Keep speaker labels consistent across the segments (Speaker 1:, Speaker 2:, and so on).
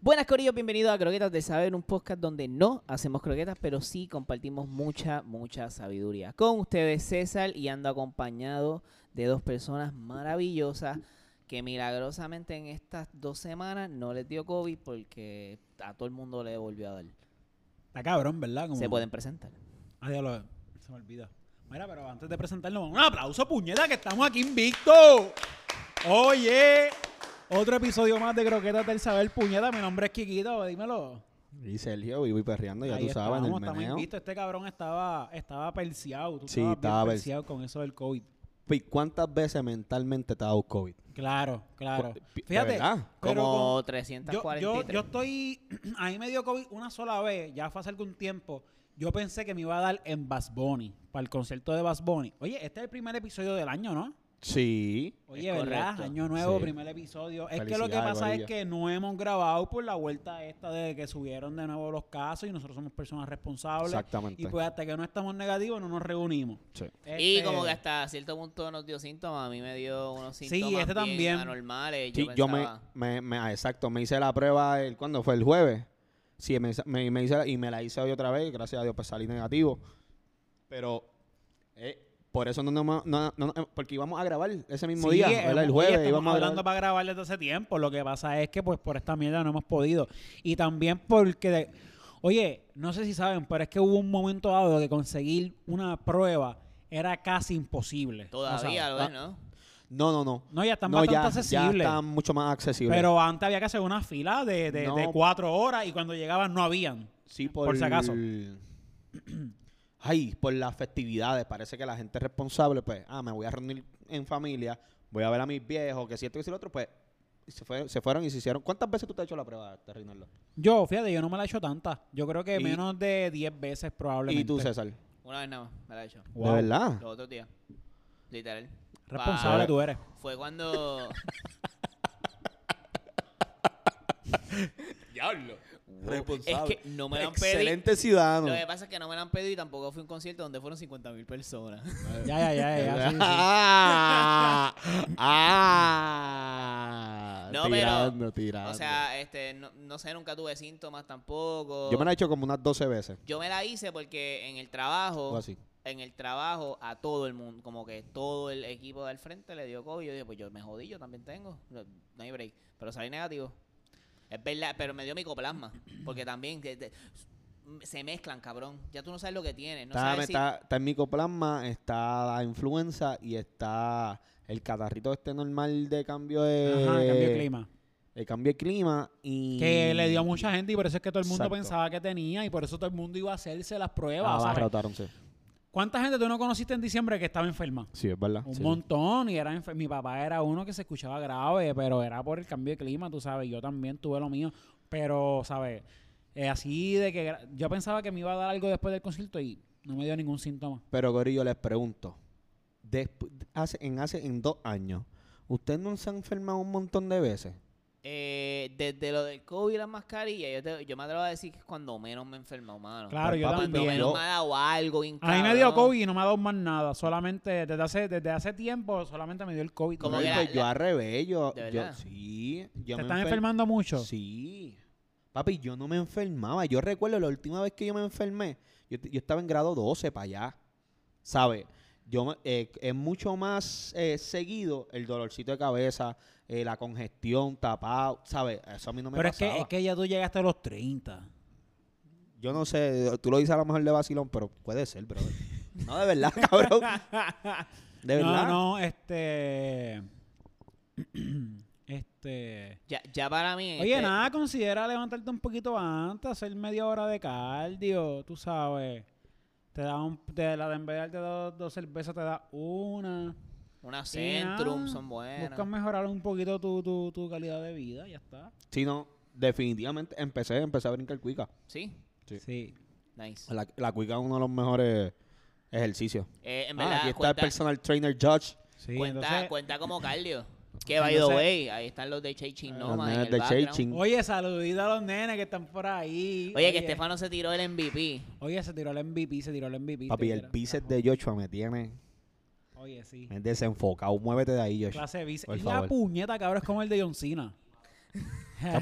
Speaker 1: Buenas, Corillos, bienvenidos a Croquetas de Saber, un podcast donde no hacemos croquetas, pero sí compartimos mucha, mucha sabiduría. Con ustedes, César, y ando acompañado de dos personas maravillosas que milagrosamente en estas dos semanas no les dio COVID porque a todo el mundo le volvió a dar.
Speaker 2: Está cabrón, ¿verdad? Como-
Speaker 1: Se pueden presentar.
Speaker 2: Ah, diablo, se me olvida. Mira, pero antes de presentarnos, un aplauso, puñeta, que estamos aquí invicto. Oye, otro episodio más de Croquetas del Saber, puñeta. Mi nombre es Quiquito, dímelo.
Speaker 3: Y Sergio, y voy perreando, ya
Speaker 2: Ahí
Speaker 3: tú sabes, en el
Speaker 2: estábamos, estamos
Speaker 3: meneo.
Speaker 2: invictos. Este cabrón estaba, estaba perseado. Tú
Speaker 3: Sí,
Speaker 2: estabas bien
Speaker 3: estaba perse-
Speaker 2: perseado con eso del COVID.
Speaker 3: ¿Y cuántas veces mentalmente te ha dado COVID?
Speaker 2: Claro, claro.
Speaker 3: Cu- pi- de
Speaker 2: Fíjate,
Speaker 3: verdad,
Speaker 2: pero
Speaker 1: Como
Speaker 2: con- yo, yo,
Speaker 1: 343.
Speaker 2: yo estoy. A mí me dio COVID una sola vez, ya fue hace algún tiempo. Yo pensé que me iba a dar en Bass Bunny, para el concierto de Bass Bunny. Oye, este es el primer episodio del año, ¿no?
Speaker 3: Sí.
Speaker 2: Oye,
Speaker 1: Es
Speaker 2: ¿verdad?
Speaker 1: correcto.
Speaker 2: Año nuevo,
Speaker 3: Sí.
Speaker 2: primer episodio. Es que lo que
Speaker 3: Felicidades,
Speaker 2: pasa es
Speaker 3: María.
Speaker 2: que no hemos grabado por la vuelta esta de que subieron de nuevo los casos y nosotros somos personas responsables.
Speaker 3: Exactamente.
Speaker 2: Y pues hasta que no estamos negativos no nos reunimos.
Speaker 3: Sí.
Speaker 1: Y
Speaker 2: Este,
Speaker 1: como que hasta cierto punto nos dio síntomas, a mí me dio unos
Speaker 2: Sí,
Speaker 1: síntomas
Speaker 2: este
Speaker 1: bien
Speaker 2: también.
Speaker 1: anormales. Yo
Speaker 3: Sí, yo me,
Speaker 1: pensaba-
Speaker 3: me, me- ah, exacto, me hice la prueba el, ¿cuándo fue? El jueves. Sí, me, hice- me- me hice la- y me la hice hoy otra vez, y gracias a Dios, pues salí negativo. Pero, eh, por eso no, no, no, no- no- porque íbamos a grabar ese mismo
Speaker 2: Sí,
Speaker 3: día,
Speaker 2: eh,
Speaker 3: ¿verdad? El
Speaker 2: oye,
Speaker 3: jueves
Speaker 2: estamos
Speaker 3: íbamos a
Speaker 2: hablando
Speaker 3: grabar.
Speaker 2: para grabar desde hace tiempo. Lo que pasa es que pues por esta mierda no hemos podido. Y también porque, de- oye, no sé si saben, pero es que hubo un momento dado que conseguir una prueba era casi imposible. No
Speaker 1: Todavía
Speaker 2: saben.
Speaker 3: Ah.
Speaker 1: lo es, ¿no?
Speaker 3: No, no, no.
Speaker 2: No, ya están
Speaker 3: No,
Speaker 2: bastante
Speaker 3: ya, ya
Speaker 2: accesibles.
Speaker 3: está mucho más accesible.
Speaker 2: Pero antes había que hacer una fila de, de-
Speaker 3: No.
Speaker 2: de cuatro horas y cuando llegaban no habían.
Speaker 3: Sí, por,
Speaker 2: Por si acaso.
Speaker 3: Ay, por las festividades. Parece que la gente es responsable, pues, ah, me voy a reunir en familia, voy a ver a mis viejos, que si esto que si lo otro, pues, y se, fue- se fueron y se hicieron. ¿Cuántas veces tú te has hecho la prueba, este, Reinaldo?
Speaker 2: Yo, fíjate, yo no me la he hecho tanta. Yo creo que
Speaker 3: Y-
Speaker 2: menos de 10 veces probablemente.
Speaker 3: Y tú, César.
Speaker 1: Una vez nada más, me la he hecho.
Speaker 2: Wow.
Speaker 3: De verdad.
Speaker 1: Los otros días. Literal.
Speaker 2: Responsable
Speaker 1: Pa-
Speaker 2: tú eres.
Speaker 1: Fue cuando.
Speaker 3: Diablo.
Speaker 1: Es que no me la han pedido.
Speaker 3: Excelente ciudadano.
Speaker 1: Lo que pasa es que no me la han pedido y tampoco fui a un concierto donde fueron 50 mil personas.
Speaker 2: Ya, ya, ya, ya. sí, sí.
Speaker 3: ah, ah,
Speaker 1: No, pero,
Speaker 3: tirando, tirando.
Speaker 1: o sea, este, no, no sé, nunca tuve síntomas tampoco.
Speaker 3: yo me la he hecho como unas 12 veces.
Speaker 1: Yo me la hice porque en el trabajo.
Speaker 3: O así.
Speaker 1: en el trabajo a todo el mundo, como que todo el equipo del frente le dio COVID. Yo dije, pues yo me jodí, yo también tengo. No, no hay break. Pero salí negativo. Es verdad, pero me dio micoplasma. Porque también que te- se mezclan, cabrón. Ya tú no sabes lo que tienes. No
Speaker 3: está,
Speaker 1: sabes si-
Speaker 3: está, está el micoplasma, está la influenza y está el catarrito este normal de cambio de,
Speaker 2: Ajá, cambio de clima.
Speaker 3: de cambio de clima y
Speaker 2: Que le dio a mucha gente y por eso es que todo el mundo
Speaker 3: Exacto. Ah,
Speaker 2: pensaba que tenía y por eso todo el mundo iba a hacerse las pruebas. ¿sabes?
Speaker 3: abarrotaron, sí.
Speaker 2: ¿Cuánta gente tú no conociste en diciembre que estaba enferma?
Speaker 3: Sí, es verdad.
Speaker 2: Un
Speaker 3: sí.
Speaker 2: montón, y era enfer- mi papá era uno que se escuchaba grave, pero era por el cambio de clima, tú sabes, yo también tuve lo mío, pero, ¿sabes? Eh, así de que gra- yo pensaba que me iba a dar algo después del concierto y no me dio ningún síntoma.
Speaker 3: Pero Corillo les pregunto, despu- hace, en hace en dos años, ¿ustedes no se han enfermado un montón de veces?
Speaker 1: Eh, desde lo del COVID y las mascarillas, yo, te- yo me atrevo a decir que es cuando menos me he enfermado, mano.
Speaker 2: Claro,
Speaker 3: Pero,
Speaker 2: yo
Speaker 3: papi,
Speaker 1: Cuando
Speaker 2: también.
Speaker 1: menos
Speaker 3: yo-
Speaker 1: me ha dado algo bien
Speaker 2: A mí me dio
Speaker 1: cabrón.
Speaker 2: COVID y no me ha dado más nada, solamente desde hace, desde hace tiempo solamente me dio el COVID.
Speaker 1: Como
Speaker 3: No,
Speaker 1: que
Speaker 3: y
Speaker 1: la-
Speaker 3: pues yo
Speaker 1: la-
Speaker 3: al revés, yo,
Speaker 1: ¿De
Speaker 3: yo-
Speaker 1: verdad?
Speaker 3: sí, yo
Speaker 2: ¿Te
Speaker 3: me
Speaker 2: están
Speaker 3: enfer-
Speaker 2: enfermando mucho?
Speaker 3: Sí. Papi, yo no me enfermaba. Yo recuerdo la última vez que yo me enfermé, yo, t- yo estaba en grado 12 para allá. ¿Sabes? Yo me- eh, es mucho más eh, seguido el dolorcito de cabeza, eh, la congestión, tapado, ¿sabes? Eso a mí no me
Speaker 2: pero es
Speaker 3: pasaba.
Speaker 2: que, es que ya tú llegaste a los 30.
Speaker 3: Yo no sé, tú lo dices a lo mejor de vacilón, pero puede ser, brother. No, de verdad, cabrón. De verdad.
Speaker 2: No, no, este... este...
Speaker 1: Ya, ya para mí.
Speaker 2: Oye,
Speaker 1: este,
Speaker 2: nada, considera levantarte un poquito antes, hacer media hora de cardio, tú sabes. Te da un, te, la de en vez de darte dos, dos cervezas, te da una.
Speaker 1: Unas
Speaker 2: Y nada,
Speaker 1: Centrum son buenas.
Speaker 2: Buscas mejorar un poquito tu, tu, tu calidad de vida, ya está.
Speaker 3: Sí, no, definitivamente empecé, empecé a brincar cuica.
Speaker 1: Sí,
Speaker 3: Sí.
Speaker 1: nice.
Speaker 3: La, la cuica es uno de los mejores ejercicios.
Speaker 1: Eh, en
Speaker 3: Ah,
Speaker 1: verdad,
Speaker 3: aquí está el
Speaker 1: cuenta-
Speaker 3: personal trainer Judge.
Speaker 2: Sí,
Speaker 1: cuenta,
Speaker 2: entonces- eh,
Speaker 1: cuenta como cardio. Que by the
Speaker 2: Entonces-
Speaker 1: way, ahí están los de Chasing
Speaker 3: Los
Speaker 1: Noma. en
Speaker 3: nenes
Speaker 1: el
Speaker 3: Ah, de
Speaker 1: background.
Speaker 3: Chasing.
Speaker 2: Oye, saludita a los nenes que están por ahí.
Speaker 1: Oye, que Estefano se tiró el MVP.
Speaker 2: Oye, se tiró el MVP, se tiró el MVP.
Speaker 3: Papi,
Speaker 2: te
Speaker 3: el
Speaker 2: quiero,
Speaker 3: bíceps
Speaker 2: carajo.
Speaker 3: de Joshua me tiene
Speaker 2: Oye, sí.
Speaker 3: me desenfocado. Muévete de ahí, Joshua.
Speaker 2: Clase de bíceps.
Speaker 3: Por
Speaker 2: Y la
Speaker 3: favor.
Speaker 2: puñeta, cabrón, es como el de John Cena.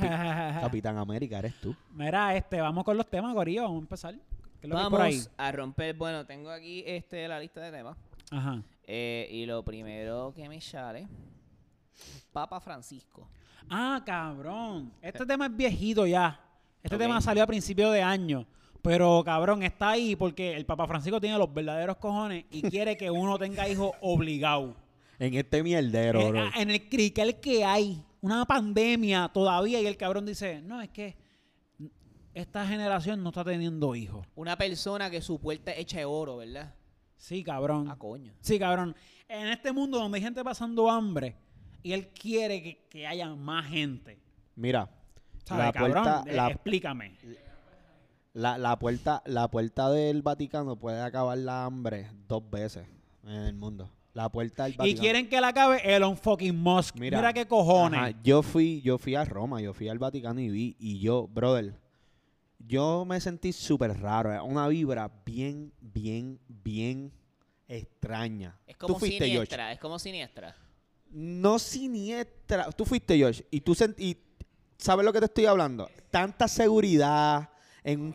Speaker 3: Capitán América eres tú.
Speaker 2: Mira, este, vamos con los temas, Gorillo. Vamos a empezar. ¿Qué es lo que hay por ahí?
Speaker 1: Vamos a romper. Bueno, tengo aquí este la lista de temas.
Speaker 2: Ajá.
Speaker 1: Eh, y lo primero que me sale, Papa Francisco.
Speaker 2: Ah, cabrón. Este tema es viejito ya. Este
Speaker 1: Ok.
Speaker 2: tema salió a principio de año. Pero, cabrón, está ahí porque el Papa Francisco tiene los verdaderos cojones y quiere que uno tenga hijos obligado.
Speaker 3: En este mierdero,
Speaker 2: Eh,
Speaker 3: bro.
Speaker 2: ah, en el crical que hay, una pandemia todavía, y el cabrón dice, no, es que esta generación no está teniendo hijos.
Speaker 1: Una persona que su puerta es hecha de oro, ¿verdad?
Speaker 2: Sí,
Speaker 3: Mm.
Speaker 2: cabrón.
Speaker 1: Ah, coño.
Speaker 2: Sí, cabrón. En este mundo donde hay gente pasando hambre y él quiere que, que haya más gente.
Speaker 3: Mira,
Speaker 2: ¿Sabes,
Speaker 3: la
Speaker 2: cabrón?
Speaker 3: puerta,
Speaker 2: Eh,
Speaker 3: la,
Speaker 2: Explícame.
Speaker 3: la- la puerta, la puerta del Vaticano puede acabar la hambre dos veces en el mundo. La puerta del
Speaker 2: Y
Speaker 3: Vaticano.
Speaker 2: quieren que la acabe Elon fucking Musk. Mira,
Speaker 3: Mira.
Speaker 2: qué cojones.
Speaker 3: Ajá, yo fui, yo fui a Roma, yo fui al Vaticano y vi, y yo, brother, yo me sentí súper raro, eh, una vibra bien, bien, bien extraña.
Speaker 1: Es como
Speaker 3: tú fuiste, George.
Speaker 1: siniestra, es como siniestra.
Speaker 3: No siniestra. Tú fuiste, George, y tú sent- y sabes lo que te estoy hablando. Tanta seguridad en un...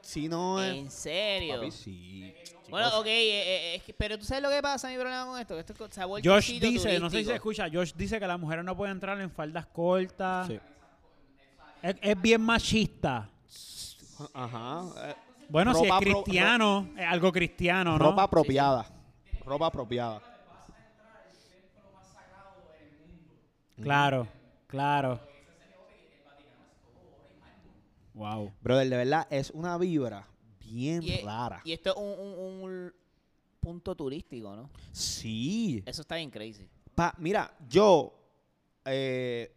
Speaker 3: Sí, no, eh,
Speaker 1: En serio.
Speaker 3: papi, sí, chicos.
Speaker 1: Bueno, ok, eh, eh, es que- pero tú sabes lo que pasa, mi problema con esto, que esto es co- se ha vuelto un
Speaker 2: Josh dice,
Speaker 1: sitio
Speaker 2: no sé si se
Speaker 1: turístico.
Speaker 2: escucha, Josh dice que las mujeres no pueden entrar en faldas cortas.
Speaker 3: Sí.
Speaker 2: Es, es bien machista.
Speaker 3: Ajá. eh,
Speaker 2: Bueno, si es
Speaker 3: Ropa pro- ro-
Speaker 2: cristiano, es algo cristiano, ¿no?
Speaker 3: Ropa apropiada. Ropa apropiada.
Speaker 2: Claro, claro. Wow.
Speaker 3: Brother, de verdad, es una vibra bien
Speaker 1: Y, es-
Speaker 3: rara.
Speaker 1: y esto es un, un- un punto turístico, ¿no?
Speaker 3: Sí.
Speaker 1: Eso está bien crazy.
Speaker 3: Pa- mira, yo, eh,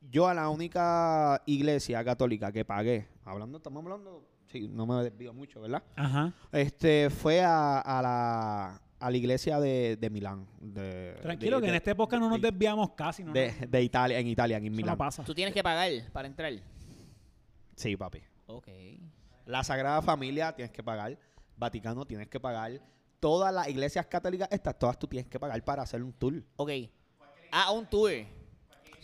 Speaker 3: yo a la única iglesia católica que pagué, hablando, estamos hablando, sí, no me desvío mucho, ¿verdad?
Speaker 2: Ajá.
Speaker 3: Este, fue a, a la, a la iglesia de, de Milán. de-
Speaker 2: Tranquilo,
Speaker 3: de-
Speaker 2: que en
Speaker 3: de-
Speaker 2: esta época no nos
Speaker 3: de,
Speaker 2: desviamos casi, ¿no?
Speaker 3: de- de Italia, en Italia, en
Speaker 2: Eso
Speaker 3: Milán.
Speaker 2: no pasa.
Speaker 1: Tú tienes que pagar para entrar.
Speaker 3: Sí, papi.
Speaker 1: Ok.
Speaker 3: La Sagrada Familia tienes que pagar, Vaticano tienes que pagar, todas las iglesias católicas estas, todas tú tienes que pagar para hacer un tour.
Speaker 1: Ok. Ah, un tour.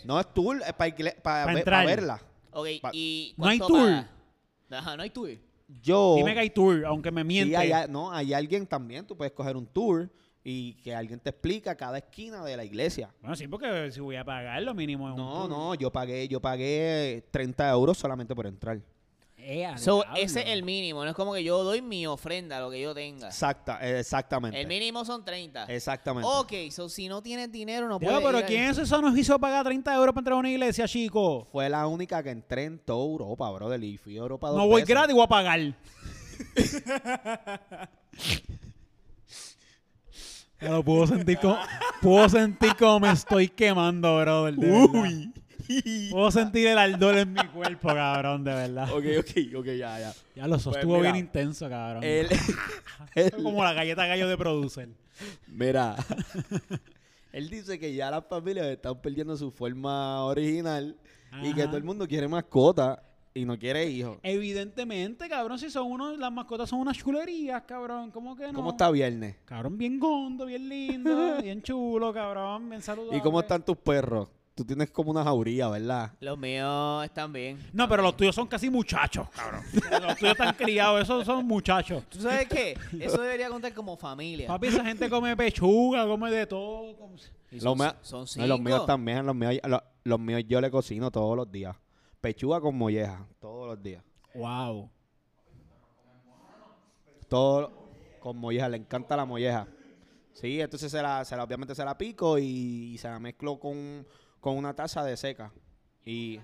Speaker 3: No es tour, es para
Speaker 2: Pa' entrar.
Speaker 3: verla.
Speaker 1: Ok,
Speaker 3: Pa-
Speaker 1: y
Speaker 2: No hay
Speaker 1: ¿cuánto
Speaker 2: tour.
Speaker 1: pagas? Ajá, no hay tour.
Speaker 3: Yo...
Speaker 2: Dime que hay tour, aunque me
Speaker 3: Sí,
Speaker 2: miente.
Speaker 3: hay, a- no, hay alguien también, tú puedes coger un tour y que alguien te explica cada esquina de la iglesia.
Speaker 2: Bueno, sí, porque si voy a pagar, lo mínimo es un
Speaker 3: No,
Speaker 2: tour.
Speaker 3: no, yo pagué, yo pagué 30 euros solamente por entrar.
Speaker 2: Eh, al
Speaker 1: So,
Speaker 2: diablo.
Speaker 1: ese es el mínimo, no es como que yo doy mi ofrenda, lo que yo tenga.
Speaker 3: Exacta, eh, exactamente.
Speaker 1: El mínimo son 30.
Speaker 3: Exactamente.
Speaker 1: Ok, so si no tienes dinero no
Speaker 2: Diablo,
Speaker 1: puedes
Speaker 2: pero
Speaker 1: ir a-
Speaker 2: ¿quién es eso nos hizo pagar 30 euros para entrar a una iglesia, chico?
Speaker 3: Fue la única que entré en toda Europa, brother, y fui a Europa dos
Speaker 2: No voy
Speaker 3: veces.
Speaker 2: gratis, voy a pagar. Ya lo puedo sentir como, puedo sentir como me estoy quemando, brother. de verdad. Puedo sentir el ardor en mi cuerpo, cabrón, de verdad.
Speaker 3: Ok, ok, ok, ya, ya.
Speaker 2: Ya lo
Speaker 1: Pues
Speaker 2: sostuvo
Speaker 3: mira,
Speaker 2: bien intenso, cabrón.
Speaker 1: eh,
Speaker 3: El-
Speaker 2: Fue como la galleta gallo de producer.
Speaker 3: Mira, él dice que ya las familias están perdiendo su forma original y que
Speaker 2: Ajá.
Speaker 3: todo el mundo quiere mascota y no quiere hijos.
Speaker 2: Evidentemente, cabrón, si son unos, las mascotas son unas chulerías, cabrón. ¿Cómo que no?
Speaker 3: ¿Cómo está viernes?
Speaker 2: Cabrón, bien gondo, bien lindo, bien chulo, cabrón, bien saludable.
Speaker 3: ¿Y cómo están tus perros? Tú tienes como una jauría, ¿verdad?
Speaker 1: Los míos están bien.
Speaker 2: No, pero los tuyos son casi muchachos, cabrón. Los tuyos están criados, esos son muchachos.
Speaker 1: ¿Tú sabes qué? Eso debería contar como familia.
Speaker 2: Papi, esa gente come pechuga, come de todo. come-
Speaker 1: Y
Speaker 3: Los
Speaker 1: son,
Speaker 3: míos-
Speaker 1: son
Speaker 3: no,
Speaker 1: cinco.
Speaker 3: los míos también, los míos, lo- los míos yo le cocino todos los días. Pechuga con molleja, todos los días.
Speaker 2: Wow.
Speaker 3: Todo con molleja, le encanta la molleja. Sí, entonces se la, se la- obviamente se la pico y, se la mezclo con, con una taza de seca. Y.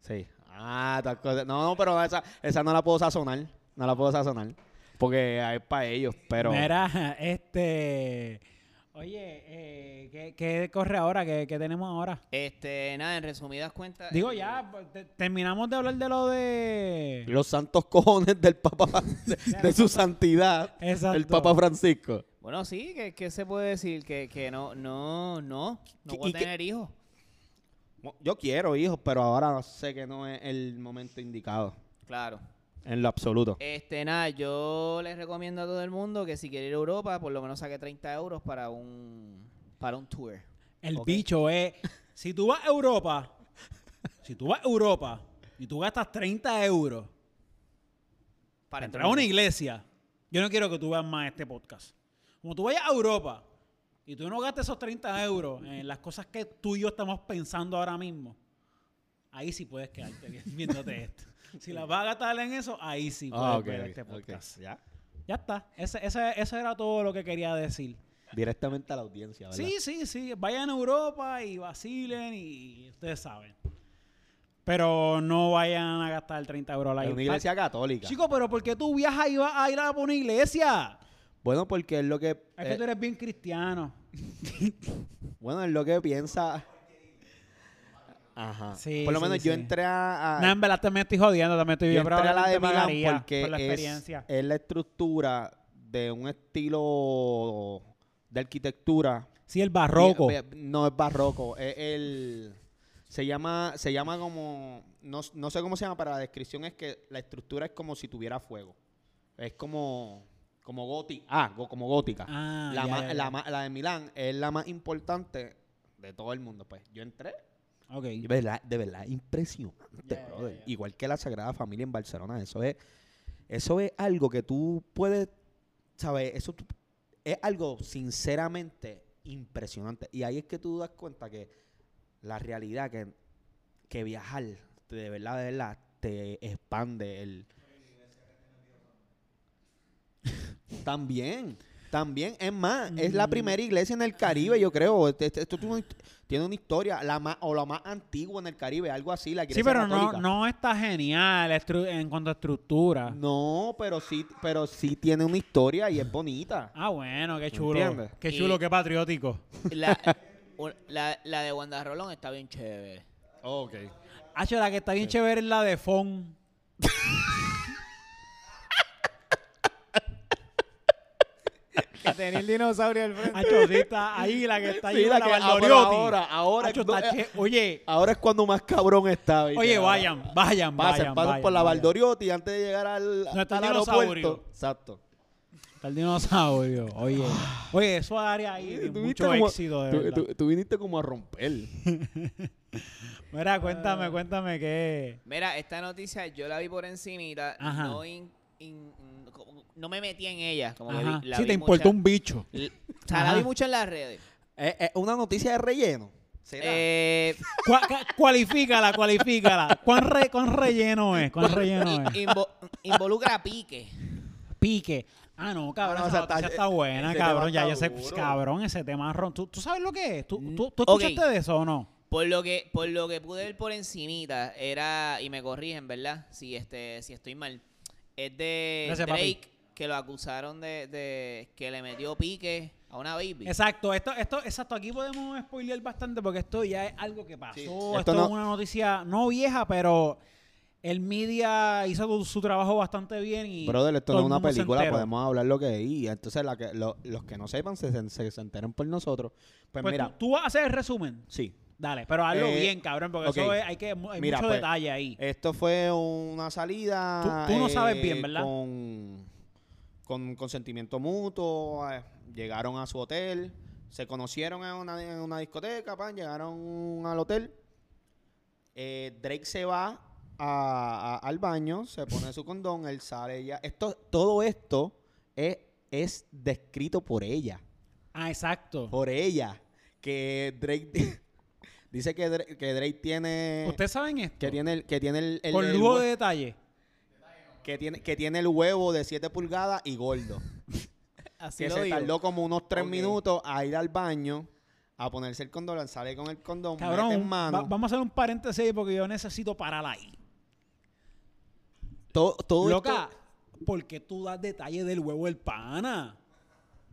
Speaker 3: Sí. Ah, tal cosa. No, no, pero esa, esa no la puedo sazonar. No la puedo sazonar. Porque es para ellos, pero.
Speaker 2: Mira, este. Oye, eh, ¿qué, qué corre ahora? ¿Qué, qué tenemos ahora?
Speaker 1: Este, nada, en resumidas cuentas.
Speaker 2: Digo,
Speaker 1: eh,
Speaker 2: ya, pues, te- terminamos de hablar de lo de.
Speaker 3: Los santos cojones del Papa, de, de su santidad,
Speaker 2: Exacto.
Speaker 3: el Papa Francisco.
Speaker 1: Bueno, sí, que, que se puede decir que, que no, no, no, no
Speaker 3: ¿Qué-
Speaker 1: voy
Speaker 3: y
Speaker 1: a
Speaker 3: qué-
Speaker 1: tener hijos.
Speaker 3: Yo quiero hijos, pero ahora sé que no es el momento indicado.
Speaker 1: Claro.
Speaker 3: En lo absoluto.
Speaker 1: Este, nada, yo les recomiendo a todo el mundo que si quiere ir a Europa, por lo menos saque 30 euros para un, para un tour.
Speaker 2: El
Speaker 3: Ok.
Speaker 2: bicho es, si tú vas a Europa, si tú vas a Europa y tú gastas 30 euros
Speaker 1: Para
Speaker 2: para entrar a una iglesia, yo no quiero que tú veas más este podcast. Como tú vayas a Europa y tú no gastes esos 30 euros en las cosas que tú y yo estamos pensando ahora mismo, ahí sí puedes quedarte viéndote esto. Si las vas a gastar en eso, ahí sí puedes
Speaker 3: Ah, ok,
Speaker 2: ver
Speaker 3: ok,
Speaker 2: este
Speaker 3: ok.
Speaker 2: podcast.
Speaker 3: Ya.
Speaker 2: Ya está. Ese- ese- eso era todo lo que quería decir.
Speaker 3: Directamente a la audiencia, ¿verdad?
Speaker 2: Sí, sí, sí. Vayan a Europa y vacilen y ustedes saben. Pero no vayan a gastar 30 euros la
Speaker 3: En una iglesia católica.
Speaker 2: Chicos, pero ¿por qué tú viajas y vas a ir a una iglesia?
Speaker 3: Bueno, porque es lo que.
Speaker 2: Es
Speaker 3: eh,
Speaker 2: que tú eres bien cristiano.
Speaker 3: Bueno, es lo que piensa. Ajá.
Speaker 2: Sí,
Speaker 3: Por lo
Speaker 2: sí,
Speaker 3: menos yo
Speaker 2: sí.
Speaker 3: entré a. a-
Speaker 2: No, en verdad también estoy jodiendo, también estoy
Speaker 3: yo
Speaker 2: bien.
Speaker 3: entré a ah, la de Milán
Speaker 2: probablemente pagaría
Speaker 3: porque
Speaker 2: por la
Speaker 3: es- eh,
Speaker 2: experiencia.
Speaker 3: Es, la estructura de un estilo de arquitectura.
Speaker 2: Sí, el barroco.
Speaker 3: Ve- ve- No es barroco. Es el. Se llama, se llama como. No, no sé cómo se llama, pero la descripción es que la estructura es como si tuviera fuego. Es como. Como gótica. Ah, go- como gótica.
Speaker 2: Ah,
Speaker 3: la,
Speaker 2: ya,
Speaker 3: ma-
Speaker 2: ya, ya.
Speaker 3: La, ma- la de Milán es la más importante de todo el mundo. Pues yo entré.
Speaker 2: Ok.
Speaker 3: y verdad- de verdad, impresionante,
Speaker 2: Ya, ya,
Speaker 3: brother.
Speaker 2: ya.
Speaker 3: Igual que la Sagrada Familia en Barcelona. Eso es, eso es algo que tú puedes. ¿Sabes? Eso tú- es algo sinceramente impresionante. Y ahí es que tú das cuenta que la realidad, que, que viajar, te- de verdad, de verdad, te expande el. También, también. Es más, es
Speaker 2: Mm.
Speaker 3: la primera iglesia en el Caribe, yo creo. Este- este- Esto, tuvo- tiene una historia, la más, o la más antigua en el Caribe, algo así, la
Speaker 2: Sí,
Speaker 3: iglesia
Speaker 2: pero no,
Speaker 3: católica.
Speaker 2: no está genial estru- en cuanto a estructura.
Speaker 3: No, pero sí, pero sí tiene una historia y es bonita.
Speaker 2: Ah, bueno, qué chulo.
Speaker 3: ¿Entiendes?
Speaker 2: Qué
Speaker 1: Y-
Speaker 2: chulo, qué patriótico.
Speaker 1: La, un- la, la de Wanda Rolón está bien chévere.
Speaker 3: Ok.
Speaker 2: Hacho, la que está bien chévere es la de Fon.
Speaker 1: Que tenía el dinosaurio al frente.
Speaker 2: Hacho, sí está ahí la que está ahí,
Speaker 3: Sí, la
Speaker 2: la,
Speaker 3: que- ah, pero
Speaker 2: Valdoriotti.
Speaker 3: ahora, ahora
Speaker 2: Hacho,
Speaker 3: es do-
Speaker 2: está che- Oye,
Speaker 3: Ahora es cuando más cabrón está. ¿viste?
Speaker 2: oye,
Speaker 3: Ahora.
Speaker 2: vayan, vayan,
Speaker 3: Pasen,
Speaker 2: vayan.
Speaker 3: pasen
Speaker 2: vayan,
Speaker 3: por la
Speaker 2: vayan.
Speaker 3: Valdoriotti antes de llegar al,
Speaker 2: No, está
Speaker 3: al
Speaker 2: el
Speaker 3: aeropuerto.
Speaker 2: dinosaurio.
Speaker 3: Exacto.
Speaker 2: Está el dinosaurio. Oye, oye, eso área ahí, de
Speaker 3: Tú viniste
Speaker 2: mucho
Speaker 3: como-
Speaker 2: éxito, de
Speaker 3: tú-
Speaker 2: verdad.
Speaker 3: tú- tú viniste como a romper.
Speaker 2: Mira, cuéntame, cuéntame qué.
Speaker 1: Mira, esta noticia yo la vi por encimita.
Speaker 2: Ajá.
Speaker 1: No, in- in- como- no me metí en ella. Como que vi-
Speaker 2: Ajá.
Speaker 1: la
Speaker 2: Sí,
Speaker 1: vi
Speaker 2: te
Speaker 1: mucha-
Speaker 2: importó un bicho.
Speaker 1: l- O sea, la
Speaker 2: Ajá.
Speaker 1: vi mucho en las redes.
Speaker 3: Es es eh, una noticia de relleno. ¿Será?
Speaker 1: Eh,
Speaker 2: Cua- ca- Cualifícala, cualifícala. ¿Cuán, re- cuán relleno es? ¿Cuán relleno es?
Speaker 1: invo- involucra a Pique.
Speaker 2: Pique. Ah, no, cabrón,
Speaker 3: Ah, no,
Speaker 2: esa
Speaker 3: o sea, está-
Speaker 2: noticia está buena,
Speaker 3: ese
Speaker 2: cabrón.
Speaker 3: tema
Speaker 2: Ya, ya
Speaker 3: está
Speaker 2: sé,
Speaker 3: duro.
Speaker 2: cabrón, ese tema ron. ¿Tú, tú sabes lo que es? ¿Tú, tú, tú
Speaker 1: Ok.
Speaker 2: escuchaste de eso o no?
Speaker 1: Por lo que, por lo que pude ver por encimita, era, y me corrigen, ¿verdad? Si este, si estoy mal. Es de
Speaker 2: Gracias, papi.
Speaker 1: Drake, que lo acusaron de, de que le metió pique a una baby.
Speaker 2: Exacto, esto, esto, exacto, aquí podemos spoilear bastante porque esto ya es algo que pasó.
Speaker 3: Sí.
Speaker 2: Esto,
Speaker 3: Esto no-
Speaker 2: es una noticia no vieja, pero el media hizo su, su trabajo bastante bien y.
Speaker 3: Brother, esto
Speaker 2: todo
Speaker 3: no
Speaker 2: el
Speaker 3: es una
Speaker 2: mundo se
Speaker 3: película,
Speaker 2: enteró.
Speaker 3: podemos hablar lo que es. Y entonces la que, lo- los que no sepan se, se, se enteren por nosotros. Pues,
Speaker 2: Pues
Speaker 3: mira,
Speaker 2: tú, tú vas a hacer el resumen.
Speaker 3: sí.
Speaker 2: Dale, pero hazlo
Speaker 3: Eh,
Speaker 2: bien, cabrón, porque
Speaker 3: ok.
Speaker 2: eso es, hay, que, hay
Speaker 3: Mira,
Speaker 2: mucho
Speaker 3: pues,
Speaker 2: detalle ahí.
Speaker 3: Esto fue una salida. eh,
Speaker 2: Tú- tú no sabes bien, ¿verdad?
Speaker 3: Con, con consentimiento mutuo. eh, llegaron a su hotel. Se conocieron en una, en una discoteca, pan, llegaron al hotel. eh, Drake se va a- a- al baño, se pone su condón, él sale ya. Esto, todo esto es, es descrito por ella.
Speaker 2: Ah, exacto.
Speaker 3: Por ella. Que Drake dice que Drake, que Drake tiene.
Speaker 2: Ustedes saben esto.
Speaker 3: Que tiene el, que tiene el, el-
Speaker 2: Con
Speaker 3: el
Speaker 2: lujo
Speaker 3: hue-
Speaker 2: de detalle.
Speaker 3: que tiene, que tiene el huevo de 7 pulgadas y gordo.
Speaker 1: Así
Speaker 3: que
Speaker 1: lo
Speaker 3: se
Speaker 1: digo.
Speaker 3: tardó como unos 3
Speaker 1: Ok.
Speaker 3: minutos a ir al baño, a ponerse el condón, sale con el condón, mete en
Speaker 2: Cabrón,
Speaker 3: mano.
Speaker 2: va- vamos a hacer un paréntesis ahí porque yo necesito parar ahí.
Speaker 3: todo, todo
Speaker 2: Loca,
Speaker 3: esto-
Speaker 2: ¿por qué tú das detalle del huevo del pana?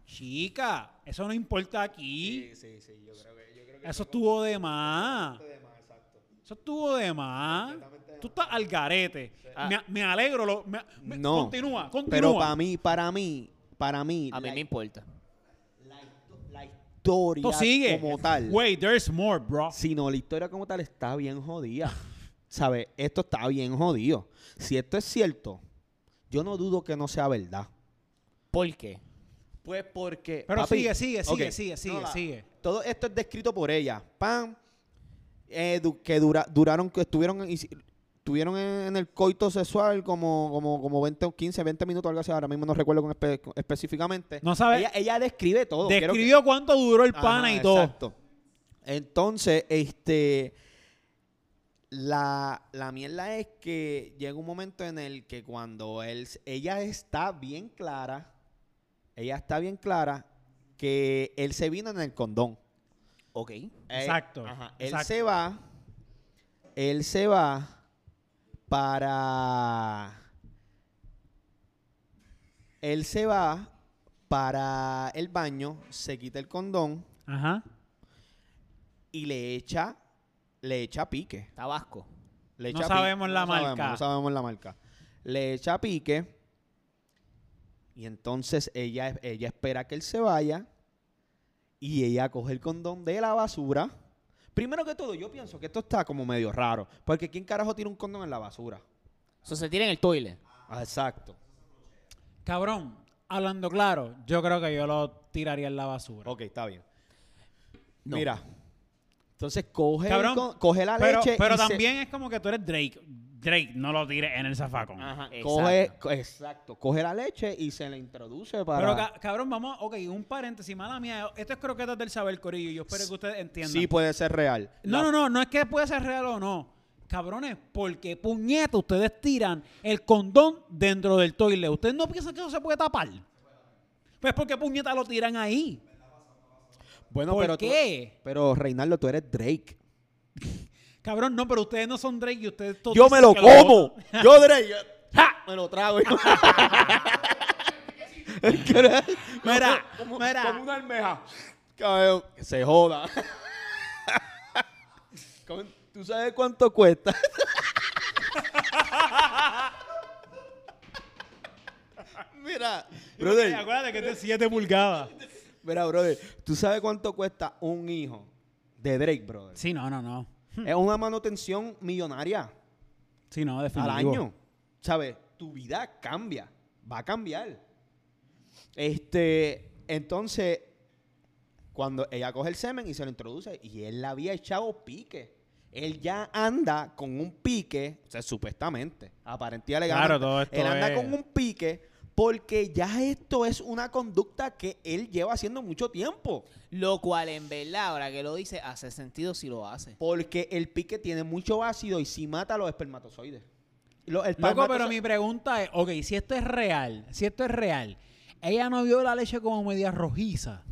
Speaker 2: Chica, eso no importa aquí.
Speaker 3: Sí, sí, sí, yo creo que, yo creo que
Speaker 2: Eso estuvo de más.
Speaker 3: de más, exacto.
Speaker 2: Eso estuvo de más. Tú estás al garete. Me, me alegro. lo- me- me-
Speaker 3: Ah. No.
Speaker 2: Continúa, continúa.
Speaker 3: Pero para mí, para mí, para mí,
Speaker 1: A mí
Speaker 3: la,
Speaker 1: me importa.
Speaker 3: la histo- la historia
Speaker 2: Esto sigue.
Speaker 3: como tal,
Speaker 2: Wait, there's more, bro.
Speaker 3: sino la historia como tal está bien jodida. ¿Sabes? Esto está bien jodido. Si esto es cierto, Yo no dudo que no sea verdad.
Speaker 1: ¿Por qué?
Speaker 3: Pues porque.
Speaker 2: Pero
Speaker 3: papi,
Speaker 2: sigue, sigue, sigue,
Speaker 3: ok,
Speaker 2: sigue, sigue,
Speaker 3: no, la-
Speaker 2: sigue.
Speaker 3: Todo esto es descrito por ella. Pam. eh, du- que dura- duraron, que estuvieron, en- hici- estuvieron en, en el coito sexual como, como, como 20 o 15, 20 minutos, algo así. Ahora mismo no recuerdo con espe- con- específicamente.
Speaker 2: No sabe.
Speaker 3: Ella, ella describe todo. Oh, quiero que-
Speaker 2: Describió cuánto duró el
Speaker 3: Ajá,
Speaker 2: pana y todo.
Speaker 3: Exacto. Entonces, este. La, la mierda es que llega un momento en el que cuando él, ella está bien clara, ella está bien clara que él se vino en el condón.
Speaker 1: Ok.
Speaker 3: Eh,
Speaker 2: Exacto,
Speaker 3: ajá, Él
Speaker 2: exacto.
Speaker 3: se va. Él se va para. Él se va para el baño, se quita el condón
Speaker 2: Ajá.
Speaker 3: y le echa, le echa pique.
Speaker 1: Tabasco.
Speaker 3: Le
Speaker 2: No
Speaker 3: echa pique.
Speaker 2: sabemos la marca.
Speaker 3: sabemos, no sabemos la marca. Le echa pique y entonces ella, ella espera que él se vaya y ella coge el condón de la basura. Primero que todo, yo pienso que esto está como medio raro, porque ¿quién carajo tira un condón en la basura?
Speaker 1: Eso se tira en el toilet.
Speaker 3: Exacto.
Speaker 2: Cabrón, hablando claro, yo creo que yo lo tiraría en la basura.
Speaker 3: Ok, está bien.
Speaker 1: No.
Speaker 3: Mira. Entonces coge, el
Speaker 2: Cabrón,
Speaker 3: con- coge la
Speaker 2: Pero,
Speaker 3: leche
Speaker 2: pero
Speaker 3: y se-
Speaker 2: también es como que tú eres Drake. Drake, no lo tires en el zafacón.
Speaker 3: coge, co- exacto, coge la leche y se la introduce para...
Speaker 2: Pero ca- cabrón, vamos, ok, un paréntesis, mala mía, esto es croquetas del saber, Corillo, yo espero que ustedes entiendan.
Speaker 3: Sí puede ser real.
Speaker 2: No,
Speaker 3: La-
Speaker 2: no, no, no es que puede ser real o no. Cabrones, porque puñeta, ustedes tiran el condón dentro del toilet. ¿Ustedes no piensan que eso se puede tapar? Pues porque puñeta lo tiran ahí.
Speaker 3: Bueno,
Speaker 2: ¿Por
Speaker 3: pero tú-
Speaker 2: qué?
Speaker 3: pero Reinaldo, tú eres Drake.
Speaker 2: Cabrón, no, pero ustedes no son Drake y ustedes todos
Speaker 3: Yo
Speaker 2: dicen
Speaker 3: me lo
Speaker 2: que botan.
Speaker 3: como. Yo Drake. yo- ¡Ja! Me lo trago.
Speaker 2: Mira,
Speaker 3: Como-
Speaker 2: mira.
Speaker 3: Como una almeja. Cabrón, que se joda. Como- ¿Tú sabes cuánto cuesta? Mira,
Speaker 2: Sí,
Speaker 3: brother,
Speaker 2: acuérdate que este es 7 pulgadas.
Speaker 3: mira, brother, ¿tú sabes cuánto cuesta un hijo de Drake, brother?
Speaker 2: Sí, no, no, no.
Speaker 3: Es una manutención millonaria.
Speaker 2: Sí, no,
Speaker 3: al
Speaker 2: definitivo.
Speaker 3: año. ¿Sabes? Tu vida cambia. Va a cambiar. Este, entonces, cuando ella coge el semen y se lo introduce, y él la había echado pique. Él ya anda con un pique, o sea, supuestamente, aparentemente
Speaker 2: Claro, todo esto
Speaker 3: él anda
Speaker 2: es-
Speaker 3: con un pique porque ya esto es una conducta que él lleva haciendo mucho tiempo.
Speaker 1: Lo cual, en verdad, ahora que lo dice, hace sentido si lo hace.
Speaker 3: Porque el pique tiene mucho ácido y si mata los espermatozoides. Lo- el
Speaker 2: Loco, pero
Speaker 3: espermatozo-
Speaker 2: mi pregunta es, ok, si esto es real, si esto es real, ella no vio la leche como media rojiza.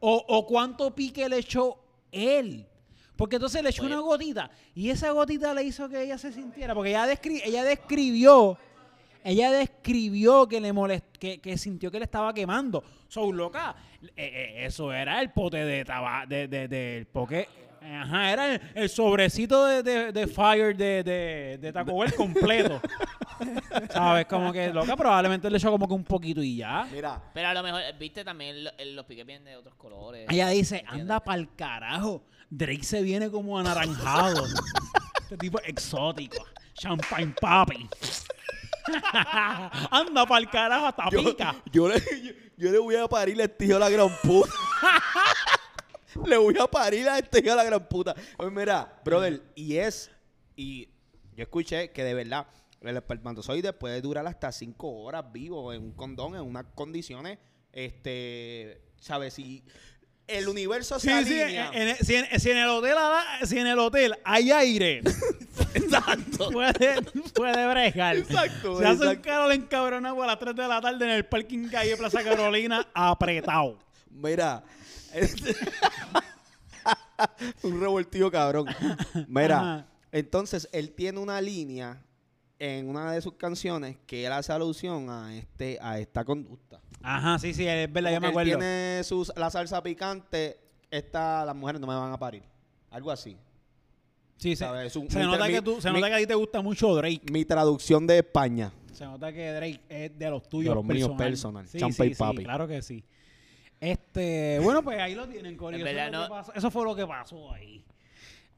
Speaker 2: O, o cuánto pique le echó él. Porque entonces le echó una gotita y esa gotita le hizo que ella se sintiera. Porque ella, descri- ella describió, ella describió que le molest que, que sintió que le estaba quemando. So, loca, eh, eh, eso era el pote de tabaco, de, de, del poque- Ajá, era el, el sobrecito de, de- de fire de, de, de Taco Bell completo. ¿Sabes? Como que loca, probablemente le echó como que un poquito y ya.
Speaker 3: Mira,
Speaker 1: Pero a lo mejor, eh, viste, también lo- eh, los piques vienen de otros colores.
Speaker 2: Ella dice, anda pa'l carajo. Drake se viene como anaranjado. este tipo es exótico. Champagne papi. anda pa'l carajo hasta
Speaker 3: Yo,
Speaker 2: pica.
Speaker 3: yo le, yo, yo le voy a parir a este hijo de la gran puta. le voy a parir a este hijo de la gran puta. Oye, mira, brother, y es. Y yo escuché que de verdad el espermatozoide puede durar hasta cinco horas vivo en un condón, en unas condiciones. Este. ¿Sabes? Si el universo se
Speaker 2: Sí, sí, en,
Speaker 3: alinea-
Speaker 2: en- si, en, si en el hotel, ala- si en el hotel hay aire,
Speaker 3: Exacto.
Speaker 2: puede, puede bregar.
Speaker 3: Exacto,
Speaker 2: Se hace un
Speaker 3: exacto.
Speaker 2: carol encabronado a las 3 de la tarde en el parking calle Plaza Carolina, apretado.
Speaker 3: Mira. este- un revoltillo cabrón. Mira.
Speaker 2: Ajá.
Speaker 3: Entonces, él tiene una línea en una de sus canciones que él hace alusión a este a esta conducta.
Speaker 2: Ajá, sí, sí, es verdad, yo me
Speaker 3: Como que él
Speaker 2: acuerdo.
Speaker 3: tiene sus, la salsa picante, esta, las mujeres no me van a parir. Algo así.
Speaker 2: Sí, se,
Speaker 3: ¿sabes? Es un-
Speaker 2: se
Speaker 3: mi-
Speaker 2: nota,
Speaker 3: mi-
Speaker 2: que tú- se
Speaker 3: mi-
Speaker 2: nota que a ti te gusta mucho Drake.
Speaker 3: Mi traducción de España.
Speaker 2: Se nota que Drake es de los tuyos.
Speaker 3: De los míos
Speaker 2: personal.
Speaker 3: personal.
Speaker 2: Sí,
Speaker 3: Champa y
Speaker 2: sí, sí,
Speaker 3: papi.
Speaker 2: claro que sí. Este, bueno, pues ahí lo tienen, Corillo.
Speaker 1: En
Speaker 2: Eso,
Speaker 1: verdad,
Speaker 2: es lo que
Speaker 1: no-
Speaker 2: pasó- eso fue lo que pasó ahí.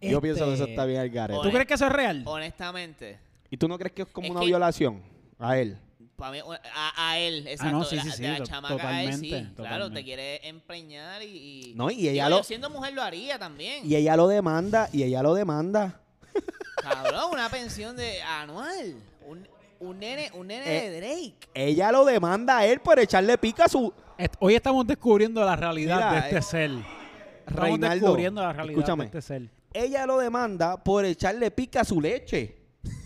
Speaker 3: Yo pienso que eso
Speaker 2: Este,
Speaker 3: está bien al garete.
Speaker 2: ¿Tú crees que eso es real?
Speaker 1: Honestamente,
Speaker 3: ¿Y tú no crees que es como
Speaker 1: Es
Speaker 3: una
Speaker 1: que-
Speaker 3: violación a él?
Speaker 1: Pa' mí, a, a él, exacto.
Speaker 2: Ah, sí,
Speaker 1: la-
Speaker 2: sí,
Speaker 1: de
Speaker 2: sí,
Speaker 1: la
Speaker 2: to-
Speaker 1: chamaca a él, sí. Claro,
Speaker 2: totalmente, totalmente.
Speaker 1: te quiere empreñar y. y-
Speaker 3: No, y ella
Speaker 1: Digo, yo
Speaker 3: lo
Speaker 1: siendo mujer lo haría también.
Speaker 3: y e-, ella lo demanda y ella lo demanda.
Speaker 1: Cabrón, una pensión de anual. Un, un nene, un nene
Speaker 3: Eh,
Speaker 1: de Drake.
Speaker 3: Ella lo demanda a él por echarle pica a su
Speaker 2: Est- Hoy estamos descubriendo la realidad
Speaker 3: Mira,
Speaker 2: de este
Speaker 3: eh,
Speaker 2: ser. Estamos
Speaker 3: Reinaldo,
Speaker 2: descubriendo la realidad
Speaker 3: escúchame.
Speaker 2: de este ser.
Speaker 3: Ella lo demanda por echarle pica a su leche.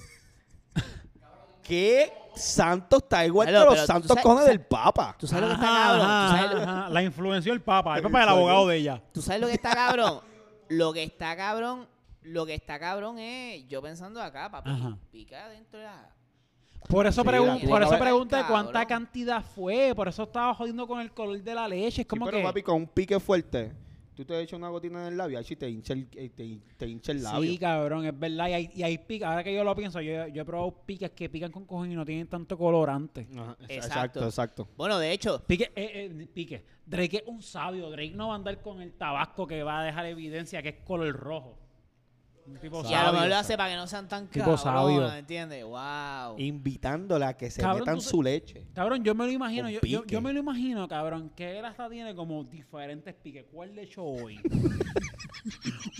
Speaker 3: ¿Qué santo está igual
Speaker 1: Claro,
Speaker 3: que
Speaker 1: pero
Speaker 3: los
Speaker 1: tú
Speaker 3: santos
Speaker 1: sabes-
Speaker 3: cojones
Speaker 1: sa-
Speaker 3: del Papa?
Speaker 1: Tú sabes lo que está
Speaker 2: Ajá,
Speaker 1: cabrón.
Speaker 2: ajá,
Speaker 1: ¿Tú sabes, lo,
Speaker 2: ajá. La influencia del papa. El papá es el abogado de ella.
Speaker 1: tú sabes lo que está cabrón. Lo que está cabrón. Lo que está cabrón es yo pensando acá, papi.
Speaker 2: Ajá.
Speaker 1: Pica dentro de la.
Speaker 2: Por eso,
Speaker 3: Sí,
Speaker 2: pregun-
Speaker 1: la-
Speaker 2: por
Speaker 1: la-
Speaker 2: eso pregunté
Speaker 1: cabrón.
Speaker 2: cuánta cantidad fue. Por eso estaba jodiendo con el color de la leche. Es como
Speaker 3: Sí,
Speaker 2: que.
Speaker 3: pero papi, con un pique fuerte, tú te echas una gotina en el labio y te hincha el, eh, te, te hincha el labio.
Speaker 2: Sí, cabrón, es verdad. Y hay, y hay pica- Ahora que yo lo pienso, yo, yo he probado picas que pican con cojones y no tienen tanto colorante.
Speaker 3: Ajá, ex-
Speaker 1: Exacto.
Speaker 3: exacto, exacto.
Speaker 1: Bueno, de hecho,
Speaker 2: Pique, eh, eh, pique. Drake es un sabio. Drake no va a andar con el tabasco que va a dejar evidencia que es color rojo. Un tipo
Speaker 1: y a lo
Speaker 2: sabio.
Speaker 1: mejor lo hace para que no sean tan
Speaker 2: Tipo sabio.
Speaker 1: cabrones, ¿entiendes? Wow.
Speaker 3: Invitándola a que se
Speaker 2: Cabrón,
Speaker 3: metan
Speaker 2: tú-
Speaker 3: su leche.
Speaker 2: Cabrón, yo me lo imagino,
Speaker 3: Con
Speaker 2: yo, yo,
Speaker 3: pique.
Speaker 2: yo me lo imagino, cabrón, que él hasta tiene como diferentes piques. ¿Cuál le echo hoy?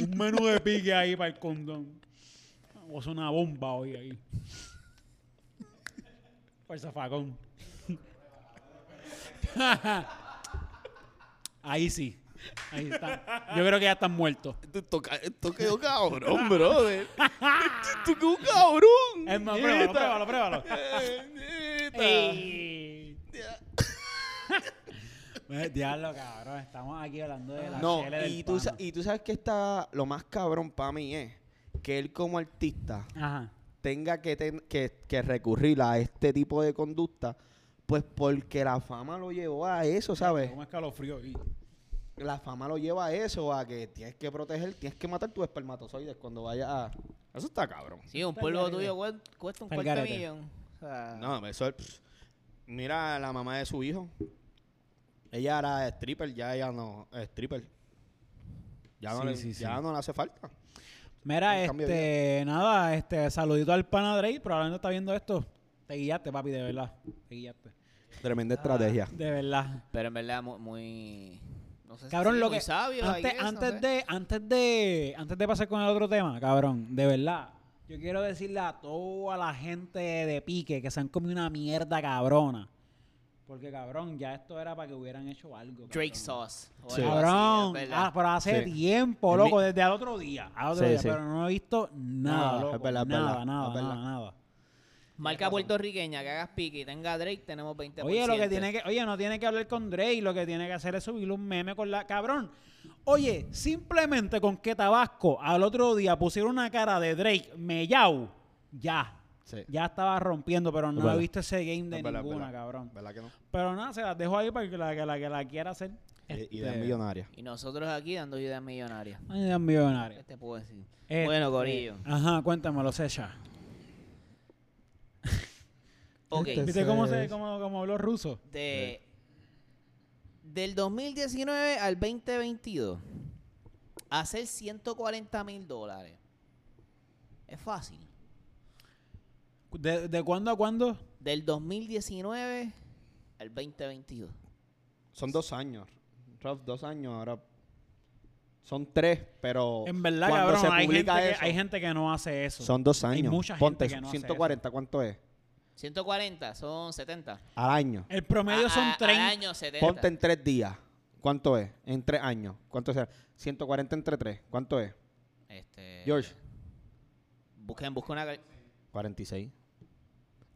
Speaker 2: Un menú de pique ahí para el condón. O sea, una bomba hoy ahí. Por el zafacón. ahí sí. Ahí está. Yo creo que ya están muertos.
Speaker 3: Esto quedó cabrón, brother. Esto quedó cabrón. Eh,
Speaker 2: Es más, pruébalo, pruébalo, pruébalo. Ah. Ey. Pues, Diablo, cabrón, estamos aquí hablando de la
Speaker 3: No,
Speaker 2: chele del
Speaker 3: y tú,
Speaker 2: pana.
Speaker 3: sa- y tú sabes que está lo más cabrón para mí es que él como artista
Speaker 2: Ajá.
Speaker 3: tenga que, ten- que, que recurrir a este tipo de conducta, pues porque la fama lo llevó a eso, ¿sabes?
Speaker 2: Como escalofrío ahí.
Speaker 3: La fama lo lleva a eso, a que tienes que proteger, tienes que matar tus espermatozoides cuando vayas a... Eso está cabrón.
Speaker 1: Sí, un
Speaker 2: Está
Speaker 1: polvo
Speaker 2: el garete.
Speaker 1: tuyo cuen- cuesta un
Speaker 2: Está el
Speaker 1: cuarto de
Speaker 2: garete.
Speaker 1: millón. O sea,
Speaker 3: No, eso es... pff. Mira a la mamá de su hijo. Ella era stripper, ya ella no... Stripper. Ya, no,
Speaker 2: Sí,
Speaker 3: le,
Speaker 2: sí, sí.
Speaker 3: ya no le hace falta.
Speaker 2: Mira,
Speaker 3: Un cambio de
Speaker 2: este, nada, este, saludito al pana Drake, probablemente está viendo esto. Te guiaste, papi, de verdad. Te guiaste. Ah,
Speaker 3: Tremenda estrategia.
Speaker 2: De verdad.
Speaker 1: Pero en verdad, mu- muy. no sé si
Speaker 2: Cabrón,
Speaker 1: sí,
Speaker 2: lo
Speaker 1: muy
Speaker 2: que
Speaker 1: sabio, ¿eh? I
Speaker 2: antes,
Speaker 1: guess, no
Speaker 2: antes
Speaker 1: sé.
Speaker 2: de antes de antes de pasar con el otro tema, cabrón, de verdad. Yo quiero decirle a toda la gente de pique que se han comido una mierda cabrona. Porque cabrón, ya esto era para que hubieran hecho algo.
Speaker 1: Drake
Speaker 2: cabrón.
Speaker 1: Sauce. o
Speaker 3: Sí.
Speaker 1: algo así,
Speaker 2: Cabrón,
Speaker 1: es verdad.
Speaker 2: ah, pero hace
Speaker 3: Sí.
Speaker 2: tiempo,
Speaker 3: En mi-
Speaker 2: loco, desde el otro día, al otro
Speaker 3: Sí,
Speaker 2: día,
Speaker 3: sí.
Speaker 2: pero no he visto nada,
Speaker 3: Nada,
Speaker 2: loco,
Speaker 3: es verdad, es
Speaker 2: nada,
Speaker 3: verdad,
Speaker 2: nada,
Speaker 3: es
Speaker 2: nada,
Speaker 3: verdad.
Speaker 2: nada.
Speaker 1: Marca puertorriqueña que hagas pique y tenga a Drake, tenemos 20%.
Speaker 2: Oye, lo que tiene que, oye, no tiene que hablar con Drake, lo que tiene que hacer es subirle un meme con la cabrón. Oye, simplemente con que Tabasco al otro día pusieron una cara de Drake, Mellau, ya,
Speaker 3: Sí.
Speaker 2: ya estaba rompiendo, pero no he
Speaker 3: verdad.
Speaker 2: visto ese game de
Speaker 3: Es verdad, es
Speaker 2: ninguna,
Speaker 3: verdad.
Speaker 2: cabrón.
Speaker 3: ¿Verdad que no?
Speaker 2: Pero nada, se las dejo ahí para que la que la, que la quiera hacer.
Speaker 3: Y Ideas
Speaker 2: Este,
Speaker 3: millonarias.
Speaker 1: Y nosotros aquí dando ideas millonarias.
Speaker 2: ay, ideas millonarias.
Speaker 1: ¿Qué te puedo decir?
Speaker 2: Eh,
Speaker 1: bueno, Corillo.
Speaker 2: Ajá, cuéntamelo, Secha.
Speaker 1: Ok.
Speaker 3: este-
Speaker 2: ¿Viste cómo, se,
Speaker 3: es.
Speaker 2: cómo, cómo habló ruso?
Speaker 1: De, del 2019 al 2022, hacer 140 mil dólares es fácil.
Speaker 2: ¿De, de cuándo a cuándo?
Speaker 1: Del 2019 al 2022.
Speaker 3: Son dos años. Ralph, dos años ahora. Son tres, pero.
Speaker 2: En verdad,
Speaker 3: cuando
Speaker 2: cabrón,
Speaker 3: se
Speaker 2: hay gente,
Speaker 3: publica
Speaker 2: que,
Speaker 3: eso,
Speaker 2: hay gente que no hace eso.
Speaker 3: Son dos
Speaker 2: hay
Speaker 3: años.
Speaker 2: mucha gente
Speaker 3: Ponte
Speaker 2: que no hace
Speaker 3: 140, ¿cuánto es?
Speaker 1: 140 son 70.
Speaker 3: Al año.
Speaker 2: El promedio
Speaker 1: A-
Speaker 2: son
Speaker 1: a- Ah, al
Speaker 2: 30.
Speaker 1: año 70.
Speaker 3: Ponte en tres días. ¿Cuánto es? En tres años. ¿Cuánto será? 140 entre tres. ¿Cuánto es?
Speaker 1: Este,
Speaker 3: George.
Speaker 1: Busquen, busquen una. cal-
Speaker 3: 46.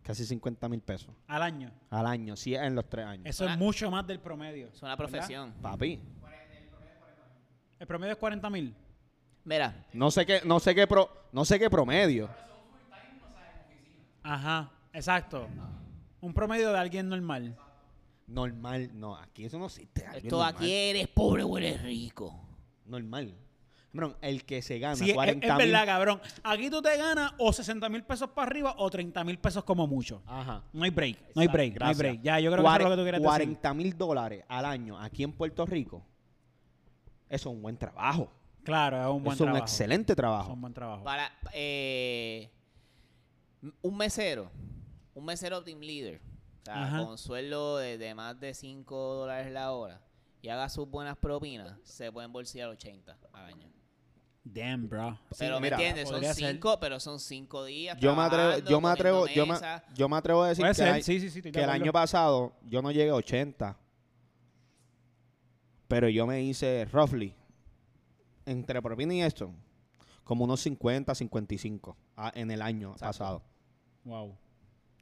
Speaker 3: Casi 50 mil pesos.
Speaker 2: Al año.
Speaker 3: Al año. Sí, en los tres años.
Speaker 2: Eso
Speaker 1: Una-
Speaker 2: es mucho más del promedio.
Speaker 1: Es una
Speaker 2: ¿verdad?
Speaker 1: profesión.
Speaker 3: Papi.
Speaker 2: El promedio es 40 mil.
Speaker 1: Mira,
Speaker 3: No sé qué, no sé qué pro, no sé qué promedio.
Speaker 2: Ajá, exacto. Un promedio de alguien normal.
Speaker 3: Normal, no, aquí eso no existe. alguien
Speaker 1: esto
Speaker 3: normal.
Speaker 1: aquí eres pobre o eres rico.
Speaker 3: Normal. Cabrón, el que se gana
Speaker 2: Sí, es, es
Speaker 3: 40 mil.
Speaker 2: verdad, cabrón. Aquí tú te ganas o 60 mil pesos para arriba o 30 mil pesos como mucho.
Speaker 3: Ajá.
Speaker 2: No hay break, no hay break, no hay
Speaker 3: Gracias.
Speaker 2: break. Ya, yo creo que eso es lo que tú quieres decir.
Speaker 3: 40 mil dólares al año aquí en Puerto Rico. Eso es un buen trabajo.
Speaker 2: Claro, es un buen
Speaker 3: eso es
Speaker 2: trabajo.
Speaker 3: un excelente
Speaker 2: Es
Speaker 3: trabajo.
Speaker 2: un buen trabajo.
Speaker 1: Para, eh, un mesero, un mesero team leader, o sea,
Speaker 2: Ajá.
Speaker 1: con sueldo de, de más de 5 dólares la hora y haga sus buenas propinas, se puede embolsillar 80 al año.
Speaker 2: Damn, bro.
Speaker 1: pero me
Speaker 3: mira,
Speaker 1: entiendes, son
Speaker 2: podría ser.
Speaker 1: 5, pero son 5 días.
Speaker 3: Yo me atrevo,
Speaker 1: trabajando,
Speaker 3: yo me atrevo, yo
Speaker 1: poniendo
Speaker 3: me,
Speaker 1: mesa.
Speaker 3: yo me atrevo a decir
Speaker 2: Puede
Speaker 3: que,
Speaker 2: ser,
Speaker 3: el,
Speaker 2: sí, sí, sí. estoy de
Speaker 3: que el
Speaker 2: acuerdo.
Speaker 3: año pasado yo no llegué a 80, pero yo me hice roughly, entre propina y esto, como unos 50, 55 a- en el año pasado.
Speaker 2: Wow.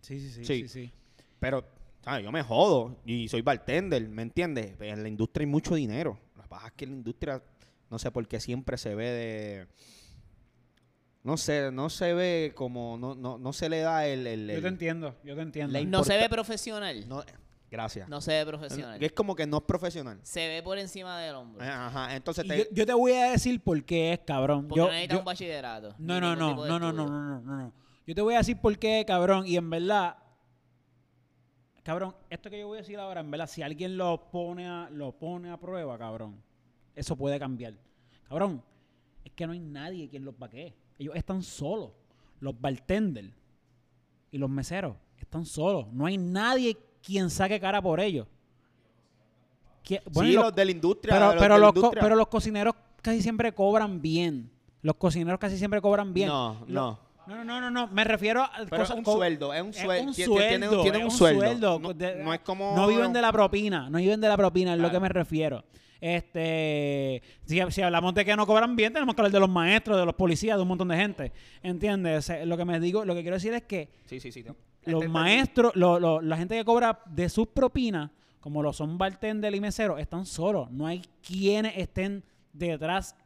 Speaker 2: Sí, sí, sí,
Speaker 3: Sí.
Speaker 2: sí, sí.
Speaker 3: Pero, ¿sabes? Yo me jodo y soy bartender, ¿me entiendes? Pero En la industria hay mucho dinero. Lo que pasa es que en la industria, no sé por qué siempre se ve de... No sé, no se ve como, no, no, no se le da el... el-
Speaker 2: Yo te
Speaker 3: el-
Speaker 2: entiendo, yo te entiendo.
Speaker 3: La
Speaker 1: No se
Speaker 3: importa-
Speaker 1: ve profesional. No,
Speaker 3: no- gracias.
Speaker 1: se ve profesional.
Speaker 3: Es como que no es profesional.
Speaker 1: Se ve por encima del hombro.
Speaker 3: Eh, Ajá, entonces
Speaker 2: Y
Speaker 3: te-
Speaker 2: yo, yo te voy a decir por qué es, cabrón.
Speaker 1: Porque
Speaker 2: Yo-
Speaker 1: no necesita
Speaker 2: yo-
Speaker 1: un bachillerato.
Speaker 2: No,
Speaker 1: ni
Speaker 2: no,
Speaker 1: ningún
Speaker 2: no,
Speaker 1: tipo de
Speaker 2: no, no, no,
Speaker 1: estudio.
Speaker 2: no, no, no, no. Yo te voy a decir por qué, cabrón. Y en verdad, cabrón, esto que yo voy a decir ahora, en verdad, si alguien lo pone a, lo pone a prueba, cabrón, eso puede cambiar. Cabrón, es que no hay nadie quien los paquee. Ellos están solos. Los bartenders y los meseros están solos. No hay nadie quien saque cara por ellos. Que- bueno, y
Speaker 3: sí,
Speaker 2: los-
Speaker 3: los de la industria.
Speaker 2: pero,
Speaker 3: los
Speaker 2: pero
Speaker 3: de la
Speaker 2: los co-
Speaker 3: industria.
Speaker 2: pero los cocineros casi siempre cobran bien. Los cocineros casi siempre cobran bien.
Speaker 3: No, no.
Speaker 2: No, no, no, no, no. Me refiero a
Speaker 3: Pero es
Speaker 2: cosas
Speaker 3: un
Speaker 2: co-
Speaker 3: sueldo, es un
Speaker 2: es
Speaker 3: sueldo.
Speaker 2: un
Speaker 3: Tien- tien- tienen-
Speaker 2: sueldo,
Speaker 3: tienen
Speaker 2: es
Speaker 3: un
Speaker 2: un
Speaker 3: sueldo.
Speaker 2: sueldo.
Speaker 3: No,
Speaker 2: De-
Speaker 3: no es como.
Speaker 2: No viven de la propina, no viven de la propina, es lo que
Speaker 3: Claro.
Speaker 2: me refiero. Este, si, si hablamos de que no cobran bien, tenemos que hablar de los maestros, de los policías, de un montón de gente. ¿Entiendes? O sea, lo que me digo, lo que quiero decir es que
Speaker 3: Sí, sí, sí. te-
Speaker 2: los
Speaker 3: te-
Speaker 2: maestros, lo- lo- la gente que cobra de sus propinas, como lo son bartender y meseros, están solos. No hay quienes estén detrás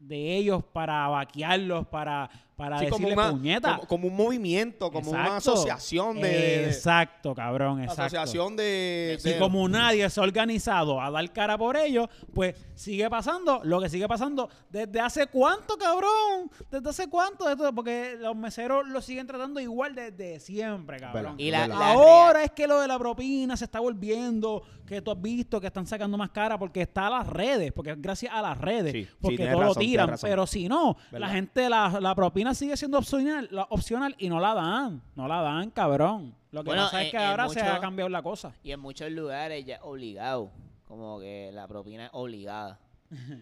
Speaker 2: de ellos para vaquearlos, para, para
Speaker 3: Sí, como,
Speaker 2: decirle
Speaker 3: una-
Speaker 2: puñeta.
Speaker 3: como, como un movimiento, como una
Speaker 2: Exacto.
Speaker 3: asociación de- de. de-
Speaker 2: Exacto, cabrón, exacto.
Speaker 3: Asociación de.
Speaker 2: Si
Speaker 3: de-
Speaker 2: como nadie se ha organizado a dar cara por ellos, pues sigue pasando lo que sigue pasando. ¿Desde hace cuánto, cabrón? ¿Desde hace cuánto? Esto? Porque los meseros lo siguen tratando igual desde siempre, cabrón.
Speaker 3: Verdad.
Speaker 1: Y la,
Speaker 3: Vela.
Speaker 1: la
Speaker 2: Ahora es que lo de la propina se está volviendo, que tú has visto que están sacando más cara porque está a las redes, porque es gracias a las redes,
Speaker 3: Sí, sí,
Speaker 2: porque
Speaker 3: tienes
Speaker 2: todo lo
Speaker 3: razón, tienes
Speaker 2: tiran,
Speaker 3: razón.
Speaker 2: pero si no, la
Speaker 3: ¿Verdad?
Speaker 2: gente, la, la propina sigue siendo opcional, la- opcional y no la dan, no la dan, cabrón. Lo que
Speaker 1: Bueno,
Speaker 2: pasa
Speaker 1: en-
Speaker 2: es que
Speaker 1: en
Speaker 2: ahora se
Speaker 1: mucho-
Speaker 2: ha cambiado la cosa.
Speaker 1: Y en muchos lugares ya es obligado. Como que la propina es obligada.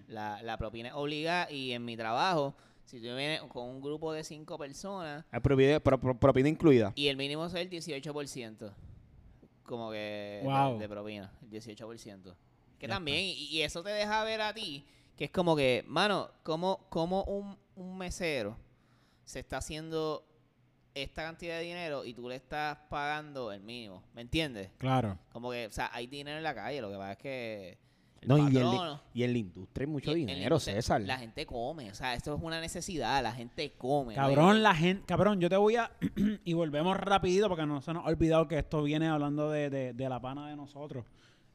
Speaker 1: La, la propina es obligada. Y en mi trabajo, si tú vienes con un grupo de cinco personas
Speaker 3: Ah, propi- pro- pro- propina incluida.
Speaker 1: y el mínimo es el 18%, como que de-
Speaker 2: Wow.
Speaker 1: de, propina, el 18%. Que también, y, y eso te deja ver a ti, que es como que, mano, como, como un, un mesero se está haciendo esta cantidad de dinero y tú le estás pagando el mínimo, ¿me entiendes?
Speaker 2: Claro.
Speaker 1: Como que, o sea, hay dinero en la calle, lo que pasa es que. el
Speaker 3: No, y en,
Speaker 1: patrono-
Speaker 3: la- y en la industria hay mucho
Speaker 1: y en la
Speaker 3: dinero,
Speaker 1: industria-
Speaker 3: César.
Speaker 1: La gente come, o sea, esto es una necesidad, la gente come. ¿no?
Speaker 2: Cabrón,
Speaker 1: Y-
Speaker 2: la gente, cabrón, yo te voy a y volvemos rapidito porque no se nos ha olvidado que esto viene hablando de, de- de la pana de nosotros,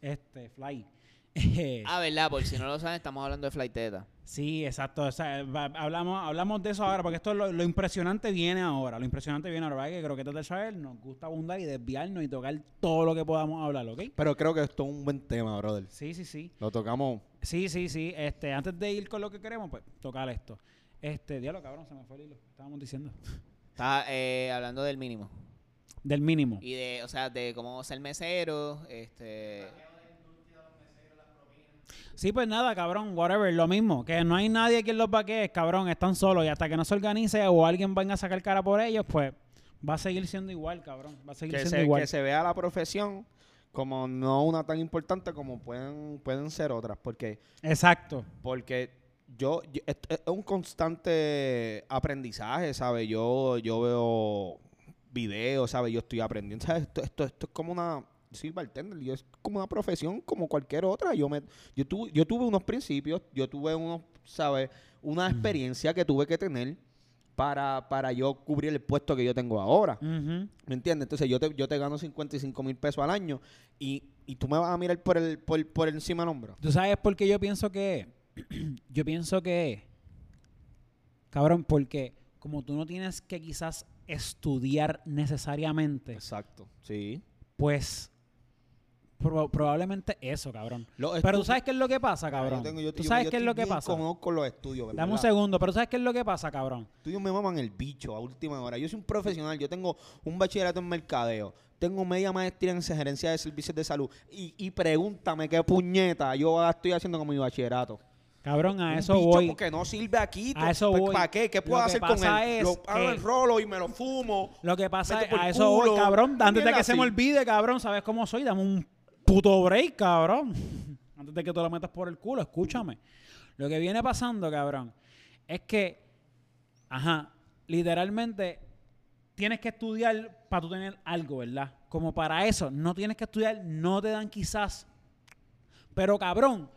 Speaker 2: este Fly. Eh,
Speaker 1: Ah, verdad, por si no lo saben, estamos hablando de Flighteta.
Speaker 2: Sí, exacto. o sea, va- hablamos, hablamos de eso ahora, porque esto es lo, lo impresionante viene ahora. Lo impresionante viene ahora, ¿verdad? Que creo que del saber nos gusta abundar y desviarnos y tocar todo lo que podamos hablar, ¿ok?
Speaker 3: Pero creo que esto es un buen tema, brother.
Speaker 2: Sí, sí, sí.
Speaker 3: Lo tocamos.
Speaker 2: Sí, sí, sí. Este, antes de ir con lo que queremos, pues tocar esto. Este, diablo, cabrón, se me fue el hilo. Estábamos diciendo.
Speaker 1: Está eh, hablando del mínimo.
Speaker 2: Del mínimo.
Speaker 1: Y de, o sea, de cómo ser mesero, este.
Speaker 2: Sí, pues nada, cabrón, whatever, lo mismo. Que no hay nadie quien los vaquee, cabrón, están solos. Y hasta que no se organice o alguien venga a sacar cara por ellos, pues va a seguir siendo igual, cabrón. Va a seguir
Speaker 3: que
Speaker 2: siendo
Speaker 3: se,
Speaker 2: igual.
Speaker 3: que se vea la profesión como no una tan importante como pueden, pueden ser otras. Porque,
Speaker 2: Exacto.
Speaker 3: porque yo, yo- es, es un constante aprendizaje, ¿sabes? Yo, yo veo videos, ¿sabes? Yo estoy aprendiendo, ¿sabes? Esto, esto, esto es como una... yo Soy bartender, yo es como una profesión como cualquier otra. Yo me, yo, tu- yo tuve unos principios, yo tuve unos, ¿sabes? Una experiencia que tuve que tener para, para yo cubrir el puesto que yo tengo ahora.
Speaker 2: Ujú.
Speaker 3: ¿Me entiendes? Entonces yo te, yo te gano 55 mil pesos al año y, y tú me vas a mirar por el por, por encima del hombro.
Speaker 2: ¿Tú sabes por qué yo pienso que Yo pienso que Cabrón, porque como tú no tienes que quizás estudiar necesariamente,
Speaker 3: Exacto. Sí.
Speaker 2: pues Proba- probablemente eso, cabrón.
Speaker 3: Los
Speaker 2: Pero tú
Speaker 3: estu-
Speaker 2: sabes qué es lo que pasa, cabrón.
Speaker 3: Yo tengo- yo-
Speaker 2: tú
Speaker 3: yo-
Speaker 2: sabes
Speaker 3: yo
Speaker 2: qué es
Speaker 3: estoy
Speaker 2: lo que
Speaker 3: bien
Speaker 2: pasa.
Speaker 3: Conozco los estudios, ¿verdad?
Speaker 2: Dame un segundo, pero ¿sabes qué es lo que pasa, cabrón?
Speaker 3: Estudios me maman el bicho a última hora. Yo soy un profesional, yo tengo un bachillerato en mercadeo, tengo media maestría en gerencia de servicios de salud y, y pregúntame qué puñeta yo estoy haciendo con mi bachillerato.
Speaker 2: Cabrón, a
Speaker 3: Un
Speaker 2: eso
Speaker 3: bicho
Speaker 2: voy.
Speaker 3: porque no sirve aquí. pues,
Speaker 2: A eso voy.
Speaker 3: ¿Para qué? ¿Qué puedo
Speaker 2: Lo que
Speaker 3: hacer con
Speaker 2: pasa
Speaker 3: él?
Speaker 2: es
Speaker 3: lo hago
Speaker 2: que-
Speaker 3: en rolo y me lo fumo.
Speaker 2: Lo que pasa
Speaker 3: Vete
Speaker 2: es,
Speaker 3: por
Speaker 2: a eso voy,
Speaker 3: culo.
Speaker 2: cabrón. Antes de
Speaker 3: Mierda
Speaker 2: que se me
Speaker 3: así.
Speaker 2: olvide, cabrón, ¿sabes cómo soy? Dame un puto break, cabrón. Antes de que te lo metas por el culo, escúchame. Lo que viene pasando, cabrón, es que, ajá, literalmente tienes que estudiar para tú tener algo, ¿verdad? Como para eso, no tienes que estudiar, no te dan quizás. Pero, cabrón,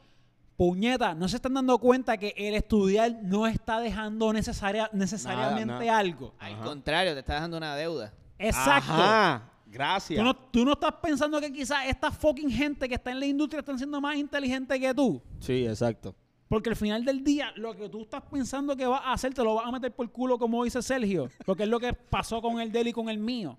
Speaker 2: puñeta, no se están dando cuenta que el estudiar no está dejando necesaria, necesariamente
Speaker 3: nada.
Speaker 2: algo.
Speaker 1: Al
Speaker 3: Ajá.
Speaker 1: contrario, te está dejando una deuda.
Speaker 2: Exacto.
Speaker 3: Ajá, gracias.
Speaker 2: ¿Tú no, tú no estás pensando que quizás esta fucking gente que está en la industria están siendo más inteligente que tú.
Speaker 3: Sí, exacto.
Speaker 2: Porque al final del día, lo que tú estás pensando que vas a hacer, te lo vas a meter por el culo, como dice Sergio. Porque es lo que pasó con el de él y con el mío.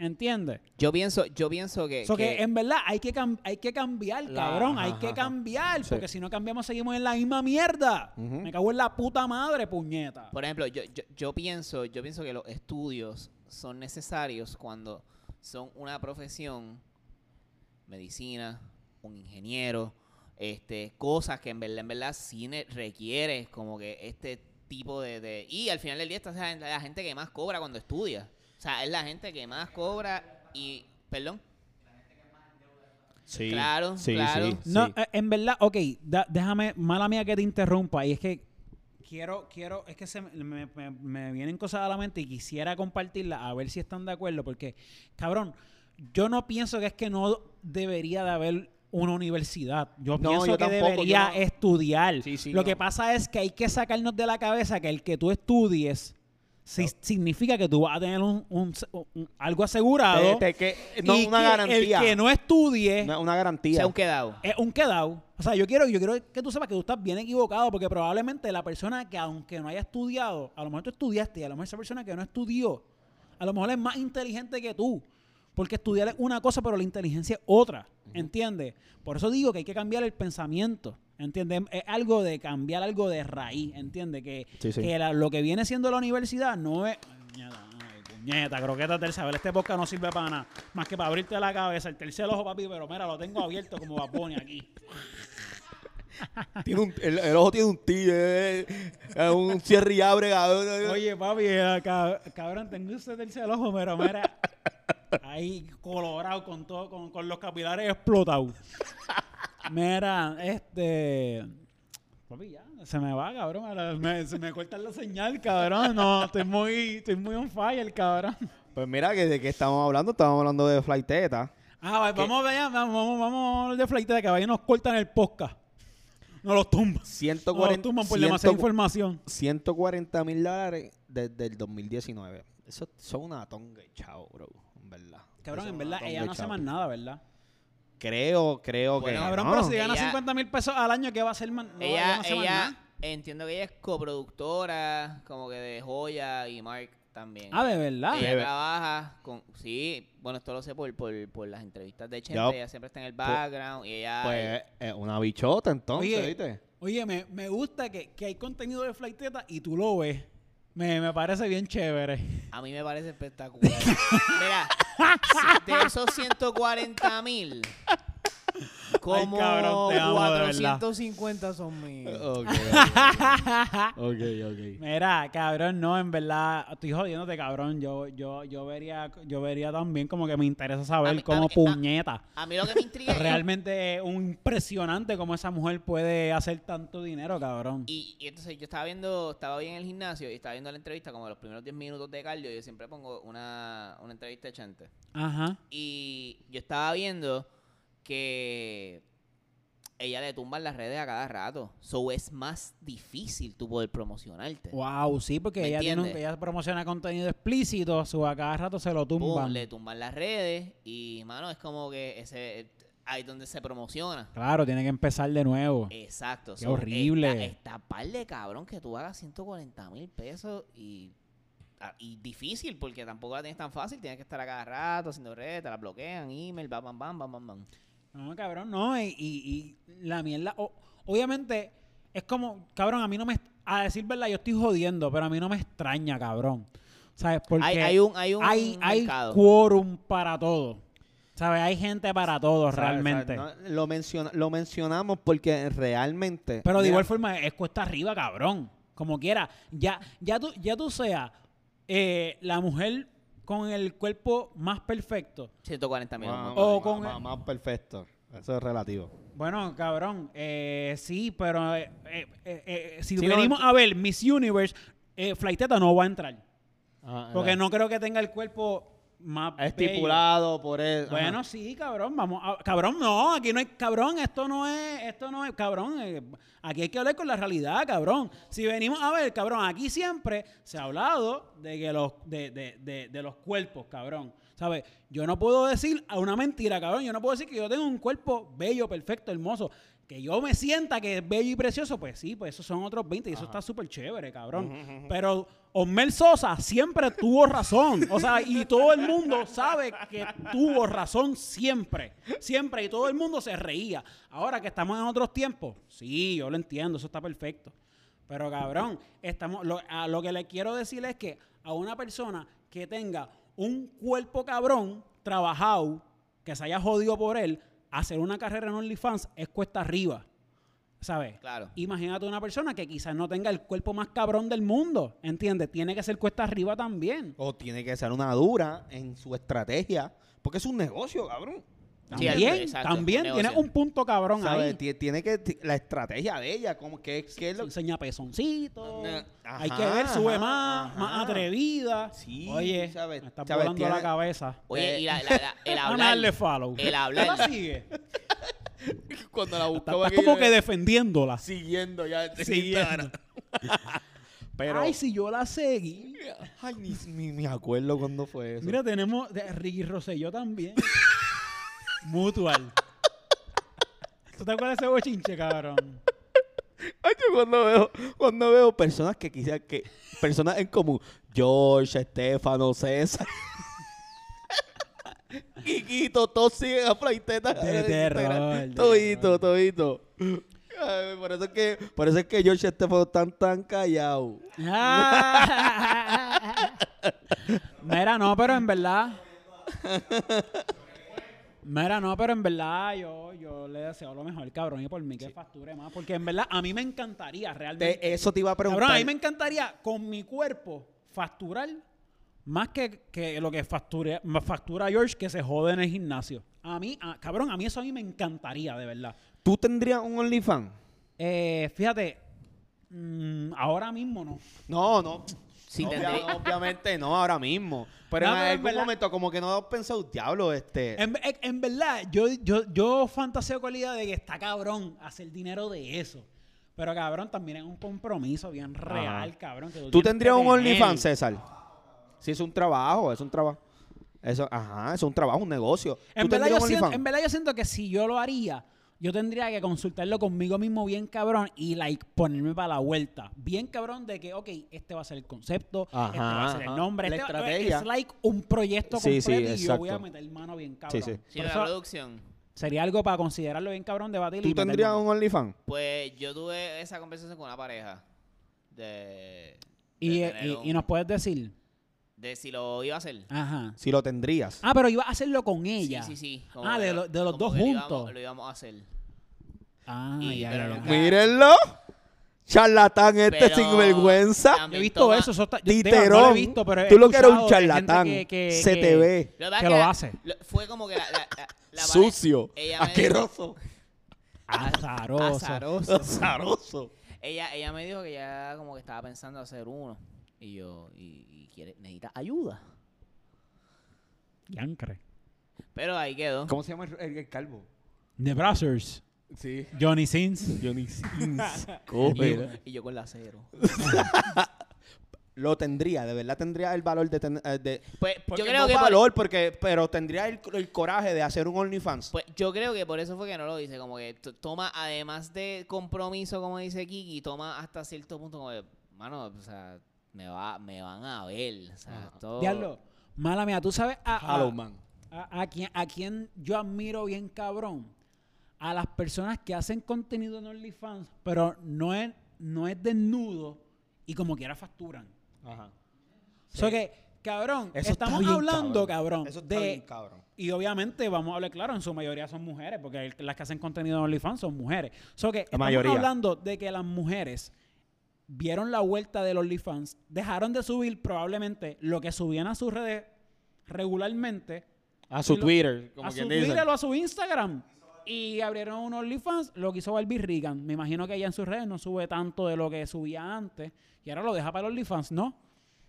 Speaker 2: ¿Entiendes?
Speaker 1: Yo pienso, yo pienso que,
Speaker 2: So que,
Speaker 1: que-
Speaker 2: en verdad hay que, cam- hay que cambiar,
Speaker 3: La-
Speaker 2: cabrón. hay
Speaker 3: ajá,
Speaker 2: que
Speaker 3: ajá.
Speaker 2: cambiar.
Speaker 3: Sí.
Speaker 2: Porque si no cambiamos, seguimos en la misma mierda.
Speaker 3: Ujú.
Speaker 2: Me cago en la puta madre, puñeta.
Speaker 1: por ejemplo, yo, yo, yo pienso, yo pienso que los estudios son necesarios cuando son una profesión, medicina, un ingeniero, este, cosas que en verdad, en verdad cine requiere como que este tipo de, de- y al final del día esta es la, la gente que más cobra cuando estudia. O sea, es la gente que más cobra y, perdón,
Speaker 3: Sí,
Speaker 1: Claro, claro.
Speaker 2: No, eh, en verdad, ok, da- déjame, mala mía que te interrumpa, y es que quiero, quiero, es que se me, me- me- me vienen cosas a la mente y quisiera compartirlas a ver si están de acuerdo, porque, cabrón, yo no pienso que es que no debería de haber una universidad. Yo
Speaker 3: No,
Speaker 2: pienso
Speaker 3: yo
Speaker 2: que
Speaker 3: tampoco,
Speaker 2: debería
Speaker 3: yo no-
Speaker 2: estudiar.
Speaker 3: Sí, sí,
Speaker 2: Lo
Speaker 3: no.
Speaker 2: que pasa es que hay que sacarnos de la cabeza que el que tú estudies si-
Speaker 3: No.
Speaker 2: significa que tú vas a tener un, un- un- algo asegurado.
Speaker 3: Te- te que- no,
Speaker 2: y
Speaker 3: una
Speaker 2: que
Speaker 3: garantía.
Speaker 2: El que no estudie
Speaker 3: Una, una garantía.
Speaker 1: se han quedado.
Speaker 2: es un quedado. O sea, yo quiero, yo quiero que tú sepas que tú estás bien equivocado, porque probablemente la persona que, aunque no haya estudiado, a lo mejor tú estudiaste, y a lo mejor esa persona que no estudió, a lo mejor es más inteligente que tú. Porque estudiar es una cosa, pero la inteligencia es otra. ¿Entiendes? Por eso digo que hay que cambiar el pensamiento. ¿Entiendes? Es algo de cambiar algo de raíz. ¿Entiendes? Que,
Speaker 3: Sí, sí.
Speaker 2: que la- lo que viene siendo la universidad no es. Ay, puñeta, ay, puñeta, croquetas del saber. Este podcast no sirve para nada. Más que para abrirte la cabeza. El tercer ojo, papi, pero mira, lo tengo abierto como Baboni aquí.
Speaker 3: Tiene un- el, el ojo tiene un tío, eh, eh, un cierre y abre. cabrón.
Speaker 2: Oye, papi, eh, cab- cabrón, tengo ese tercer ojo, pero mira. Ahí colorado con todo, con, con los capilares explotados. Mira, este. Papi, ya, se me va, cabrón. ahora me- se me corta la señal, cabrón. No, estoy muy, estoy muy on fire, cabrón.
Speaker 3: Pues mira, que ¿de qué estamos hablando? Estamos hablando de Flighteta.
Speaker 2: Ah, va- vamos allá, vamos, vamos, vamos de flight de caballo, nos cortan el podcast. Nos los tumban. Nos los
Speaker 3: 140
Speaker 2: tumban por demasiada
Speaker 3: 140
Speaker 2: información.
Speaker 3: 140 mil dólares desde el 2019. Eso son una tonga, chao, bro. En verdad.
Speaker 2: Cabrón, en
Speaker 3: Eso es
Speaker 2: verdad,
Speaker 3: una
Speaker 2: ella
Speaker 3: tonga,
Speaker 2: no hace
Speaker 3: chavo.
Speaker 2: más nada, ¿verdad?
Speaker 3: Creo, creo
Speaker 1: Bueno,
Speaker 3: que.
Speaker 2: Cabrón,
Speaker 3: no.
Speaker 2: pero si gana
Speaker 1: Ella-
Speaker 2: 50 mil pesos al año, ¿qué va a hacer? man- No,
Speaker 1: ella,
Speaker 2: no hace más
Speaker 1: ella,
Speaker 2: nada.
Speaker 1: entiendo que ella es coproductora, como que de Joya y Mark también.
Speaker 2: Ah, de verdad.
Speaker 1: Ella
Speaker 3: Bebe.
Speaker 1: trabaja con. Sí, bueno, esto lo sé por, por, por las entrevistas de Chente.
Speaker 3: Ya,
Speaker 1: Ella siempre está en
Speaker 2: pues,
Speaker 1: el background. y ella.
Speaker 3: Pues eh, una bichota, entonces,
Speaker 2: Oye.
Speaker 3: ¿viste?
Speaker 2: Oye, me, me gusta que, que hay contenido de Flighteta y tú lo ves. Me, me parece bien chévere.
Speaker 1: A mí me parece espectacular. Mira, si- de esos 140 mil, como
Speaker 2: cabrón, te amo, de verdad. Oh.
Speaker 1: 450 son míos.
Speaker 3: Ok, ok, ok.
Speaker 2: Mira, cabrón, no, en verdad, estoy jodiéndote, cabrón. Yo, yo, yo vería, yo vería también como que me interesa
Speaker 1: A
Speaker 2: saber
Speaker 1: mí- a
Speaker 2: cómo
Speaker 1: mí- a-
Speaker 2: puñeta.
Speaker 1: A mí lo que me intriga es-
Speaker 2: Realmente es un impresionante cómo esa mujer puede hacer tanto dinero, cabrón.
Speaker 1: Y, y entonces yo estaba viendo, estaba hoy en el gimnasio y estaba viendo la entrevista como los primeros 10 minutos de cardio. Yo siempre pongo una, una entrevista de Chente.
Speaker 2: Ajá.
Speaker 1: Y yo estaba viendo que ella le tumban las redes a cada rato. So es más difícil tú poder promocionarte.
Speaker 2: Wow, sí, porque
Speaker 1: ¿Me
Speaker 2: ella, tiene un-
Speaker 1: entiendes?
Speaker 2: ella promociona contenido explícito, su a cada rato se lo
Speaker 1: Pum,
Speaker 2: tumban.
Speaker 1: le tumban las redes y, mano, es como que ese ahí donde se promociona.
Speaker 2: Claro, tiene que empezar de nuevo.
Speaker 1: Exacto.
Speaker 2: Qué horrible.
Speaker 1: Esta, esta par de cabrón que tú hagas 140 mil pesos y, a- y difícil porque tampoco la tienes tan fácil. Tienes que estar a cada rato haciendo redes, te la bloquean, email, bam, bam, bam, bam, bam, bam.
Speaker 2: No, cabrón, no. Y, y- y la mierda. o- obviamente, es como, cabrón, a mí no me. A decir verdad, yo estoy jodiendo, pero a mí no me extraña, cabrón. ¿Sabes? Porque
Speaker 1: Hay, hay un, hay un
Speaker 2: hay, hay
Speaker 1: mercado.
Speaker 2: quórum para todo. ¿Sabes? Hay gente para todo,
Speaker 3: ¿Sabes? O sea,
Speaker 2: realmente.
Speaker 1: eh,
Speaker 3: no- lo, menciona- lo mencionamos porque realmente.
Speaker 2: Pero de
Speaker 3: Mira,
Speaker 2: igual forma, es cuesta arriba, cabrón. Como quiera. Ya, ya tú, ya tú seas eh, la mujer con el cuerpo más perfecto.
Speaker 1: 140 mil.
Speaker 3: Más,
Speaker 2: O
Speaker 3: más-
Speaker 2: con-
Speaker 3: más- más perfecto. Eso es relativo.
Speaker 2: Bueno, cabrón, eh, sí, pero eh, eh, eh, eh, si
Speaker 1: Sí,
Speaker 2: venimos
Speaker 1: no-
Speaker 2: a ver Miss Universe, eh, Flaiteta no va a entrar. Porque
Speaker 3: Ah, Ya.
Speaker 2: no creo que tenga el cuerpo más bello.
Speaker 3: Estipulado por eso. ajá.
Speaker 2: Bueno, sí, cabrón, vamos a- Cabrón, no, aquí no hay... Cabrón, esto no es... Esto no es... Cabrón, eh, aquí hay que hablar con la realidad, cabrón. Si venimos a ver, cabrón, aquí siempre se ha hablado de que los... De, de- de- de los cuerpos, cabrón. ¿Sabes? Yo no puedo decir a una mentira, cabrón. Yo no puedo decir que yo tengo un cuerpo bello, perfecto, hermoso. Que yo me sienta que es bello y precioso, pues sí, pues esos son otros 20 y eso está súper chévere, cabrón. Pero Osmel Sosa siempre tuvo razón. O sea, y todo el mundo sabe que tuvo razón siempre. Siempre. Y todo el mundo se reía. Ahora que estamos en otros tiempos, sí, yo lo entiendo, eso está perfecto. Pero cabrón, estamos, lo, a lo que le quiero decir es que a una persona que tenga un cuerpo cabrón, trabajado, que se haya jodido por él, hacer una carrera en OnlyFans es cuesta arriba. ¿Sabes?
Speaker 1: Claro.
Speaker 2: Imagínate una persona que quizás no tenga el cuerpo más cabrón del mundo, ¿entiendes? Tiene que ser cuesta arriba también.
Speaker 3: O tiene que ser una dura en su estrategia. Porque es un negocio, cabrón.
Speaker 1: Sí,
Speaker 2: También,
Speaker 1: exacto,
Speaker 2: también
Speaker 1: es un
Speaker 2: tiene
Speaker 1: negocio.
Speaker 2: un punto cabrón ahí.
Speaker 3: ¿Sabes? Tie- Tiene que. ti- La estrategia de ella. Como que, que
Speaker 2: Se
Speaker 3: es lo
Speaker 2: enseña pezoncito.
Speaker 3: Ajá,
Speaker 2: hay que ver, sube
Speaker 3: ajá,
Speaker 2: más, más
Speaker 3: ajá.
Speaker 2: atrevida.
Speaker 3: Sí,
Speaker 2: Oye,
Speaker 3: ¿sabes?
Speaker 2: me está
Speaker 3: ¿Sabes?
Speaker 2: volando
Speaker 3: Tiene-
Speaker 2: la cabeza.
Speaker 1: Oye,
Speaker 3: Eh,
Speaker 1: y la, la- la- el
Speaker 2: Dame
Speaker 1: hablar.
Speaker 2: Ah, darle follow.
Speaker 1: el hablar.
Speaker 2: ¿Qué más sigue?
Speaker 1: cuando la
Speaker 2: Está-
Speaker 1: buscaba
Speaker 2: Estás
Speaker 1: aquí,
Speaker 2: como
Speaker 1: yo-
Speaker 2: que defendiéndola.
Speaker 3: Siguiendo ya. en
Speaker 2: Siguiendo.
Speaker 3: Instagram. Pero.
Speaker 2: Ay, si yo la seguí.
Speaker 3: Ay, ni, ni me acuerdo cuándo fue eso.
Speaker 2: Mira, tenemos de Ricky Rosselló también. Mutual. ¿Tú te acuerdas de ese bochinche, cabrón?
Speaker 3: Ay, yo cuando veo, cuando veo personas que quizás que. Personas en común. George, Estefano, César. Quiquito, todos siguen a Flaiteta.
Speaker 2: De
Speaker 3: en
Speaker 2: terror, de
Speaker 3: Instagram. Todito,
Speaker 2: terror.
Speaker 3: todito. Ay, por eso es que, por eso es que George y Estefano están tan callados.
Speaker 2: Ah. Mira, no, pero en verdad. Mira, no, pero en verdad yo, yo le deseo lo mejor, cabrón, y por mí que facture más. Porque en verdad a mí me encantaría realmente.
Speaker 3: Te- eso te iba a preguntar.
Speaker 2: Cabrón, a mí me encantaría con mi cuerpo facturar más que, que lo que facture- factura George que se jode en el gimnasio. A mí, a- cabrón, a mí eso a mí me encantaría, de verdad.
Speaker 3: ¿Tú tendrías un OnlyFans?
Speaker 2: Eh, fíjate, mm, ahora mismo no.
Speaker 3: No, no.
Speaker 1: Sí,
Speaker 3: Obvia-
Speaker 1: tendré-
Speaker 3: Obviamente no, ahora mismo. Pero
Speaker 2: No, pero en
Speaker 3: en algún
Speaker 2: verdad-
Speaker 3: momento como que no pensé, diablo, este...
Speaker 2: En, en- en verdad, yo, yo, yo fantaseo con la idea de que está cabrón hacer dinero de eso. Pero cabrón, también es un compromiso bien real, cabrón. que
Speaker 3: ¿Tú
Speaker 2: tienes que
Speaker 3: tendrías un
Speaker 2: tener.
Speaker 3: OnlyFans, César? Sí, es un trabajo, es un trabajo. Eso, ajá, es un trabajo, un negocio.
Speaker 2: En
Speaker 3: ¿Tú
Speaker 2: verdad,
Speaker 3: tendrías
Speaker 2: yo
Speaker 3: un
Speaker 2: siento,
Speaker 3: OnlyFans?
Speaker 2: en verdad yo siento que si yo lo haría, yo tendría que consultarlo conmigo mismo bien cabrón y like ponerme para la vuelta. Bien cabrón de que, ok, este va a ser el concepto, este va a
Speaker 3: Ajá,
Speaker 2: ser el
Speaker 3: ajá.
Speaker 2: nombre,
Speaker 3: La
Speaker 2: este va-
Speaker 3: estrategia.
Speaker 2: es like un proyecto
Speaker 3: Sí,
Speaker 2: completo
Speaker 3: sí,
Speaker 2: y yo voy a
Speaker 3: exacto.
Speaker 2: meter mano bien cabrón.
Speaker 3: sí.
Speaker 1: Sí,
Speaker 2: Por
Speaker 1: la
Speaker 2: eso
Speaker 1: producción.
Speaker 2: sería algo para considerarlo bien cabrón, debatir y
Speaker 3: ¿Tú
Speaker 2: meter
Speaker 3: tendrías
Speaker 2: mano.
Speaker 3: un OnlyFans?
Speaker 1: Pues yo tuve esa conversación con una pareja de,
Speaker 2: y,
Speaker 1: de
Speaker 2: eh,
Speaker 1: tener
Speaker 2: y-
Speaker 1: un-
Speaker 2: y nos puedes decir.
Speaker 1: de si lo iba a hacer.
Speaker 2: Ajá.
Speaker 3: Si lo tendrías.
Speaker 2: Ah, pero iba a hacerlo con ella.
Speaker 1: Sí, sí, sí.
Speaker 2: Ah, de
Speaker 1: que
Speaker 2: lo- de los
Speaker 1: como
Speaker 2: dos
Speaker 1: que lo íbamos-
Speaker 2: juntos.
Speaker 1: Lo íbamos a hacer.
Speaker 2: Ah,
Speaker 1: Y-
Speaker 2: ya,
Speaker 1: pero
Speaker 2: ya, ya.
Speaker 1: nunca-
Speaker 3: ¡Mírenlo! Charlatán este
Speaker 1: Pero-
Speaker 3: sinvergüenza.
Speaker 2: Yo
Speaker 1: También
Speaker 2: he visto
Speaker 1: toma
Speaker 2: eso, eso está, yo- digo, no lo he
Speaker 3: Titerón.
Speaker 2: visto, pero he
Speaker 3: Tú lo que eres un
Speaker 2: escuchado de gente
Speaker 3: charlatán.
Speaker 2: que- que-
Speaker 3: Se
Speaker 2: que-
Speaker 3: te ve.
Speaker 1: Lo que pasa es
Speaker 2: Que lo
Speaker 1: la-
Speaker 2: hace.
Speaker 1: lo- fue como que la, la- la- la pareja-
Speaker 3: Sucio.
Speaker 1: ella me dijo-
Speaker 3: Asqueroso.
Speaker 2: Azaroso.
Speaker 1: Azaroso.
Speaker 3: Azaroso.
Speaker 1: Ella, ella me dijo que ya como que estaba pensando hacer uno. Y yo, y, y quiere, necesita ayuda.
Speaker 2: Yankre.
Speaker 1: Pero ahí quedó.
Speaker 3: ¿Cómo se llama el, el- el calvo?
Speaker 2: The Brothers.
Speaker 3: Sí.
Speaker 2: Johnny Sins.
Speaker 3: Johnny Sins.
Speaker 1: Y yo,
Speaker 3: Coge.
Speaker 1: y yo con la cero.
Speaker 3: Lo tendría, de verdad tendría el valor de... ten- eh, de
Speaker 1: Pues
Speaker 3: porque
Speaker 1: yo creo
Speaker 3: no
Speaker 1: que por-
Speaker 3: valor, porque, pero tendría el, el coraje de hacer un OnlyFans.
Speaker 1: Pues yo creo que por eso fue que no lo hice, como que t- toma, además de compromiso, como dice Kiki, toma hasta cierto punto como de, mano, o sea, me, va, me van a ver, o sea,
Speaker 3: Ajá.
Speaker 1: todo...
Speaker 2: Diablo. Mala mía, tú sabes a, a,
Speaker 3: Hello, man.
Speaker 2: a, a, quien, a quien yo admiro bien cabrón. a las personas que hacen contenido en OnlyFans, pero no es, no es desnudo y como quiera facturan.
Speaker 3: Ajá.
Speaker 2: So que, cabrón,
Speaker 3: Eso está
Speaker 2: estamos
Speaker 3: bien,
Speaker 2: hablando, cabrón,
Speaker 3: cabrón. Eso está
Speaker 2: de...
Speaker 3: bien, cabrón.
Speaker 2: Y obviamente, vamos a hablar claro, en su mayoría son mujeres, porque el- las que hacen contenido en OnlyFans son mujeres. So que estamos
Speaker 3: mayoría.
Speaker 2: hablando de que las mujeres vieron la vuelta del OnlyFans, dejaron de subir probablemente lo que subían a sus redes regularmente,
Speaker 3: A su
Speaker 2: Y lo-
Speaker 3: Twitter, como
Speaker 2: a su
Speaker 3: quien dice.
Speaker 2: Twitter o a su Instagram. Y abrieron un OnlyFans, lo que hizo Barbie Regan. Me imagino que ella en sus redes no sube tanto de lo que subía antes. Y ahora lo deja para el OnlyFans, ¿no?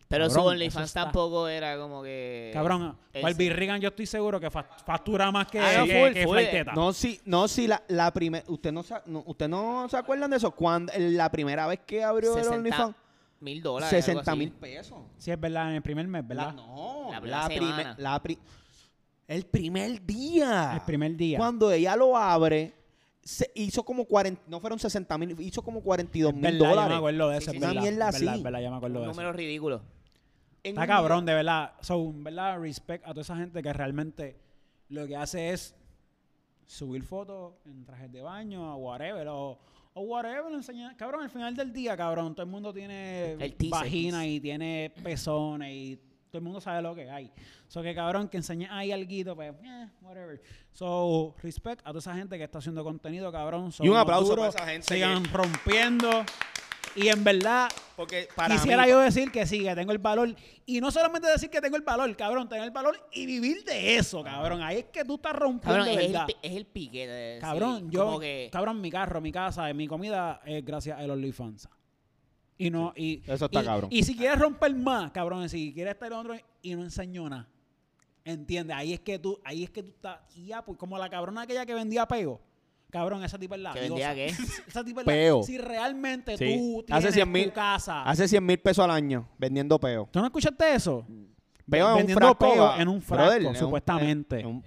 Speaker 1: Pero su
Speaker 2: Cabrón, eso
Speaker 1: OnlyFans
Speaker 2: está-
Speaker 1: tampoco era como que.
Speaker 2: Cabrón,
Speaker 1: ese.
Speaker 2: Barbie Regan yo estoy seguro que fa- factura más que,
Speaker 1: Ah, no,
Speaker 2: que-
Speaker 1: full,
Speaker 2: que
Speaker 1: full,
Speaker 2: Flight
Speaker 1: eh,
Speaker 2: Teta.
Speaker 3: No, si, no, si la, la primera. Usted no, sa- no, ¿Usted no se acuerdan de eso? Cuando, la primera vez que abrió el
Speaker 1: 60
Speaker 3: OnlyFans,
Speaker 1: mil dólares. algo
Speaker 3: 60
Speaker 1: así.
Speaker 3: mil pesos.
Speaker 2: Sí, es verdad, en el primer mes,
Speaker 3: La-
Speaker 2: ¿verdad?
Speaker 3: no,
Speaker 1: La
Speaker 3: la,
Speaker 1: primera
Speaker 3: prime-
Speaker 1: semana.
Speaker 3: la pri- el primer día.
Speaker 2: El primer día.
Speaker 3: Cuando ella lo abre, se hizo como 40, no fueron 60 mil, hizo como 42
Speaker 2: Es
Speaker 3: mil
Speaker 2: verdad, Yo me
Speaker 3: dólares.
Speaker 2: acuerdo de
Speaker 1: Sí,
Speaker 2: eso,
Speaker 1: sí, sí.
Speaker 2: es verdad.
Speaker 3: Una mierda
Speaker 2: es verdad,
Speaker 3: así.
Speaker 2: es verdad, ya me acuerdo de eso.
Speaker 1: Números ridículos.
Speaker 3: En
Speaker 2: Está
Speaker 3: un
Speaker 2: cabrón,
Speaker 3: día.
Speaker 2: de verdad. So, en verdad, respect a toda esa gente que realmente lo que hace es subir fotos en trajes de baño o whatever. O, o whatever, enseñar. Cabrón, al final del día, cabrón, todo el mundo tiene
Speaker 1: El teaser,
Speaker 2: vagina
Speaker 1: teaser.
Speaker 2: y tiene pezones y todo el mundo sabe lo que hay. So que cabrón, que enseñe ahí alguito, pues, eh, whatever. So, respect a toda esa gente que está haciendo contenido, cabrón. Son
Speaker 3: Y un
Speaker 2: unos
Speaker 3: aplauso para
Speaker 2: duros,
Speaker 3: esa gente
Speaker 2: Sigan rompiendo. Y en verdad,
Speaker 3: Porque para
Speaker 2: Quisiera
Speaker 3: mí-
Speaker 2: yo decir que sí, que tengo el valor. Y no solamente decir que tengo el valor, cabrón, tener el valor y vivir de eso, cabrón. Ahí es que tú estás rompiendo,
Speaker 1: Cabrón, es el,
Speaker 2: ¿verdad?
Speaker 1: pi- es el piquete. de decir,
Speaker 2: Cabrón,
Speaker 1: Como
Speaker 2: yo,
Speaker 1: que.
Speaker 2: cabrón, mi carro, mi casa, eh, mi comida es gracias a los OnlyFans. Y no, y.
Speaker 3: Eso está
Speaker 2: y-
Speaker 3: cabrón.
Speaker 2: Y si quieres romper más, cabrón, si quieres estar en otro y no enseñó nada. ¿Entiendes? Ahí es que tú, ahí es que tú estás. y ya, pues, como la cabrona aquella que vendía peo. Cabrón, esa tipa es la
Speaker 1: ¿Que vendía
Speaker 2: diosa. Esa tipa es la-
Speaker 3: Peo.
Speaker 2: Si realmente
Speaker 3: Sí.
Speaker 2: tú
Speaker 3: Hace
Speaker 2: tienes
Speaker 3: 100 mil-
Speaker 2: tu casa.
Speaker 3: Hace 100 mil pesos al año vendiendo peo.
Speaker 2: ¿Tú no escuchaste eso?
Speaker 3: Peo en un
Speaker 2: Vendiendo
Speaker 3: frasco,
Speaker 2: peo
Speaker 3: va.
Speaker 2: en un frasco,
Speaker 3: Brother, en un-
Speaker 2: supuestamente.
Speaker 3: en un-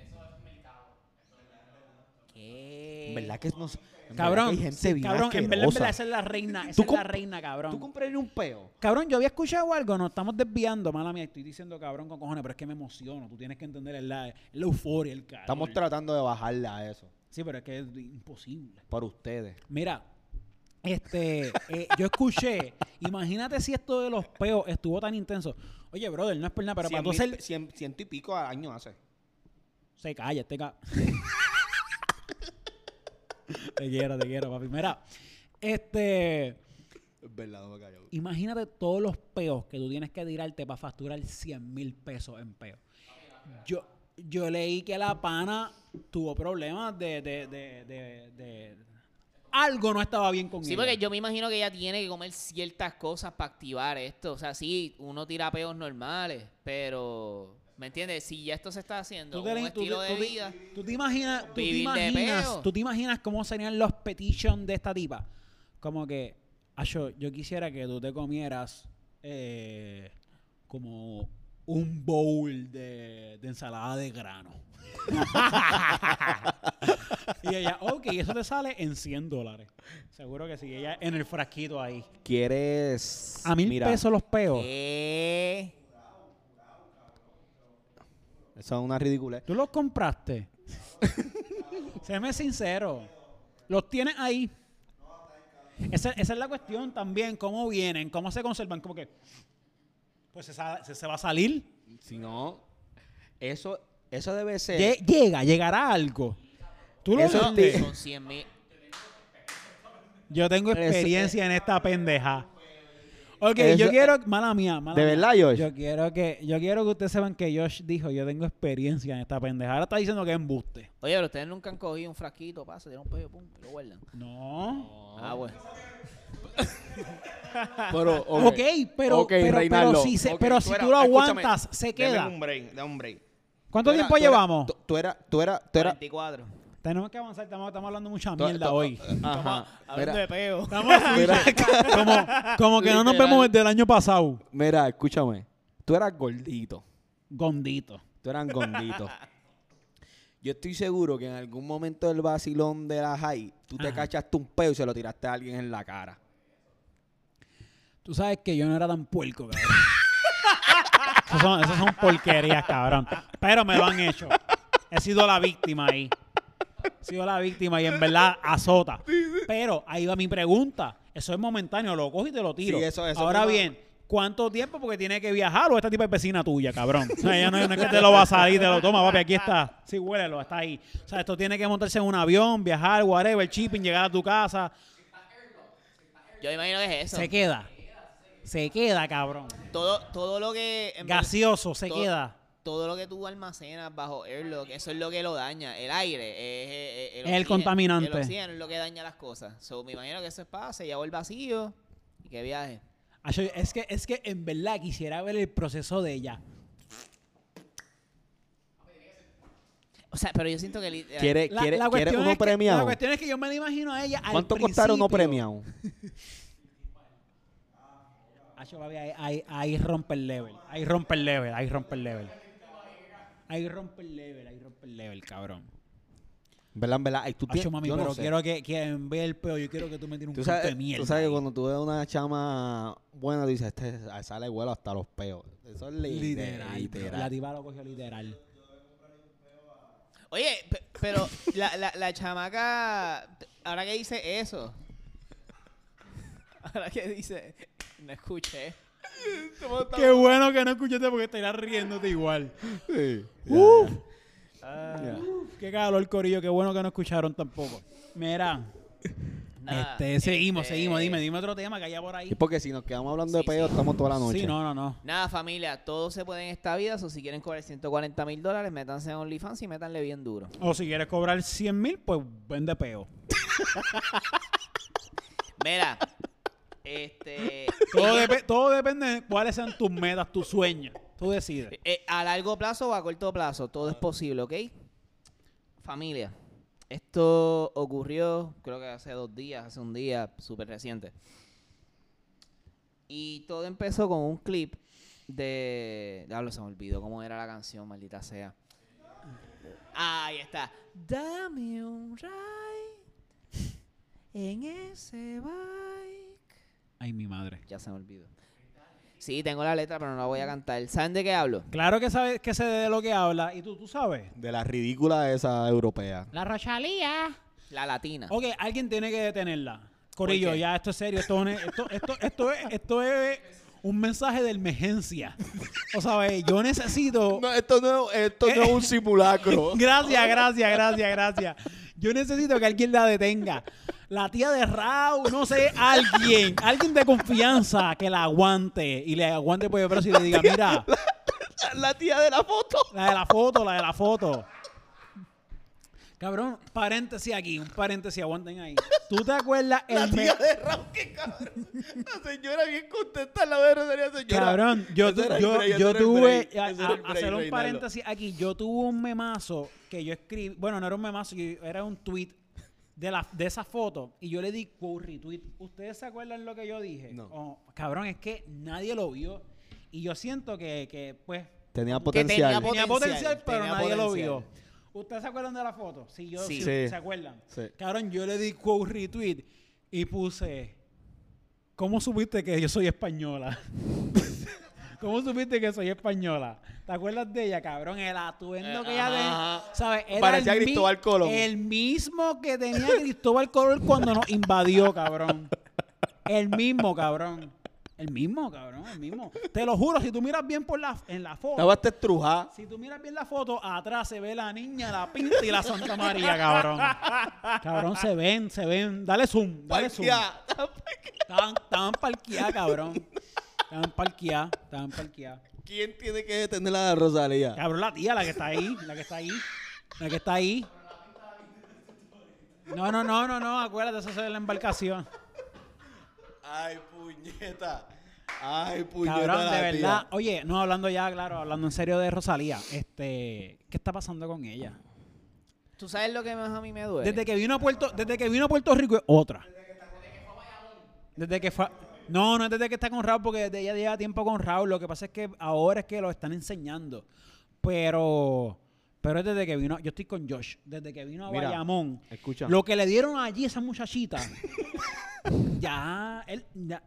Speaker 1: ¿Qué?
Speaker 3: en verdad que no sé, en verdad
Speaker 2: cabrón,
Speaker 3: que hay gente
Speaker 2: sí,
Speaker 3: bien
Speaker 2: cabrón, en verdad, en
Speaker 3: asquerosa.
Speaker 2: verdad, esa es la reina, esa
Speaker 3: Tú
Speaker 2: es la
Speaker 3: comp-
Speaker 2: reina,
Speaker 3: ¿Tú
Speaker 2: cabrón.
Speaker 3: comprarías un peo?
Speaker 2: Cabrón, yo había escuchado algo, nos estamos desviando, mala mía, estoy diciendo cabrón con cojones, pero es que me emociono, tú tienes que entender, es la, es la euforia, el calor.
Speaker 3: Estamos tratando de bajarle a eso.
Speaker 2: Sí, pero es que es imposible.
Speaker 3: Por ustedes.
Speaker 2: Mira, este, eh, yo escuché, imagínate si esto de los peos estuvo tan intenso. Oye, brother, no es por nada, pero para tú hacer...
Speaker 3: ciento y pico al año hace.
Speaker 2: Se calla, este ca... te quiero, te quiero, papi. Mira, este...
Speaker 3: Es verdad, no me callo.
Speaker 2: Imagínate todos los peos que tú tienes que tirarte para facturar 100 mil pesos en peo. Yo, yo leí que la pana tuvo problemas de... de, de, de- de- algo no estaba bien con
Speaker 1: Sí,
Speaker 2: ella.
Speaker 1: porque yo me imagino que ella tiene que comer ciertas cosas para activar esto. O sea, sí, uno tira peos normales, pero. ¿Me entiendes? Si ya esto se está haciendo
Speaker 2: Tú
Speaker 1: como
Speaker 2: te,
Speaker 1: un
Speaker 2: tú te-
Speaker 1: estilo de
Speaker 2: tú te-
Speaker 1: vida.
Speaker 2: tú te imaginas, tú te
Speaker 1: Vivir de
Speaker 2: imaginas,
Speaker 1: peo.
Speaker 2: tú te imaginas cómo serían los petitions de esta tipa. Como que, Acho, yo quisiera que tú te comieras eh, como un bowl de, de ensalada de grano. y ella, ok, eso te sale en 100 dólares. Seguro que sí, ella en el frasquito ahí.
Speaker 3: ¿Quieres...?
Speaker 2: A mil
Speaker 3: Mira,
Speaker 2: pesos los peos.
Speaker 1: ¿Qué?
Speaker 3: Eso es una ridícula.
Speaker 2: ¿Tú los compraste? Séme sincero. Los tienes ahí. Esa, esa es la cuestión también. ¿Cómo vienen? ¿Cómo se conservan? Como que. Pues se, sa- se- se va a salir.
Speaker 3: Si no, eso, eso debe ser...
Speaker 2: Lle- llega, llegará algo. Tú lo
Speaker 3: Eso
Speaker 2: viste.
Speaker 3: te-
Speaker 1: Son 100 mil.
Speaker 2: Yo tengo
Speaker 3: Eso-
Speaker 2: experiencia en esta pendeja. Ok,
Speaker 3: Eso-
Speaker 2: yo quiero. Mala mía, mala
Speaker 3: ¿De
Speaker 2: mía.
Speaker 3: verdad, Josh?
Speaker 2: Yo quiero que, yo quiero que ustedes sepan que Josh dijo, yo tengo experiencia en esta pendeja. Ahora está diciendo que es embuste.
Speaker 1: Oye, pero ustedes nunca han cogido un frasquito, pasa, tiran un peo, pum, y lo guardan.
Speaker 2: No.
Speaker 1: Ah, bueno.
Speaker 3: Pero,
Speaker 2: Ok, pero,
Speaker 3: Ok,
Speaker 2: pero,
Speaker 3: Reinaldo.
Speaker 2: pero si, se-
Speaker 3: Ok,
Speaker 2: pero si
Speaker 3: era-
Speaker 2: tú lo
Speaker 3: escúchame,
Speaker 2: aguantas, se
Speaker 3: deme
Speaker 2: queda.
Speaker 3: un break, dame un break.
Speaker 2: ¿Cuánto
Speaker 3: Tú era-
Speaker 2: tiempo
Speaker 3: tú era-
Speaker 2: llevamos?
Speaker 3: tú- Tú eras, tú eras, tú eras...
Speaker 1: 24.
Speaker 2: Tenemos que avanzar, estamos, estamos hablando mucha
Speaker 3: tú-
Speaker 2: mierda
Speaker 3: tú-
Speaker 2: hoy.
Speaker 3: Ajá.
Speaker 1: Hablando de
Speaker 3: Mira,
Speaker 1: peo.
Speaker 2: Estamos así, como, como que no nos
Speaker 3: Literal.
Speaker 2: vemos desde el año pasado.
Speaker 3: mira, escúchame. Tú eras gordito.
Speaker 2: Gondito.
Speaker 3: Tú eras gordito. Yo estoy seguro que en algún momento del vacilón de la high, tú te
Speaker 2: Ajá.
Speaker 3: cachaste un peo y se lo tiraste a alguien en la cara.
Speaker 2: Tú sabes que yo no era tan puerco, cabrón. Esas son, esas son porquerías, cabrón. Pero me lo han hecho. He sido la víctima ahí. ha sido la víctima y en verdad azota. Pero ahí va mi pregunta. Eso es momentáneo, lo cojo y te lo tiro.
Speaker 3: Sí, eso- eso
Speaker 2: Ahora
Speaker 3: mismo-
Speaker 2: bien, ¿cuánto tiempo? Porque tiene que viajar o esta tipa es vecina tuya, cabrón. O sea, ella no, no es que te lo va a salir, te lo toma, papi, aquí está. Sí, huélelo, está ahí. O sea, esto tiene que montarse en un avión, viajar, whatever, shipping, llegar a tu casa.
Speaker 1: Yo imagino que es eso.
Speaker 2: Se queda. Se queda, cabrón.
Speaker 1: Todo, todo lo que. en verdad-
Speaker 2: Gaseoso, se
Speaker 1: todo-
Speaker 2: queda.
Speaker 1: Todo lo que tú almacenas bajo airlock, eso es lo que lo daña. El aire es, es- es-
Speaker 2: Es el
Speaker 1: oxígeno-
Speaker 2: contaminante.
Speaker 1: El oxígeno es lo que daña las cosas. So, me imagino que eso es pase, se llevó el vacío y que viaje.
Speaker 2: Acho, Ah, Es que, es que en verdad quisiera ver el proceso de ella.
Speaker 1: O sea, pero yo siento que. li- eh,
Speaker 3: Quiere,
Speaker 2: La,
Speaker 3: Eh, quiere,
Speaker 2: la
Speaker 3: quiere
Speaker 2: cuestión
Speaker 3: uno
Speaker 2: es que- la
Speaker 3: premiado.
Speaker 2: cuestión es que yo me la imagino a ella. al
Speaker 3: ¿Cuánto costará uno
Speaker 2: principio.
Speaker 3: premiado?
Speaker 2: Acho, Ah, papi, ahí, ahí- ahí rompe el level. Ahí rompe el level. Ahí rompe el level. Ahí rompe el level. Ahí rompe el level, cabrón.
Speaker 3: ¿Verdad, verdad? Ay, tú
Speaker 2: Acho,
Speaker 3: tienes-
Speaker 2: mami,
Speaker 3: yo no
Speaker 2: pero
Speaker 3: sé.
Speaker 2: quiero que, que en vez del peo, yo quiero que tú me tires un
Speaker 3: Tú
Speaker 2: punto
Speaker 3: sabes,
Speaker 2: de mierda.
Speaker 3: tú sabes que
Speaker 2: ahí.
Speaker 3: cuando tú ves una chama buena, tú dices, este sale vuelo hasta los peos. Eso es literal.
Speaker 2: Literal, bro.
Speaker 3: literal.
Speaker 2: La tipa lo cogió literal.
Speaker 1: Oye, pe- pero la, la, la chamaca, ahora que dice eso, ahora que dice, no escuché.
Speaker 2: Qué bueno que no escuchaste porque estarás riéndote igual.
Speaker 3: Sí.
Speaker 2: Uf.
Speaker 3: Ya.
Speaker 2: Uf, qué calor, Corillo. Qué bueno que no escucharon tampoco. Mira.
Speaker 1: Nada,
Speaker 2: este, seguimos,
Speaker 1: este-
Speaker 2: seguimos. Dime, dime otro tema que haya por ahí.
Speaker 3: Y porque si nos quedamos hablando
Speaker 1: Sí,
Speaker 3: de peos,
Speaker 1: sí.
Speaker 3: estamos toda la noche.
Speaker 2: Sí, no, no, no.
Speaker 1: Nada, familia, todo se puede en esta vida, o si quieren cobrar 140 mil dólares, métanse en OnlyFans y métanle bien duro.
Speaker 2: O si quieres cobrar 100 mil, pues vende peo.
Speaker 1: Mira, este,
Speaker 2: Todo, depe- todo depende de cuáles sean tus metas, tus sueños. Tú decides.
Speaker 1: eh, a largo plazo o a corto plazo, todo es posible, ¿ok? Familia, esto ocurrió creo que hace dos días, hace un día, súper reciente. Y todo empezó con un clip de. Diablo, se me olvidó cómo era la canción, maldita sea. Ahí está. Dame un ride en ese bike.
Speaker 2: Ay, mi madre.
Speaker 1: Ya se me olvidó. Sí, tengo la letra, pero no la voy a cantar. ¿Saben de qué hablo?
Speaker 2: Claro que sabes que sé de lo que habla. Y tú, tú sabes.
Speaker 3: De la ridícula esa europea.
Speaker 2: La Rochalía.
Speaker 1: La latina.
Speaker 2: Ok, alguien tiene que detenerla. Corillo,
Speaker 1: qué?
Speaker 2: ya esto es serio. Esto, es- esto, esto, esto es, esto es un mensaje de emergencia. O sea, yo necesito.
Speaker 3: esto no, esto no es un simulacro.
Speaker 2: Gracias, gracias, gracias, gracias. Yo necesito que alguien la detenga. La tía de Raúl, no sé, alguien, alguien de confianza que la aguante y le aguante por el brazo y le diga, mira,
Speaker 3: la tía de la foto.
Speaker 2: la de la foto, la de la foto. Cabrón, paréntesis aquí, un paréntesis, aguanten ahí. ¿Tú te acuerdas el me-
Speaker 3: de Raúl, qué cabrón. La señora bien contenta la de Rosalía, señora.
Speaker 2: Cabrón, yo,
Speaker 3: Ese
Speaker 2: tu-
Speaker 3: era el
Speaker 2: yo,
Speaker 3: break, ese
Speaker 2: yo
Speaker 3: era el
Speaker 2: tuve,
Speaker 3: break,
Speaker 2: a-
Speaker 3: ese era el
Speaker 2: a-
Speaker 3: break,
Speaker 2: hacer un
Speaker 3: Reinaldo.
Speaker 2: paréntesis aquí, yo tuve un memazo que yo escribí, bueno, no era un memazo, yo- era un tweet de, la, de esa foto y yo le di curry tweet. ¿Ustedes se acuerdan lo que yo dije?
Speaker 3: No.
Speaker 2: Oh, cabrón, es que nadie lo vio y yo siento que, que pues,
Speaker 3: Tenía
Speaker 1: tenía
Speaker 3: potencial.
Speaker 1: po-
Speaker 2: tenía
Speaker 1: Potencial,
Speaker 2: potencial, pero
Speaker 1: tenía
Speaker 2: nadie lo
Speaker 1: potencial.
Speaker 2: vio. ¿Ustedes se acuerdan de la foto? Sí, yo
Speaker 1: Sí.
Speaker 2: sí.
Speaker 3: Sí.
Speaker 2: ¿Se acuerdan?
Speaker 3: Sí.
Speaker 2: Cabrón, yo le di curry tweet y puse, ¿cómo supiste que yo soy española? ¿Cómo supiste que soy española? ¿Te acuerdas de ella, cabrón? El atuendo
Speaker 1: Eh,
Speaker 2: que ella
Speaker 1: ajá.
Speaker 2: tenía. ¿Sabes? Era
Speaker 3: Parecía
Speaker 2: el mi-
Speaker 3: Cristóbal Colón.
Speaker 2: El mismo que tenía Cristóbal Colón cuando nos invadió, cabrón. El mismo, cabrón. El mismo, cabrón, el mismo. Te lo juro, si tú miras bien por la, en la foto,
Speaker 3: Estaba hasta estrujada.
Speaker 2: si tú miras bien la foto, atrás se ve la niña, la pinta y la Santa María, cabrón. Cabrón, se ven, se ven. Dale zoom, dale zoom.
Speaker 3: Parqueada.
Speaker 2: Tan, tan parqueada, cabrón. Tan parqueada, tan parqueada.
Speaker 3: ¿Quién tiene que detener a la Rosalía?
Speaker 2: Cabrón, la tía, la que está ahí, la que está ahí, la que está ahí. No, no, no, no, no, acuérdate, eso es la embarcación.
Speaker 3: Ay, puñeta. Ay, puñeta.
Speaker 2: Cabrón, de
Speaker 3: la tía.
Speaker 2: verdad. Oye, no, hablando ya, claro, hablando en serio de Rosalía, este, ¿qué está pasando con ella?
Speaker 1: ¿Tú sabes lo que más a mí me duele?
Speaker 2: Desde que vino a Puerto, desde que vino a Puerto Rico es otra. Desde que fue No, no es desde que está con Raúl, porque desde ella lleva tiempo con Raúl. Lo que pasa es que ahora es que lo están enseñando. Pero, pero es desde que vino. Yo estoy con Josh. Desde que vino a
Speaker 3: Mira,
Speaker 2: Bayamón.
Speaker 3: Escucha.
Speaker 2: Lo que le dieron allí a esa muchachita. ya, él. ya,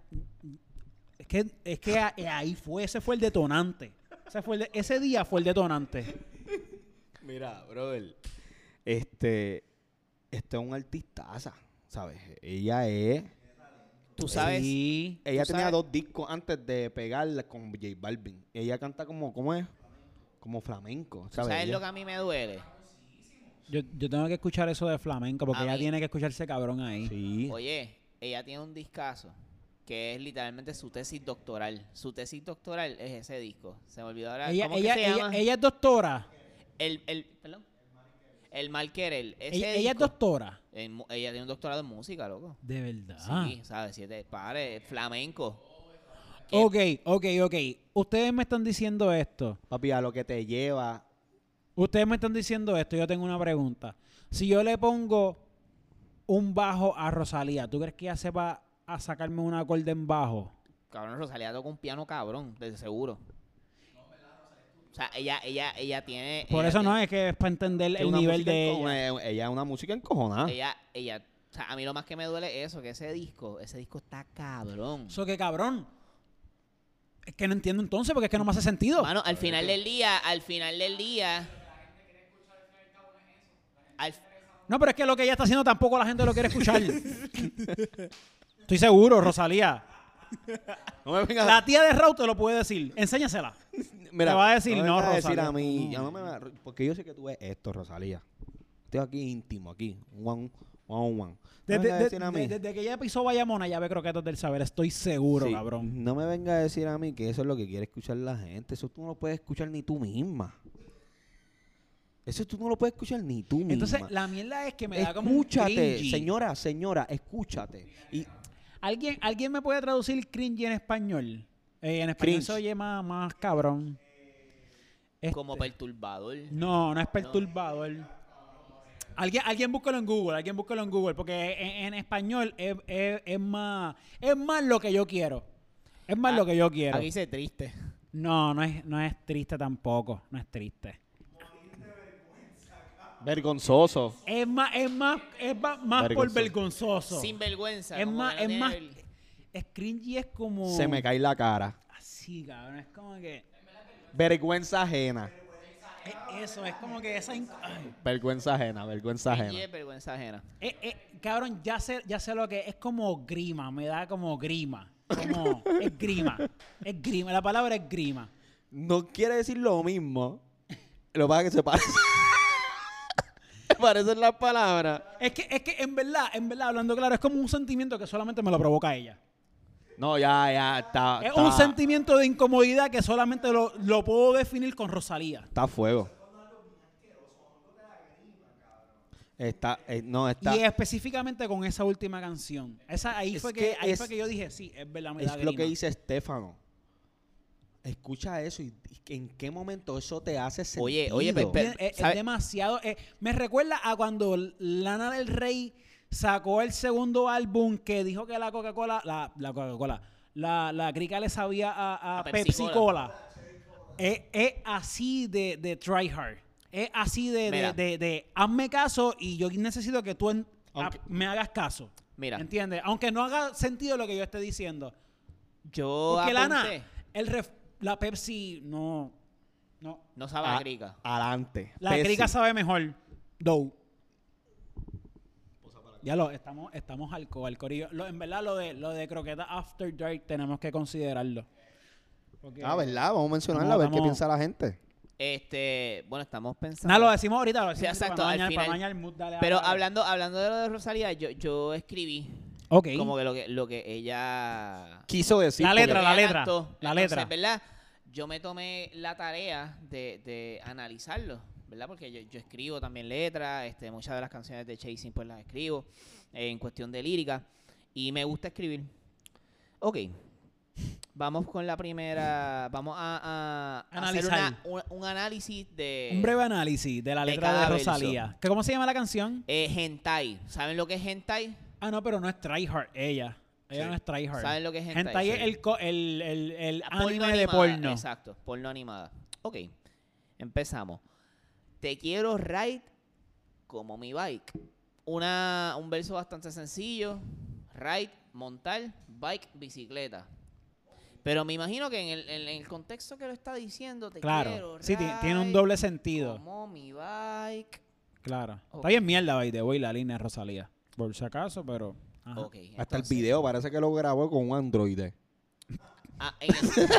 Speaker 2: es que, es que a- eh, ahí fue, ese fue el detonante. Ese, fue el de- ese día fue el detonante.
Speaker 3: Mira, brother. Este. este es un artistaza, ¿sabes? Ella es...
Speaker 1: Tú sabes,
Speaker 2: Sí.
Speaker 3: Ella
Speaker 1: Tú
Speaker 3: tenía
Speaker 1: sabes-
Speaker 3: dos discos antes de pegarla con J Balvin. Ella canta como, ¿cómo es? Como flamenco,
Speaker 1: tú
Speaker 3: ¿sabes?
Speaker 1: sabes
Speaker 3: Ella-
Speaker 1: lo que a mí me duele.
Speaker 2: Yo, yo tengo que escuchar eso de flamenco porque
Speaker 1: A
Speaker 2: ella
Speaker 1: mí-
Speaker 2: tiene que escucharse cabrón ahí.
Speaker 3: Sí.
Speaker 1: Oye, ella tiene un discazo que es literalmente su tesis doctoral. Su tesis doctoral es ese disco. Se me olvidó ahora.
Speaker 2: Ella,
Speaker 1: ¿Cómo
Speaker 2: ella,
Speaker 1: que se
Speaker 2: ella-
Speaker 1: llama?
Speaker 2: ella es doctora.
Speaker 1: el, el, perdón. El mal querer. Ese
Speaker 2: Ella, ella es
Speaker 1: disco-
Speaker 2: doctora.
Speaker 1: en mu- ella tiene un doctorado en música, loco.
Speaker 2: De verdad.
Speaker 1: Sí, ¿sabes? Siete pares, flamenco. que-
Speaker 2: Ok, ok, ok. Ustedes me están diciendo esto.
Speaker 3: Papi, a lo que te lleva.
Speaker 2: Ustedes me están diciendo esto. Yo tengo una pregunta. Si yo le pongo un bajo a Rosalía, ¿tú crees que ella sepa a sacarme un acorde en bajo?
Speaker 1: Cabrón, Rosalía toca un piano cabrón, de seguro. O sea, ella, ella, ella tiene.
Speaker 2: Por
Speaker 1: ella
Speaker 2: eso no
Speaker 1: tiene-
Speaker 2: es que es para entender
Speaker 3: que
Speaker 2: el
Speaker 3: una
Speaker 2: nivel
Speaker 3: música
Speaker 2: de
Speaker 3: enco-
Speaker 2: ella.
Speaker 3: una- ella es una música encojonada.
Speaker 1: Ella, ella. O sea, a mí lo más que me duele es eso, que ese disco, ese disco está cabrón.
Speaker 2: Eso que cabrón. Es que no entiendo entonces porque es que no me hace sentido.
Speaker 1: Mano, al final del día, al final del día. Al,
Speaker 2: No, pero es que lo que ella está haciendo tampoco la gente lo quiere escuchar. Estoy seguro, Rosalía.
Speaker 3: No me vengas
Speaker 2: La tía de Raúl te lo puede decir. Enséñasela.
Speaker 3: Mira,
Speaker 2: te va a decir,
Speaker 3: me
Speaker 2: "No,
Speaker 3: vengas a decir
Speaker 2: Rosalía".
Speaker 3: a mí, ya
Speaker 2: Mm.
Speaker 3: no me va- porque yo sé que tú ves esto, Rosalía. Estoy aquí íntimo, aquí. One, one, on one. No me
Speaker 2: Desde,
Speaker 3: vengas a
Speaker 2: de-
Speaker 3: decir a mí.
Speaker 2: de- desde que ella pisó Bayamona ya ve croquetas del saber. Estoy seguro,
Speaker 3: Sí,
Speaker 2: cabrón.
Speaker 3: No me vengas a decir a mí que eso es lo que quiere escuchar la gente. Eso tú no lo puedes escuchar ni tú misma. Eso tú no lo puedes escuchar ni tú misma.
Speaker 2: Entonces, la mierda es que me da como un
Speaker 3: Mm, escúchate,
Speaker 2: cringy.
Speaker 3: señora, señora, escúchate. Y
Speaker 2: ¿Alguien, ¿Alguien me puede traducir cringy en español? Eh, en español
Speaker 3: Cringe.
Speaker 2: se oye más, más cabrón. Este-
Speaker 1: como perturbador.
Speaker 2: No, no es perturbador. Alguien, alguien búscalo en Google, alguien búscalo en Google, porque en, en español es, es- es más, es más lo que yo quiero. Es más
Speaker 1: Ah,
Speaker 2: lo que yo quiero.
Speaker 1: Aquí se triste.
Speaker 2: No, no es, no es triste tampoco, no es triste.
Speaker 3: vergonzoso.
Speaker 2: Es más, es más, es ma- más, por
Speaker 3: Vergonzoso.
Speaker 2: vergonzoso.
Speaker 1: Sin vergüenza.
Speaker 2: es más, es más, es cringy, es como
Speaker 3: Se me cae la cara.
Speaker 2: así, cabrón, es como que
Speaker 3: Vergüenza ajena.
Speaker 2: es eso, es como que esa, in- ay.
Speaker 3: Vergüenza ajena, vergüenza
Speaker 1: Y es
Speaker 3: ajena.
Speaker 1: vergüenza ajena.
Speaker 2: Eh, eh, cabrón, ya sé, ya sé lo que es. Es como grima, me da como grima. Como, es grima. Es grima, la palabra es grima.
Speaker 3: No quiere decir lo mismo. Lo que pasa es que se parece. parecen las palabras.
Speaker 2: Es que, es que en verdad, en verdad, hablando claro, es como un sentimiento que solamente me lo provoca ella.
Speaker 3: No, ya, ya, está.
Speaker 2: Es
Speaker 3: está-
Speaker 2: un sentimiento de incomodidad que solamente lo, lo puedo definir con Rosalía.
Speaker 3: Está a fuego. Está, eh, no, está.
Speaker 2: Y específicamente con esa última canción. Esa, ahí
Speaker 3: Es
Speaker 2: fue que,
Speaker 3: que
Speaker 2: ahí
Speaker 3: es-
Speaker 2: fue que yo dije, sí, es verdad, me da
Speaker 3: es lo que
Speaker 2: grima.
Speaker 3: dice Estefano. Escucha eso y, y en qué momento eso te hace sentir.
Speaker 1: Oye, oye, pe- pe-
Speaker 2: Bien, es, es
Speaker 1: ¿sabe?
Speaker 2: demasiado. eh, me recuerda a cuando Lana del Rey sacó el segundo álbum que dijo que la Coca-Cola, la, la Coca-Cola, la, la crica le sabía a, a
Speaker 1: A
Speaker 2: Pepsi
Speaker 1: Pepsi-Cola.
Speaker 2: Cola. Es, es así de, de try hard. Es así de, de,
Speaker 1: Mira.
Speaker 2: de- de hazme caso y yo necesito que tú en-
Speaker 3: Aunque-
Speaker 2: a- me hagas caso.
Speaker 1: Mira.
Speaker 2: ¿Entiendes? Aunque no haga sentido lo que yo esté diciendo.
Speaker 1: Yo
Speaker 2: Porque Lana,
Speaker 1: apunté.
Speaker 2: el ref- la Pepsi no... No,
Speaker 1: No sabe
Speaker 3: A-
Speaker 1: a crica.
Speaker 3: Adelante.
Speaker 2: la
Speaker 3: Pepsi.
Speaker 2: crica sabe mejor. Dow. Ya lo, estamos, estamos alcohol, corillo. Lo- en verdad, lo de, lo de croqueta after dark tenemos que considerarlo. Porque-
Speaker 3: Ah, ¿verdad? Vamos a mencionarla a
Speaker 2: Vamos,
Speaker 3: ver qué
Speaker 2: vamos.
Speaker 3: piensa la gente.
Speaker 1: Este, bueno, estamos pensando.
Speaker 2: Nada, lo decimos ahorita, lo
Speaker 1: Sí,
Speaker 2: decimos
Speaker 1: exacto,
Speaker 2: para
Speaker 1: al
Speaker 2: mañana,
Speaker 1: final.
Speaker 2: para mañana el mood, dale,
Speaker 1: Pero
Speaker 2: dale, dale.
Speaker 1: hablando, hablando de lo de Rosalía, yo, yo escribí
Speaker 2: Ok.
Speaker 1: como que lo que lo que ella
Speaker 3: Quiso decir.
Speaker 2: La
Speaker 3: porque-
Speaker 2: letra, la
Speaker 1: Ella
Speaker 2: letra,
Speaker 1: cantó.
Speaker 2: la
Speaker 1: Entonces,
Speaker 2: letra.
Speaker 1: ¿verdad? Yo me tomé la tarea de, de analizarlo, ¿verdad? Porque yo, yo escribo también letras, este, muchas de las canciones de Chasing pues las escribo eh, en cuestión de lírica y me gusta escribir. Ok, vamos con la primera, vamos a, a- a hacer
Speaker 2: Analizar.
Speaker 1: una- un, un análisis de
Speaker 2: Un breve análisis de la
Speaker 1: de
Speaker 2: letra de,
Speaker 1: cada verso.
Speaker 2: Rosalía. ¿Qué- ¿Cómo se llama la canción?
Speaker 1: eh, hentai. ¿Saben lo que es hentai?
Speaker 2: Ah, no, pero no es tryhard, ella. Ella
Speaker 3: Sí.
Speaker 2: no es tryhard.
Speaker 1: ¿Saben lo que es hentai?
Speaker 2: Hentai es
Speaker 1: Sí.
Speaker 2: el, co- el, el, el
Speaker 1: La
Speaker 2: anime de porno.
Speaker 1: Exacto, porno animada. Ok, empezamos. Te quiero ride como mi bike. Una, un verso bastante sencillo. Ride, montar, bike, bicicleta. Pero me imagino que en el, en el contexto que lo está diciendo, te
Speaker 2: Claro.
Speaker 1: quiero
Speaker 2: Sí, ti- tiene un
Speaker 1: ride
Speaker 2: doble sentido.
Speaker 1: Como mi bike.
Speaker 2: Claro.
Speaker 1: Ok.
Speaker 2: Está bien mierda, by the way, la línea de Rosalía. Por si acaso, pero. ajá.
Speaker 1: Ok,
Speaker 3: Hasta el
Speaker 1: entonces-
Speaker 3: video parece que lo grabó con un Android.
Speaker 1: Ah, en el-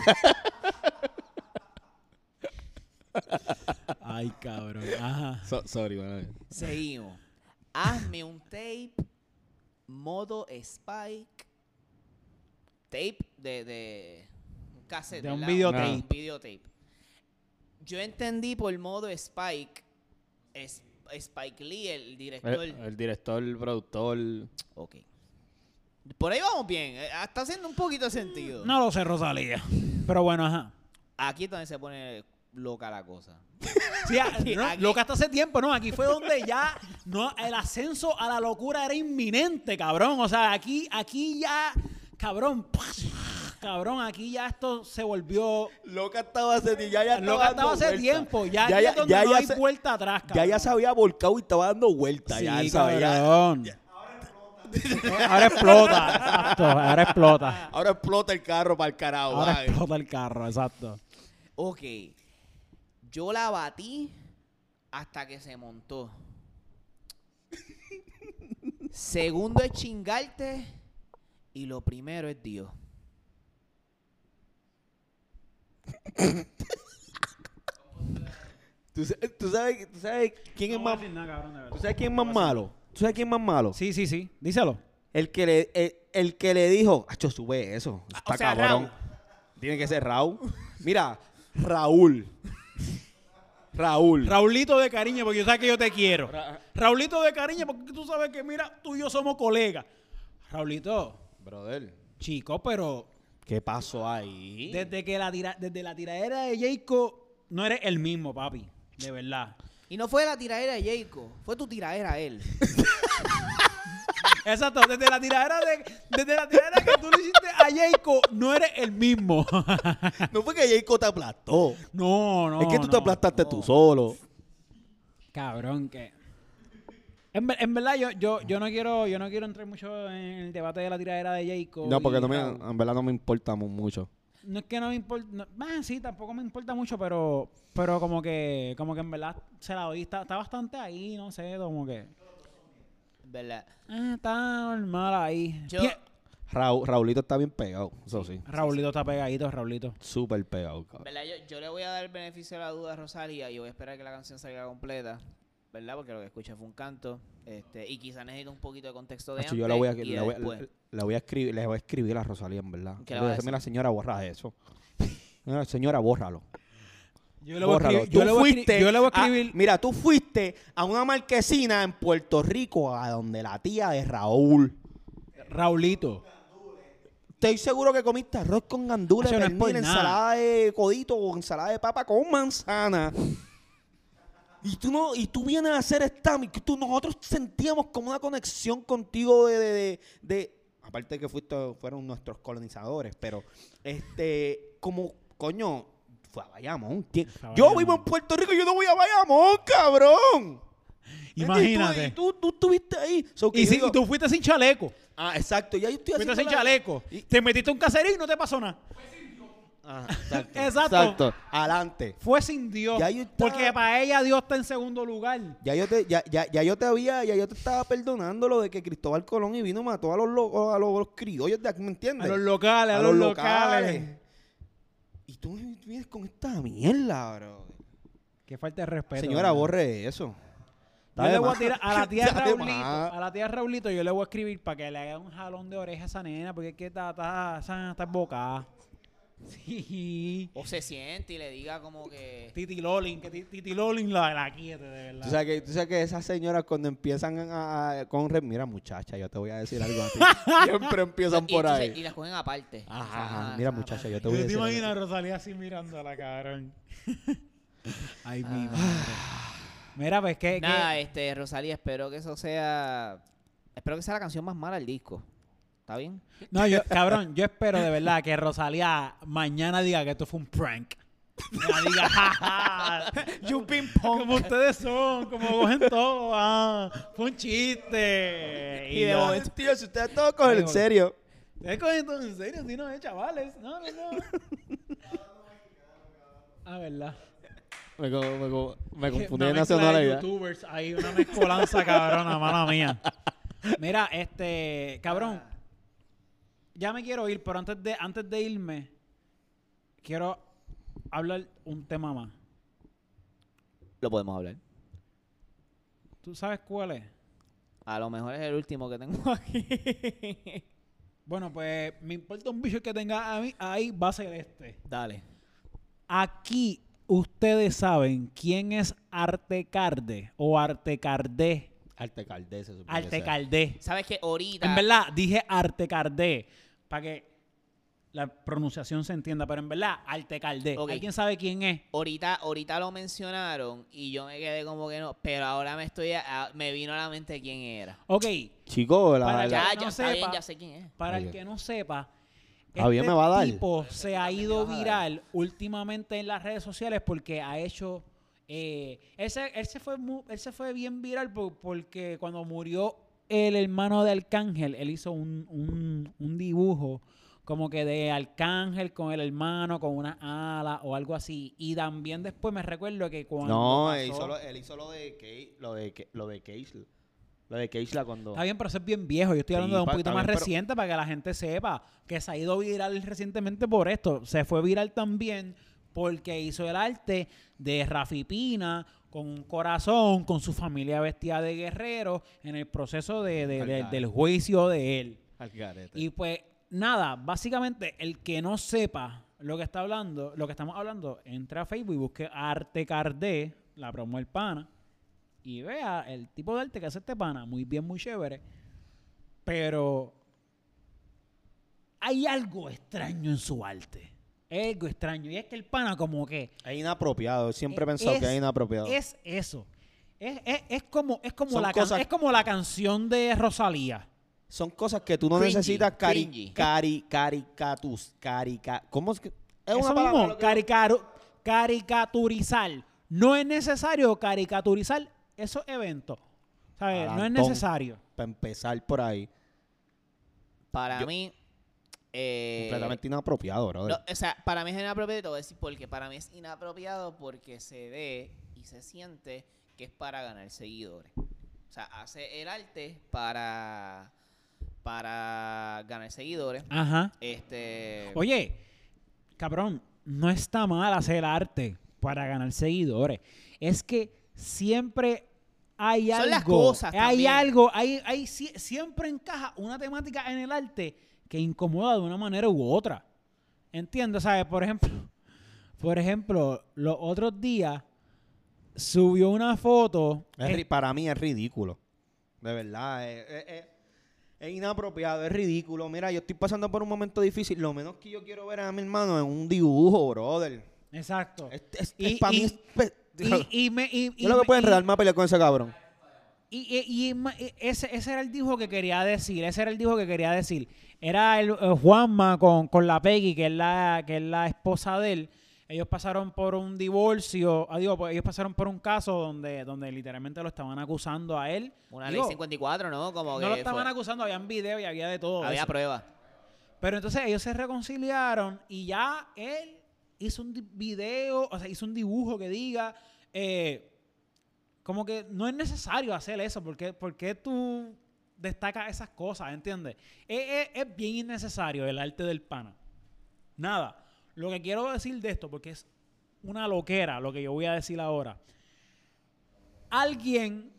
Speaker 2: Ay, cabrón. Ajá.
Speaker 3: So- sorry, bueno.
Speaker 1: Seguimos. Hazme un tape, modo spike, tape de, de un cassette.
Speaker 2: De un
Speaker 1: ¿verdad?
Speaker 2: videotape.
Speaker 1: Un videotape. Yo entendí por modo spike, es- Spike Lee, el director.
Speaker 4: El, el director, el productor.
Speaker 1: Ok. Por ahí vamos bien. eh, Está haciendo un poquito de sentido.
Speaker 2: No lo sé, Rosalía. Pero bueno, ajá.
Speaker 1: Aquí es donde se pone loca la cosa.
Speaker 2: Sí, a- no,
Speaker 1: Aquí-
Speaker 2: lo que hasta hace tiempo, no, aquí fue donde ya no, el ascenso a la locura era inminente, cabrón. O sea, aquí, aquí ya, cabrón, cabrón, aquí ya esto se volvió.
Speaker 3: Loca estaba hace tiempo. Ya,
Speaker 2: Lo que estaba hace tiempo, ya,
Speaker 3: Ya,
Speaker 2: aquí
Speaker 3: ya-
Speaker 2: es donde
Speaker 3: ya,
Speaker 2: no
Speaker 3: ya
Speaker 2: hay
Speaker 3: se-
Speaker 2: vuelta atrás,
Speaker 3: Ya
Speaker 2: cabrón.
Speaker 3: ya se había volcado y estaba dando vueltas.
Speaker 2: Sí,
Speaker 3: ya, ¿sabes? Ya-
Speaker 2: cabrón. Ahora explota, exacto, ahora explota.
Speaker 3: Ahora explota el carro para el carajo.
Speaker 2: Ahora
Speaker 3: ¿sabes?
Speaker 2: explota el carro, exacto.
Speaker 1: Ok. Yo la batí hasta que se montó. Segundo es chingarte y lo primero es Dios.
Speaker 3: ¿Tú, sa- tú sabes, tú sabes quién es más, ¿tú sabes quién es más malo? ¿Tú sabes quién es más malo?
Speaker 2: Sí, sí, sí, díselo.
Speaker 3: El que le, el, el que le dijo, Acho, sube eso. Está
Speaker 1: o sea,
Speaker 3: cabrón. Tiene que ser Raúl. Mira, Raúl. Raúl.
Speaker 2: Raulito de cariño, porque yo sé que yo te quiero. Raulito de cariño, porque tú sabes que, mira, tú y yo somos colegas. Raulito,
Speaker 3: Brother.
Speaker 2: chico, pero
Speaker 3: ¿Qué pasó ahí?
Speaker 2: desde que la tira- desde la tiradera de Jayco, no eres el mismo, papi. De verdad.
Speaker 1: Y no fue la tiradera de Jacob, fue tu tiradera a él.
Speaker 2: Exacto, desde la tiradera de, desde la tiradera que tú le hiciste a Jayco, no eres el mismo.
Speaker 3: No fue que Jayco te aplastó.
Speaker 2: No, no.
Speaker 3: es que tú te
Speaker 2: no.
Speaker 3: aplastaste tú solo.
Speaker 2: Cabrón, que. En, ver- en verdad, yo, yo, yo no quiero, yo no quiero entrar mucho en el debate de la tiradera de Jayco.
Speaker 3: No, porque
Speaker 2: y
Speaker 3: no me, ah.
Speaker 2: Raúl.
Speaker 3: en verdad no me importa mu- mucho.
Speaker 2: No es que no me importa. No, ah, sí, tampoco me importa mucho, pero, pero como que, como que en verdad se la doy. Está, está bastante ahí, no sé, como que.
Speaker 1: ¿Verdad?
Speaker 2: ah, está normal ahí.
Speaker 1: Yo-
Speaker 2: Pie-
Speaker 3: Raúl, Raulito está bien pegado, eso sí.
Speaker 2: Raulito está pegadito, Raulito.
Speaker 3: Súper pegado, cabrón.
Speaker 1: ¿Verdad? Yo, yo le voy a dar el beneficio de la duda a Rosalía y voy a esperar que la canción salga completa. ¿Verdad? Porque lo que escuché fue un canto. Este, y quizás necesito un poquito de contexto de
Speaker 3: Acho,
Speaker 1: antes
Speaker 3: yo la voy a,
Speaker 1: y de
Speaker 3: la voy a-
Speaker 1: después.
Speaker 3: la voy a escribir, le voy a escribir a Rosalía, en verdad.
Speaker 1: ¿Qué le vas a
Speaker 3: Mira,
Speaker 1: decir?
Speaker 3: mira, señora, borra eso. Mira, señora, bórralo.
Speaker 2: Yo
Speaker 3: Bórralo.
Speaker 2: yo
Speaker 3: Tú
Speaker 2: le voy a escri-
Speaker 3: fuiste
Speaker 2: yo le voy a escribir.
Speaker 3: mira, tú fuiste a una marquesina en Puerto Rico a donde la tía de Raúl. Ah.
Speaker 2: Raulito.
Speaker 3: Estoy seguro que comiste arroz con gandules,
Speaker 2: Eso no es
Speaker 3: pernil,
Speaker 2: por nada.
Speaker 3: ensalada de codito o ensalada de papa con manzana. Y tú no, y tú vienes a hacer stand y tú, nosotros sentíamos como una conexión contigo de, de, de- de- aparte que fuiste, fueron nuestros colonizadores, pero este, como, coño, fue a Bayamón. ¿Quién-
Speaker 2: Fue a
Speaker 3: Yo
Speaker 2: Bayamón.
Speaker 3: vivo en Puerto Rico, yo no voy a Bayamón, cabrón.
Speaker 2: Imagínate.
Speaker 3: Y tú, y tú, tú estuviste ahí. So que
Speaker 2: Y,
Speaker 3: yo
Speaker 2: si-
Speaker 3: digo-
Speaker 2: y tú fuiste sin chaleco.
Speaker 3: Ah, exacto. Ya yo estoy
Speaker 2: Fuiste sin
Speaker 3: la-
Speaker 2: chaleco.
Speaker 3: Y-
Speaker 2: Te metiste a un caserío y no te pasó nada.
Speaker 3: Ajá, Ah, exacto.
Speaker 2: Exacto.
Speaker 3: Adelante.
Speaker 2: Fue sin Dios.
Speaker 3: Ya yo estaba-
Speaker 2: Porque para ella Dios está en segundo lugar.
Speaker 3: Ya yo, te, ya, ya, ya yo te había, ya yo te estaba perdonando lo de que Cristóbal Colón y vino y mató a los, lo- a los, los criollos de aquí, ¿me entiendes?
Speaker 2: A los locales, a, los, locales.
Speaker 3: Y tú vienes con esta mierda, bro.
Speaker 2: Qué falta de respeto.
Speaker 3: Señora,
Speaker 2: ¿verdad?
Speaker 3: borre eso. Está
Speaker 2: Yo
Speaker 3: de
Speaker 2: le voy a
Speaker 3: más.
Speaker 2: tirar a la tía
Speaker 3: Está de
Speaker 2: Raulito,
Speaker 3: más.
Speaker 2: a la tía Raulito, yo le voy a escribir para que le haga un jalón de oreja a esa nena, porque es que está, está, está, está embocada. Sí.
Speaker 1: O se siente y le diga como que...
Speaker 2: Titi Lolin, que ti- Titi Lolin la, la quiete, de verdad.
Speaker 3: Tú sabes, que, tú sabes que esas señoras cuando empiezan a, a- con... re- Mira, muchacha, yo te voy a decir algo a ti. Siempre empiezan
Speaker 1: Y
Speaker 3: por
Speaker 1: entonces-
Speaker 3: ahí.
Speaker 1: Y las cogen aparte. O
Speaker 3: Ajá,
Speaker 1: sea,
Speaker 3: ajá.
Speaker 1: ah,
Speaker 3: Mira,
Speaker 1: ah,
Speaker 3: muchacha,
Speaker 1: ah.
Speaker 3: yo te
Speaker 2: ¿Tú
Speaker 3: voy a
Speaker 2: te,
Speaker 3: decir algo.
Speaker 2: imaginas a Rosalía así mirándola, cabrón? Ay, mi
Speaker 3: Ah.
Speaker 2: madre. Mira, pues que... que-
Speaker 1: Nada, este, Rosalía, espero que eso sea... Espero que sea la canción más mala del disco. ¿Está bien?
Speaker 2: No, yo, cabrón, yo espero de verdad que Rosalía mañana diga que esto fue un prank. Ya diga, "Ja, ja, you ping pong. Como ustedes son, como cogen todo, ah, fue un chiste.
Speaker 3: Y de
Speaker 2: ya.
Speaker 3: momento, tío, si ustedes todos cogen en serio.
Speaker 2: Ustedes cogen todo en serio, si no es chavales. No, no, no. Ah, verdad.
Speaker 4: Me, co- me co- me
Speaker 2: Una
Speaker 4: confundí de
Speaker 2: mezcla
Speaker 3: ¿eh?
Speaker 4: nacionalidad.
Speaker 2: youtubers, hay una mezcolanza cabrona, mala mía. Mira, este, cabrón, ya me quiero ir, pero antes de, antes de irme, quiero hablar un tema más.
Speaker 1: Lo podemos hablar.
Speaker 2: ¿Tú sabes cuál es?
Speaker 1: A lo mejor es el último que tengo aquí.
Speaker 2: Bueno, pues me importa un bicho el que tenga a mí, ahí va a ser este.
Speaker 1: Dale.
Speaker 2: Aquí ustedes saben quién es Artecarde o Artecardé.
Speaker 3: Artecaldés, se supone. que sea.
Speaker 2: Artecardé.
Speaker 1: ¿Sabes qué? Ahorita.
Speaker 2: En verdad, dije Artecardé para que la pronunciación se entienda, pero en verdad, Artecardé.
Speaker 1: Ok.
Speaker 2: ¿Alguien sabe quién es?
Speaker 1: Ahorita, ahorita lo mencionaron y yo me quedé como que no, pero ahora me estoy a- a- me vino a la mente quién era.
Speaker 2: Ok,
Speaker 3: Chico, la,
Speaker 2: Para
Speaker 3: la-
Speaker 2: allá.
Speaker 1: Ya,
Speaker 2: que
Speaker 1: ya,
Speaker 2: Ah, no
Speaker 1: está bien,
Speaker 2: sepa.
Speaker 1: ya sé quién es.
Speaker 2: para el
Speaker 3: Oye.
Speaker 2: que no sepa, este
Speaker 3: Javier Ah, me va a dar.
Speaker 2: tipo se ha ido
Speaker 1: vas a dar.
Speaker 2: viral últimamente en las redes sociales porque ha hecho... eh, él, se, él se fue, mu- él se fue bien viral por- porque cuando murió el hermano de Arcángel, él hizo un, un- un dibujo como que de Arcángel con el hermano, con una ala o algo así. Y también después me recuerdo que cuando...
Speaker 3: No,
Speaker 2: pasó-
Speaker 3: él hizo, lo, él hizo lo de Kei- lo de Ke- lo de Keisla. Lo de Keisla cuando.
Speaker 2: Está bien, pero eso es bien viejo. Yo estoy
Speaker 3: Sí,
Speaker 2: hablando de un
Speaker 3: pa-
Speaker 2: poquito
Speaker 3: está
Speaker 2: más
Speaker 3: bien, pero-
Speaker 2: reciente para que la gente sepa que se ha ido viral recientemente por esto. Se fue viral también porque hizo el arte de Rafi Pina con un corazón, con su familia vestida de guerrero en el proceso de- de- de-
Speaker 3: Algar.
Speaker 2: del juicio de él.
Speaker 3: Al garete.
Speaker 2: Y pues nada, básicamente el que no sepa lo que está hablando, lo que estamos hablando, entra a Facebook y busque Arte Cardé, la promo del pana, y vea el tipo de arte que hace este pana, muy bien, muy chévere, pero hay algo extraño en su arte, algo extraño, y es que el pana como que
Speaker 3: Es inapropiado. Siempre he pensado
Speaker 2: es-
Speaker 3: que es inapropiado.
Speaker 2: es eso, es, es- es como, es, como
Speaker 3: Son
Speaker 2: la can-
Speaker 3: cosas-
Speaker 2: es como la canción de Rosalía.
Speaker 3: Son cosas que tú no
Speaker 1: Cringy,
Speaker 3: necesitas cari,
Speaker 1: cringy.
Speaker 3: cari, caricatus, carica. ¿Cómo es que? Es
Speaker 2: Eso
Speaker 3: una palabra
Speaker 2: mismo,
Speaker 3: lo que-
Speaker 2: caricaru- caricaturizar. No es necesario caricaturizar esos eventos. ¿Sabes? No es
Speaker 3: Adelantón.
Speaker 2: necesario.
Speaker 3: Para empezar por ahí.
Speaker 1: Para
Speaker 3: Yo-
Speaker 1: mí. eh,
Speaker 3: completamente inapropiado, brother.
Speaker 1: no, o sea, para mí es inapropiado, y te voy a decir porque para mí es inapropiado porque se ve y se siente que es para ganar seguidores. O sea, hace el arte para para ganar seguidores.
Speaker 2: Ajá.
Speaker 1: Este
Speaker 2: Oye, cabrón, no está mal hacer arte para ganar seguidores. Es que siempre hay
Speaker 1: Son
Speaker 2: algo.
Speaker 1: las cosas
Speaker 2: hay
Speaker 1: también.
Speaker 2: algo, hay, hay, sie- siempre encaja una temática en el arte que incomoda de una manera u otra. ¿Entiendes? ¿Sabes? Por ejemplo, por ejemplo, los otros días subió una foto.
Speaker 3: Es ri- para mí es ridículo. De verdad. Es, es- es- es inapropiado, es ridículo. Mira, yo estoy pasando por un momento difícil. Lo menos que yo quiero ver a mi hermano es un dibujo, brother.
Speaker 2: Exacto.
Speaker 3: Es, es-
Speaker 2: Y-
Speaker 3: es para
Speaker 2: y-
Speaker 3: mí. es pe-
Speaker 2: Y, y me, y- y
Speaker 3: yo lo
Speaker 2: me-
Speaker 3: que puedo
Speaker 2: y-
Speaker 3: enredarme a pelear con ese cabrón.
Speaker 2: Y, y- y ma- e- ese, ese era el dijo que quería decir, ese era el dijo que quería decir. Era el, eh, Juanma con, con la Peggy, que es la, que es la esposa de él. Ellos pasaron por un divorcio, ah, digo, pues, ellos pasaron por un caso donde, donde literalmente lo estaban acusando a él.
Speaker 1: una
Speaker 2: Digo,
Speaker 1: ley 54, ¿no? Como
Speaker 2: No
Speaker 1: que
Speaker 2: lo estaban
Speaker 1: fue-
Speaker 2: acusando, habían video y había de todo.
Speaker 1: había
Speaker 2: eso.
Speaker 1: pruebas.
Speaker 2: Pero entonces ellos se reconciliaron y ya él hizo un di- video, o sea, hizo un dibujo que diga, eh, como que no es necesario hacer eso, porque, porque tú destacas esas cosas, ¿entiendes? Es, es- es bien innecesario el arte del pana. Nada, lo que quiero decir de esto, porque es una loquera lo que yo voy a decir ahora. Alguien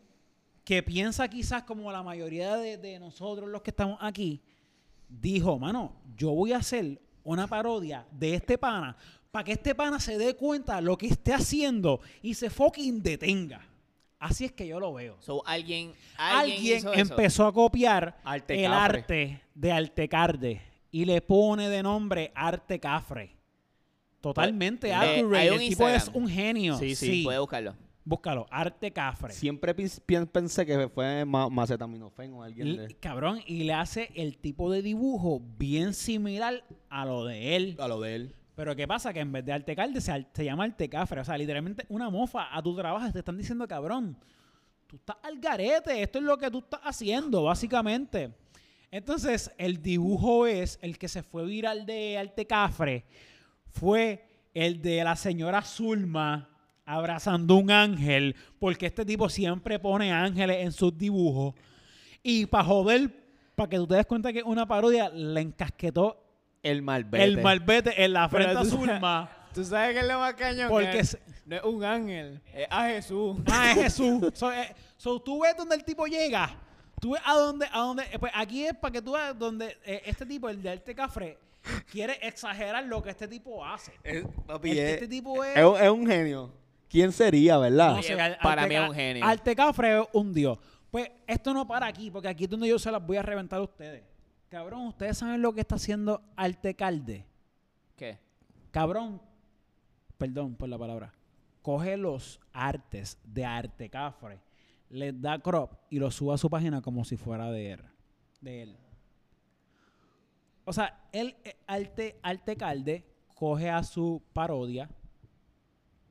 Speaker 2: que piensa quizás como la mayoría de, de nosotros los que estamos aquí, dijo, mano, yo voy a hacer una parodia de este pana para que este pana se dé cuenta lo que esté haciendo y se fucking detenga. Así es que yo lo veo.
Speaker 1: So, alguien alguien,
Speaker 2: Alguien,
Speaker 1: hizo eso.
Speaker 2: empezó a copiar
Speaker 3: Arte
Speaker 2: el
Speaker 3: cafre.
Speaker 2: arte de Artecarde y le pone de nombre Arte Cafre. Totalmente
Speaker 1: Eh,
Speaker 2: accurate.
Speaker 1: hay un
Speaker 2: el tipo es
Speaker 1: Instagram.
Speaker 2: un genio. Sí,
Speaker 4: Sí, sí,
Speaker 1: Puede buscarlo.
Speaker 2: Búscalo, Arte Cafre.
Speaker 3: Siempre pis- pien- pensé que fue ma- macetaminofen o alguien
Speaker 2: L-
Speaker 3: de.
Speaker 2: Cabrón, y le hace el tipo de dibujo bien similar a lo de él.
Speaker 3: A lo de él.
Speaker 2: Pero ¿qué pasa? Que en vez de Artecalde se, al- se llama Artecafre. O sea, literalmente una mofa a tu trabajo te están diciendo, cabrón, tú estás al garete, esto es lo que tú estás haciendo, básicamente. Entonces, el dibujo es, el que se fue viral de Artecafre fue el de la señora Zulma abrazando un ángel, porque este tipo siempre pone ángeles en sus dibujos. Y para joder, para que tú te des cuenta que es una parodia, le encasquetó
Speaker 3: El malvete.
Speaker 2: el malvete en la
Speaker 5: Pero
Speaker 2: frente a
Speaker 5: tú sabes-
Speaker 2: Zulma.
Speaker 5: Tú sabes que es lo más cañón.
Speaker 2: Porque
Speaker 5: que
Speaker 2: es-
Speaker 5: no es un ángel, es a Jesús.
Speaker 2: Ah, es Jesús. So, eh, so, tú ves donde el tipo llega. Tú ves a dónde, a dónde. eh, Pues aquí es para que tú veas donde eh, este tipo, el de Arte Cafre, quiere exagerar lo que este tipo hace.
Speaker 3: Es- papi,
Speaker 2: El-
Speaker 3: es-
Speaker 2: este tipo es.
Speaker 3: eh, es un- es un genio. ¿Quién sería, verdad?
Speaker 2: no sé, Al-
Speaker 1: para
Speaker 2: Arte
Speaker 1: mí es
Speaker 2: Ca-
Speaker 1: un genio.
Speaker 2: Arte Cafre es un dios. Pues esto no para aquí, porque aquí es donde yo se las voy a reventar a ustedes. Cabrón, ustedes saben lo que está haciendo Arte Calde.
Speaker 1: ¿Qué?
Speaker 2: Cabrón, perdón por la palabra. Coge los artes de Arte Cafre, les da crop y los sube a su página como si fuera de él. De él. O sea, él, eh, Arte, Arte Calde coge a su parodia,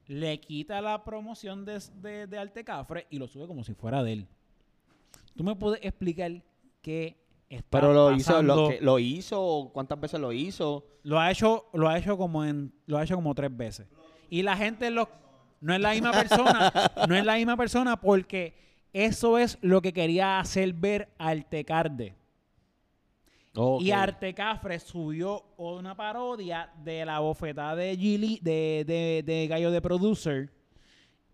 Speaker 2: le quita la promoción de, de- de Arte Cafre y lo sube como si fuera de él. ¿Tú me puedes explicar qué está
Speaker 3: Pero lo hizo,
Speaker 2: pasando?
Speaker 3: lo, que- lo hizo, cuántas veces lo hizo.
Speaker 2: Lo ha hecho, lo ha hecho como en, lo ha hecho como tres veces. Y la gente lo, no es la misma persona, no es la misma persona porque eso es lo que quería hacer ver Artecarde. Y Artecafre subió una parodia de la bofetada de Gili, de, de- de Gallo de Producer.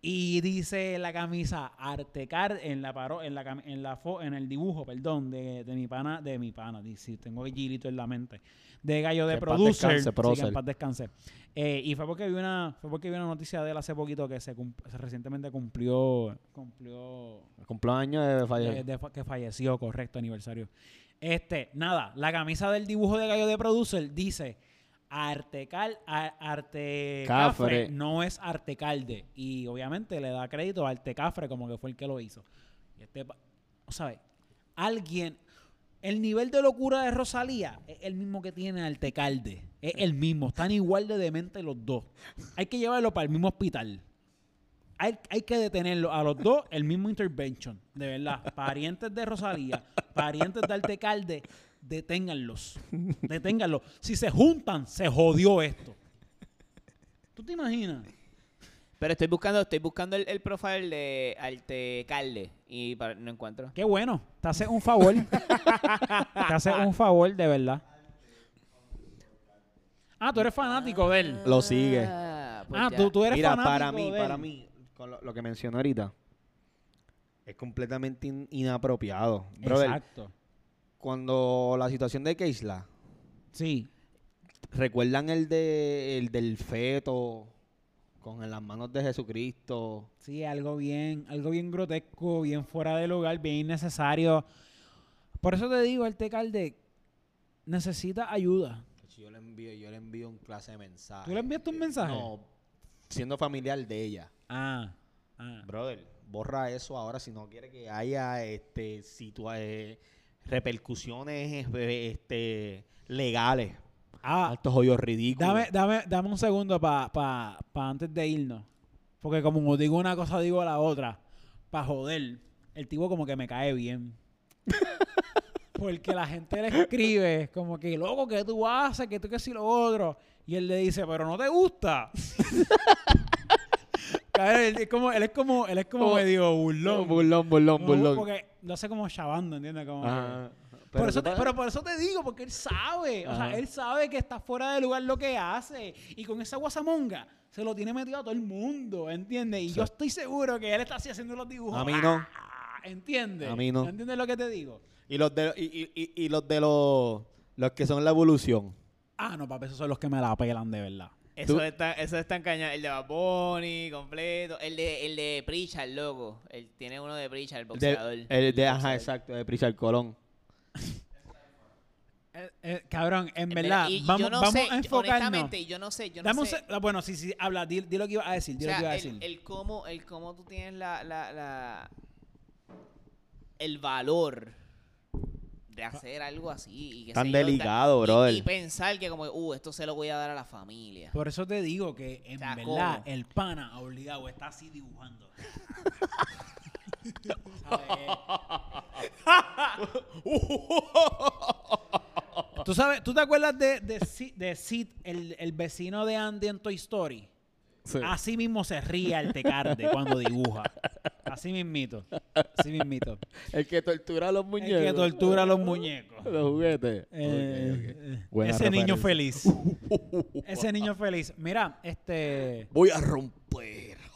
Speaker 2: Y dice la camisa Artecar en la paro, en la cam- en la fo- en el dibujo, perdón, de, de mi pana, de mi pana, di- si tengo el Gilito en la mente. De Gallo
Speaker 3: Que
Speaker 2: de
Speaker 3: en paz
Speaker 2: Producer.
Speaker 3: descanse,
Speaker 2: Sí, que
Speaker 3: prócer.
Speaker 2: en paz descanse. Eh, y fue porque vi una fue porque vi una noticia de él hace poquito que se, cum- se recientemente cumplió cumplió
Speaker 3: Cumpleaños de
Speaker 2: de- de fa- que falleció, correcto, aniversario. Este, nada, la camisa del dibujo de Gallo de Producer dice Artecal, a- Arte
Speaker 3: Cafre.
Speaker 2: Cafre no es Artecalde. Y obviamente le da crédito a Artecafre como que fue el que lo hizo. Y este, pa- ¿sabes? Alguien, el nivel de locura de Rosalía es el mismo que tiene Artecalde. Es el mismo, están igual de demente los dos. Hay que llevarlo para el mismo hospital hay, hay que detenerlo a los dos, el mismo intervention, de verdad. Parientes de Rosalía, parientes de Artecalde, deténganlos. Deténganlos. Si se juntan, se jodió esto. ¿Tú te imaginas?
Speaker 1: Pero estoy buscando, estoy buscando el, el profile de Artecalde y para- no encuentro.
Speaker 2: Qué bueno. Te hace un favor. te hace un favor, de verdad. Ah, tú eres fanático de él.
Speaker 3: Lo sigue.
Speaker 1: Ah, pues
Speaker 2: Ah,
Speaker 1: ya.
Speaker 2: tú, tú eres
Speaker 3: Mira,
Speaker 2: fanático
Speaker 3: para mí,
Speaker 2: de él.
Speaker 3: para mí, con lo, lo que mencioné ahorita, es completamente in- inapropiado. Brother,
Speaker 2: Exacto.
Speaker 3: cuando la situación de Keisla,
Speaker 2: Sí.
Speaker 3: ¿recuerdan el, de, el del feto con las manos de Jesucristo?
Speaker 2: Sí, algo bien, algo bien grotesco, bien fuera del lugar, bien innecesario. Por eso te digo, el Tecalde necesita ayuda.
Speaker 3: Si yo le envío, yo le envío un clase de mensaje.
Speaker 2: ¿Tú le enviaste un mensaje?
Speaker 3: No, siendo familiar de ella.
Speaker 2: Ah, ah.
Speaker 3: Brother, borra eso ahora si no quiere que haya este situa eh, repercusiones eh, este legales.
Speaker 2: Ah,
Speaker 3: Altos hoyos ridículos.
Speaker 2: dame, dame, dame un segundo para pa, pa antes de irnos. Porque como digo una cosa, digo la otra. Para joder, el tipo como que me cae bien. Porque la gente le escribe como que, loco, ¿qué tú haces? que tú qué si lo otro? Y él le dice, pero no te gusta. Cabrón, él es como, él es como, él es como medio burlón.
Speaker 3: burlón, burlón,
Speaker 2: Como- Porque lo hace como chavando, ¿entiendes? Como que-
Speaker 3: Ajá.
Speaker 2: Por eso
Speaker 3: ¿qué
Speaker 2: te-
Speaker 3: pasa?
Speaker 2: pero por eso te digo, porque él sabe. O sea,
Speaker 3: Ajá.
Speaker 2: él sabe que está fuera de lugar lo que hace. Y con esa guasamonga se lo tiene metido a todo el mundo, ¿entiendes? Y yo estoy seguro que él está así haciendo los dibujos.
Speaker 3: A mí no.
Speaker 2: ¡Ah! ¿Entiendes?
Speaker 3: A mí no.
Speaker 2: ¿Entiendes lo que te digo?
Speaker 3: y los de y, y- y- y los de los los que son la evolución.
Speaker 2: Ah, no, papi, esos son los que me la pelan de verdad.
Speaker 3: Tú-
Speaker 1: Eso está, eso está en caña. El de Bad Bunny, completo. El de, el de Pritchard, loco. Él tiene uno de Pritchard, el
Speaker 3: De-
Speaker 1: boxeador.
Speaker 3: el de ajá,
Speaker 1: boxeador.
Speaker 3: exacto, de Prisa Colón.
Speaker 2: Eh, eh, cabrón, en
Speaker 1: En
Speaker 2: verdad,
Speaker 1: verdad, y- y
Speaker 2: vamos,
Speaker 1: yo no
Speaker 2: vamos
Speaker 1: sé,
Speaker 2: a enfocarnos.
Speaker 1: Honestamente, yo no sé, yo no
Speaker 2: Dame un
Speaker 1: sé.
Speaker 2: se- ah, bueno, sí, sí, habla, di, di lo que iba a decir,
Speaker 1: O
Speaker 2: di lo
Speaker 1: sea,
Speaker 2: que iba a decir.
Speaker 1: el, el cómo, el cómo tú tienes la, la, la- el valor de hacer algo así. Y que
Speaker 3: Tan
Speaker 1: se yo,
Speaker 3: delicado,
Speaker 1: y-
Speaker 3: brother.
Speaker 1: Y, pensar que como, uh, esto se lo voy a dar a la familia.
Speaker 2: Por eso te digo que en
Speaker 1: O sea,
Speaker 2: verdad
Speaker 1: ¿cómo?
Speaker 2: el pana obligado está así dibujando. ¿Sabes? ¿Tú, sabes, ¿Tú te acuerdas de, de, Sid, de Sid, el, el vecino de Andy en Toy Story?
Speaker 4: Sí.
Speaker 2: Así mismo se ríe Altecarde cuando dibuja. Así mismito. Así mismito.
Speaker 4: El que tortura a los
Speaker 2: El
Speaker 4: muñecos.
Speaker 2: que tortura a los muñecos.
Speaker 4: Los juguetes. Ok,
Speaker 2: Eh,
Speaker 4: ok.
Speaker 2: eh,
Speaker 4: Buena
Speaker 2: ese niño
Speaker 4: referencia.
Speaker 2: feliz. Ese niño feliz. Mira, este.
Speaker 3: Voy a romper.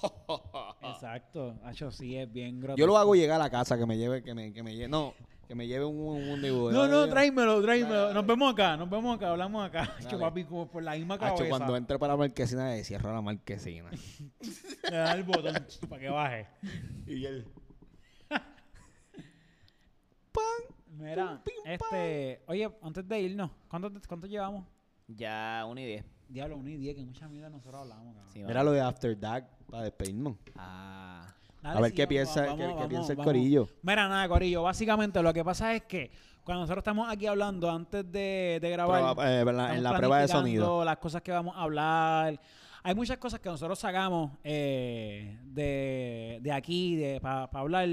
Speaker 2: Ah. Exacto. Hacho, sí, es bien grotesco.
Speaker 3: Yo lo hago llegar a la casa, que me lleve, que me, que me lleve, no, que me lleve un, un dibujo.
Speaker 2: No, no,
Speaker 3: Dale,
Speaker 2: tráemelo, tráemelo. Nos vemos acá, nos vemos acá, hablamos acá. Hacho,
Speaker 3: Dale.
Speaker 2: papi, como por la misma
Speaker 3: Hacho,
Speaker 2: cabeza.
Speaker 3: cuando entre para la marquesina, le cierro la marquesina.
Speaker 2: Le da el botón para que baje.
Speaker 3: y él,
Speaker 2: Mira, este. Oye, antes de irnos, ¿cuánto, cuánto llevamos?
Speaker 1: Ya, 1 y 10.
Speaker 2: Diablo, Ah, una y diez, que mucha mierda nosotros hablamos, cabrón.
Speaker 1: Sí,
Speaker 3: mira
Speaker 1: vamos.
Speaker 3: lo de After Dark para despedirnos.
Speaker 1: Ah.
Speaker 2: Dale,
Speaker 3: A ver
Speaker 2: sí,
Speaker 3: qué
Speaker 2: vamos,
Speaker 3: piensa-
Speaker 2: vamos,
Speaker 3: qué- qué
Speaker 2: vamos,
Speaker 3: piensa el
Speaker 2: vamos.
Speaker 3: corillo.
Speaker 2: Mira, nada, corillo. Básicamente lo que pasa es que cuando nosotros estamos aquí hablando antes de, de grabar,
Speaker 3: Prueba- eh, ¿verdad? en
Speaker 2: estamos
Speaker 3: la prueba de
Speaker 2: planificando
Speaker 3: sonido.
Speaker 2: las cosas que vamos a hablar. Hay muchas cosas que nosotros sacamos eh, de, de aquí para hablar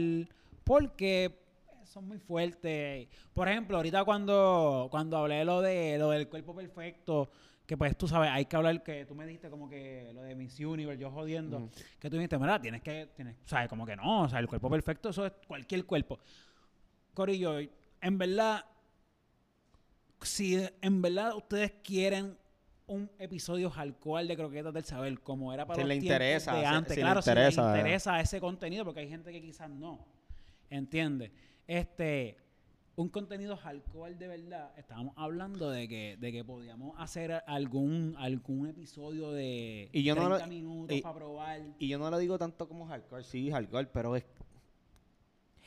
Speaker 2: porque son muy fuertes. Por ejemplo, ahorita cuando, cuando hablé lo, de, lo del cuerpo perfecto, que pues tú sabes, hay que hablar que tú me dijiste como que lo de Miss Universe, yo jodiendo, que tú dijiste, mira, tienes que, tienes, sabes, como que no, o sea, el cuerpo perfecto, eso es cualquier cuerpo. Corillo, en verdad, si en verdad ustedes quieren un episodio hardcore de Croquetas del Saber, como era para
Speaker 3: Si
Speaker 2: los
Speaker 3: le
Speaker 2: tiempos
Speaker 3: interesa,
Speaker 2: de
Speaker 3: si-
Speaker 2: antes,
Speaker 3: si le
Speaker 2: claro, si
Speaker 3: interesa. eh.
Speaker 2: les interesa ese contenido, porque hay gente que quizás no, ¿entiendes? Este, un contenido hardcore de verdad, estábamos hablando de que, de que podíamos hacer algún, algún episodio de
Speaker 3: Y yo no
Speaker 2: 30
Speaker 3: lo-
Speaker 2: minutos
Speaker 3: y-
Speaker 2: para probar.
Speaker 3: Y yo no lo digo tanto como hardcore, sí, hardcore, pero es,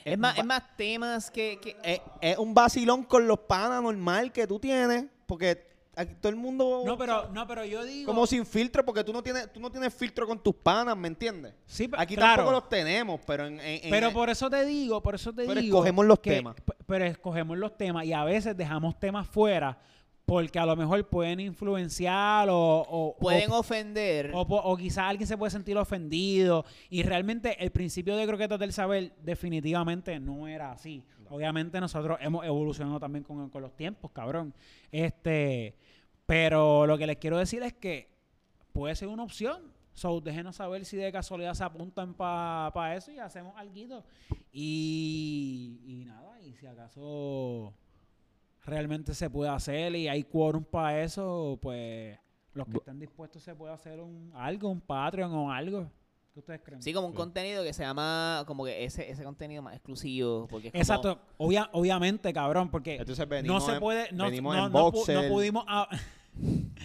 Speaker 1: Es, más, es más temas que... que-
Speaker 2: eh,
Speaker 1: eh,
Speaker 3: es, es un vacilón con los panas normal que tú tienes, porque aquí todo el mundo...
Speaker 2: No, pero, no, pero yo digo...
Speaker 3: Como sin filtro, porque tú no tienes, tú no tienes filtro con tus panas, ¿me entiendes?
Speaker 2: Sí, pe-
Speaker 3: Aquí
Speaker 2: claro.
Speaker 3: tampoco los tenemos, pero en, en- en-
Speaker 2: Pero por eso te digo, por eso te
Speaker 3: Pero
Speaker 2: digo.
Speaker 3: escogemos los
Speaker 2: que-
Speaker 3: temas.
Speaker 2: p- Pero escogemos los temas y a veces dejamos temas fuera porque a lo mejor pueden influenciar o. o-
Speaker 1: Pueden
Speaker 2: o,
Speaker 1: ofender.
Speaker 2: o po- o quizás alguien se puede sentir ofendido. Y realmente el principio de Croquetas del Saber definitivamente no era así. Obviamente nosotros hemos evolucionado también con, con los tiempos, cabrón. Este, pero lo que les quiero decir es que puede ser una opción. So, déjenos saber si de casualidad se apuntan para eso y hacemos algo. Y, y nada, y si acaso realmente se puede hacer y hay quórum para eso, pues los que están dispuestos se puede hacer un algo, un Patreon o algo. ¿Qué ustedes creen?
Speaker 1: Sí, como un contenido que se llama... Como que ese, ese contenido más exclusivo. Porque es como-
Speaker 2: Exacto, Obvia- obviamente, cabrón, porque
Speaker 3: Entonces
Speaker 2: no
Speaker 3: venimos
Speaker 2: se
Speaker 3: en-
Speaker 2: puede, no,
Speaker 3: venimos
Speaker 2: no-
Speaker 3: en
Speaker 2: no pu- no
Speaker 3: boxer,
Speaker 2: pudimos, a-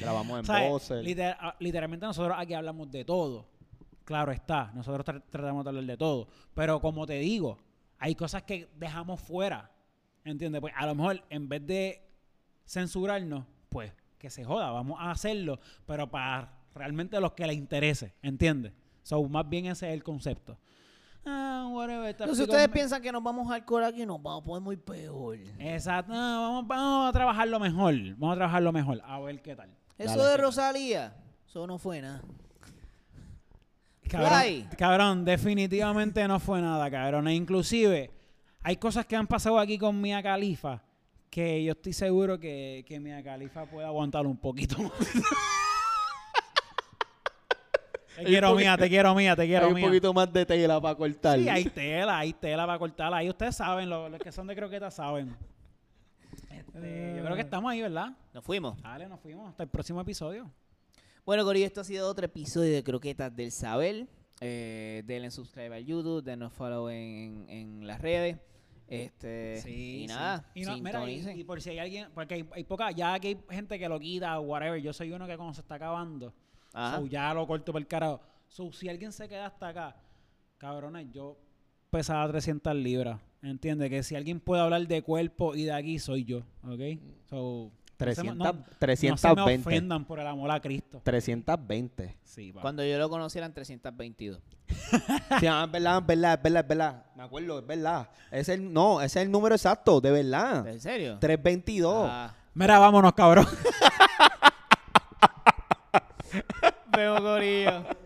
Speaker 3: grabamos en
Speaker 2: ¿sabes?
Speaker 3: boxer.
Speaker 2: Liter- a- literalmente nosotros aquí hablamos de todo. Claro está, nosotros tra- tratamos de hablar de todo. Pero como te digo, hay cosas que dejamos fuera. ¿Entiendes? Pues a lo mejor en vez de censurarnos, pues que se joda, vamos a hacerlo, pero para realmente los que les interese, ¿entiendes? So, más bien ese es el concepto. Ah, whatever. está
Speaker 1: Pero si ustedes
Speaker 2: pico-
Speaker 1: piensan que nos vamos al coraje, nos vamos a poner muy peor.
Speaker 2: Exacto, no, vamos, vamos a trabajarlo mejor, vamos a trabajarlo mejor, a ver qué tal.
Speaker 1: Eso de Rosalía, eso no fue nada. Fly.
Speaker 2: Cabrón, cabrón, definitivamente no fue nada, cabrón. E inclusive, hay cosas que han pasado aquí con Mia Califa que yo estoy seguro que, que Mia Califa puede aguantar un poquito más. te quiero, Mía, te quiero, Mía, te quiero,
Speaker 3: Hay un
Speaker 2: Mía.
Speaker 3: poquito más de tela para cortar.
Speaker 2: Sí, hay tela, hay tela para cortarla. Ahí ustedes saben, lo- los, que son de croquetas saben. Este, yo creo que estamos ahí, ¿verdad?
Speaker 1: Nos fuimos.
Speaker 2: Dale, nos fuimos. Hasta el próximo episodio.
Speaker 1: Bueno, Corillo, esto ha sido otro episodio de Croquetas del Saber. Eh, denle subscribe al YouTube, denos follow en, en- en las redes. Este,
Speaker 2: Sí,
Speaker 1: y
Speaker 2: sí.
Speaker 1: nada,
Speaker 2: Y, no, mira, y-
Speaker 1: sintonicen.
Speaker 2: y por si hay alguien, porque hay, hay poca, ya que hay gente que lo quita o whatever, yo soy uno que cuando se está acabando,
Speaker 1: Ajá.
Speaker 2: so, ya lo corto por el carajo. So, si alguien se queda hasta acá, cabrones, yo pesaba 300 libras, ¿entiendes? Que si alguien puede hablar de cuerpo y de aquí, soy yo, ¿ok? So, no se me- no-
Speaker 3: 300,
Speaker 2: No se me
Speaker 3: 320.
Speaker 2: ofendan por el amor a Cristo.
Speaker 3: 320.
Speaker 2: Sí, pa.
Speaker 1: Cuando yo lo conocí eran 322.
Speaker 3: Sí, ah, es verdad, es verdad, es verdad, es verdad. Me acuerdo, es verdad. Es el, no, ese es el número exacto, de
Speaker 2: Ah.
Speaker 3: verdad.
Speaker 1: ¿En serio?
Speaker 2: oh.
Speaker 3: 322.
Speaker 1: Ah.
Speaker 2: Mira, vámonos, cabrón.
Speaker 5: Veo gorillo.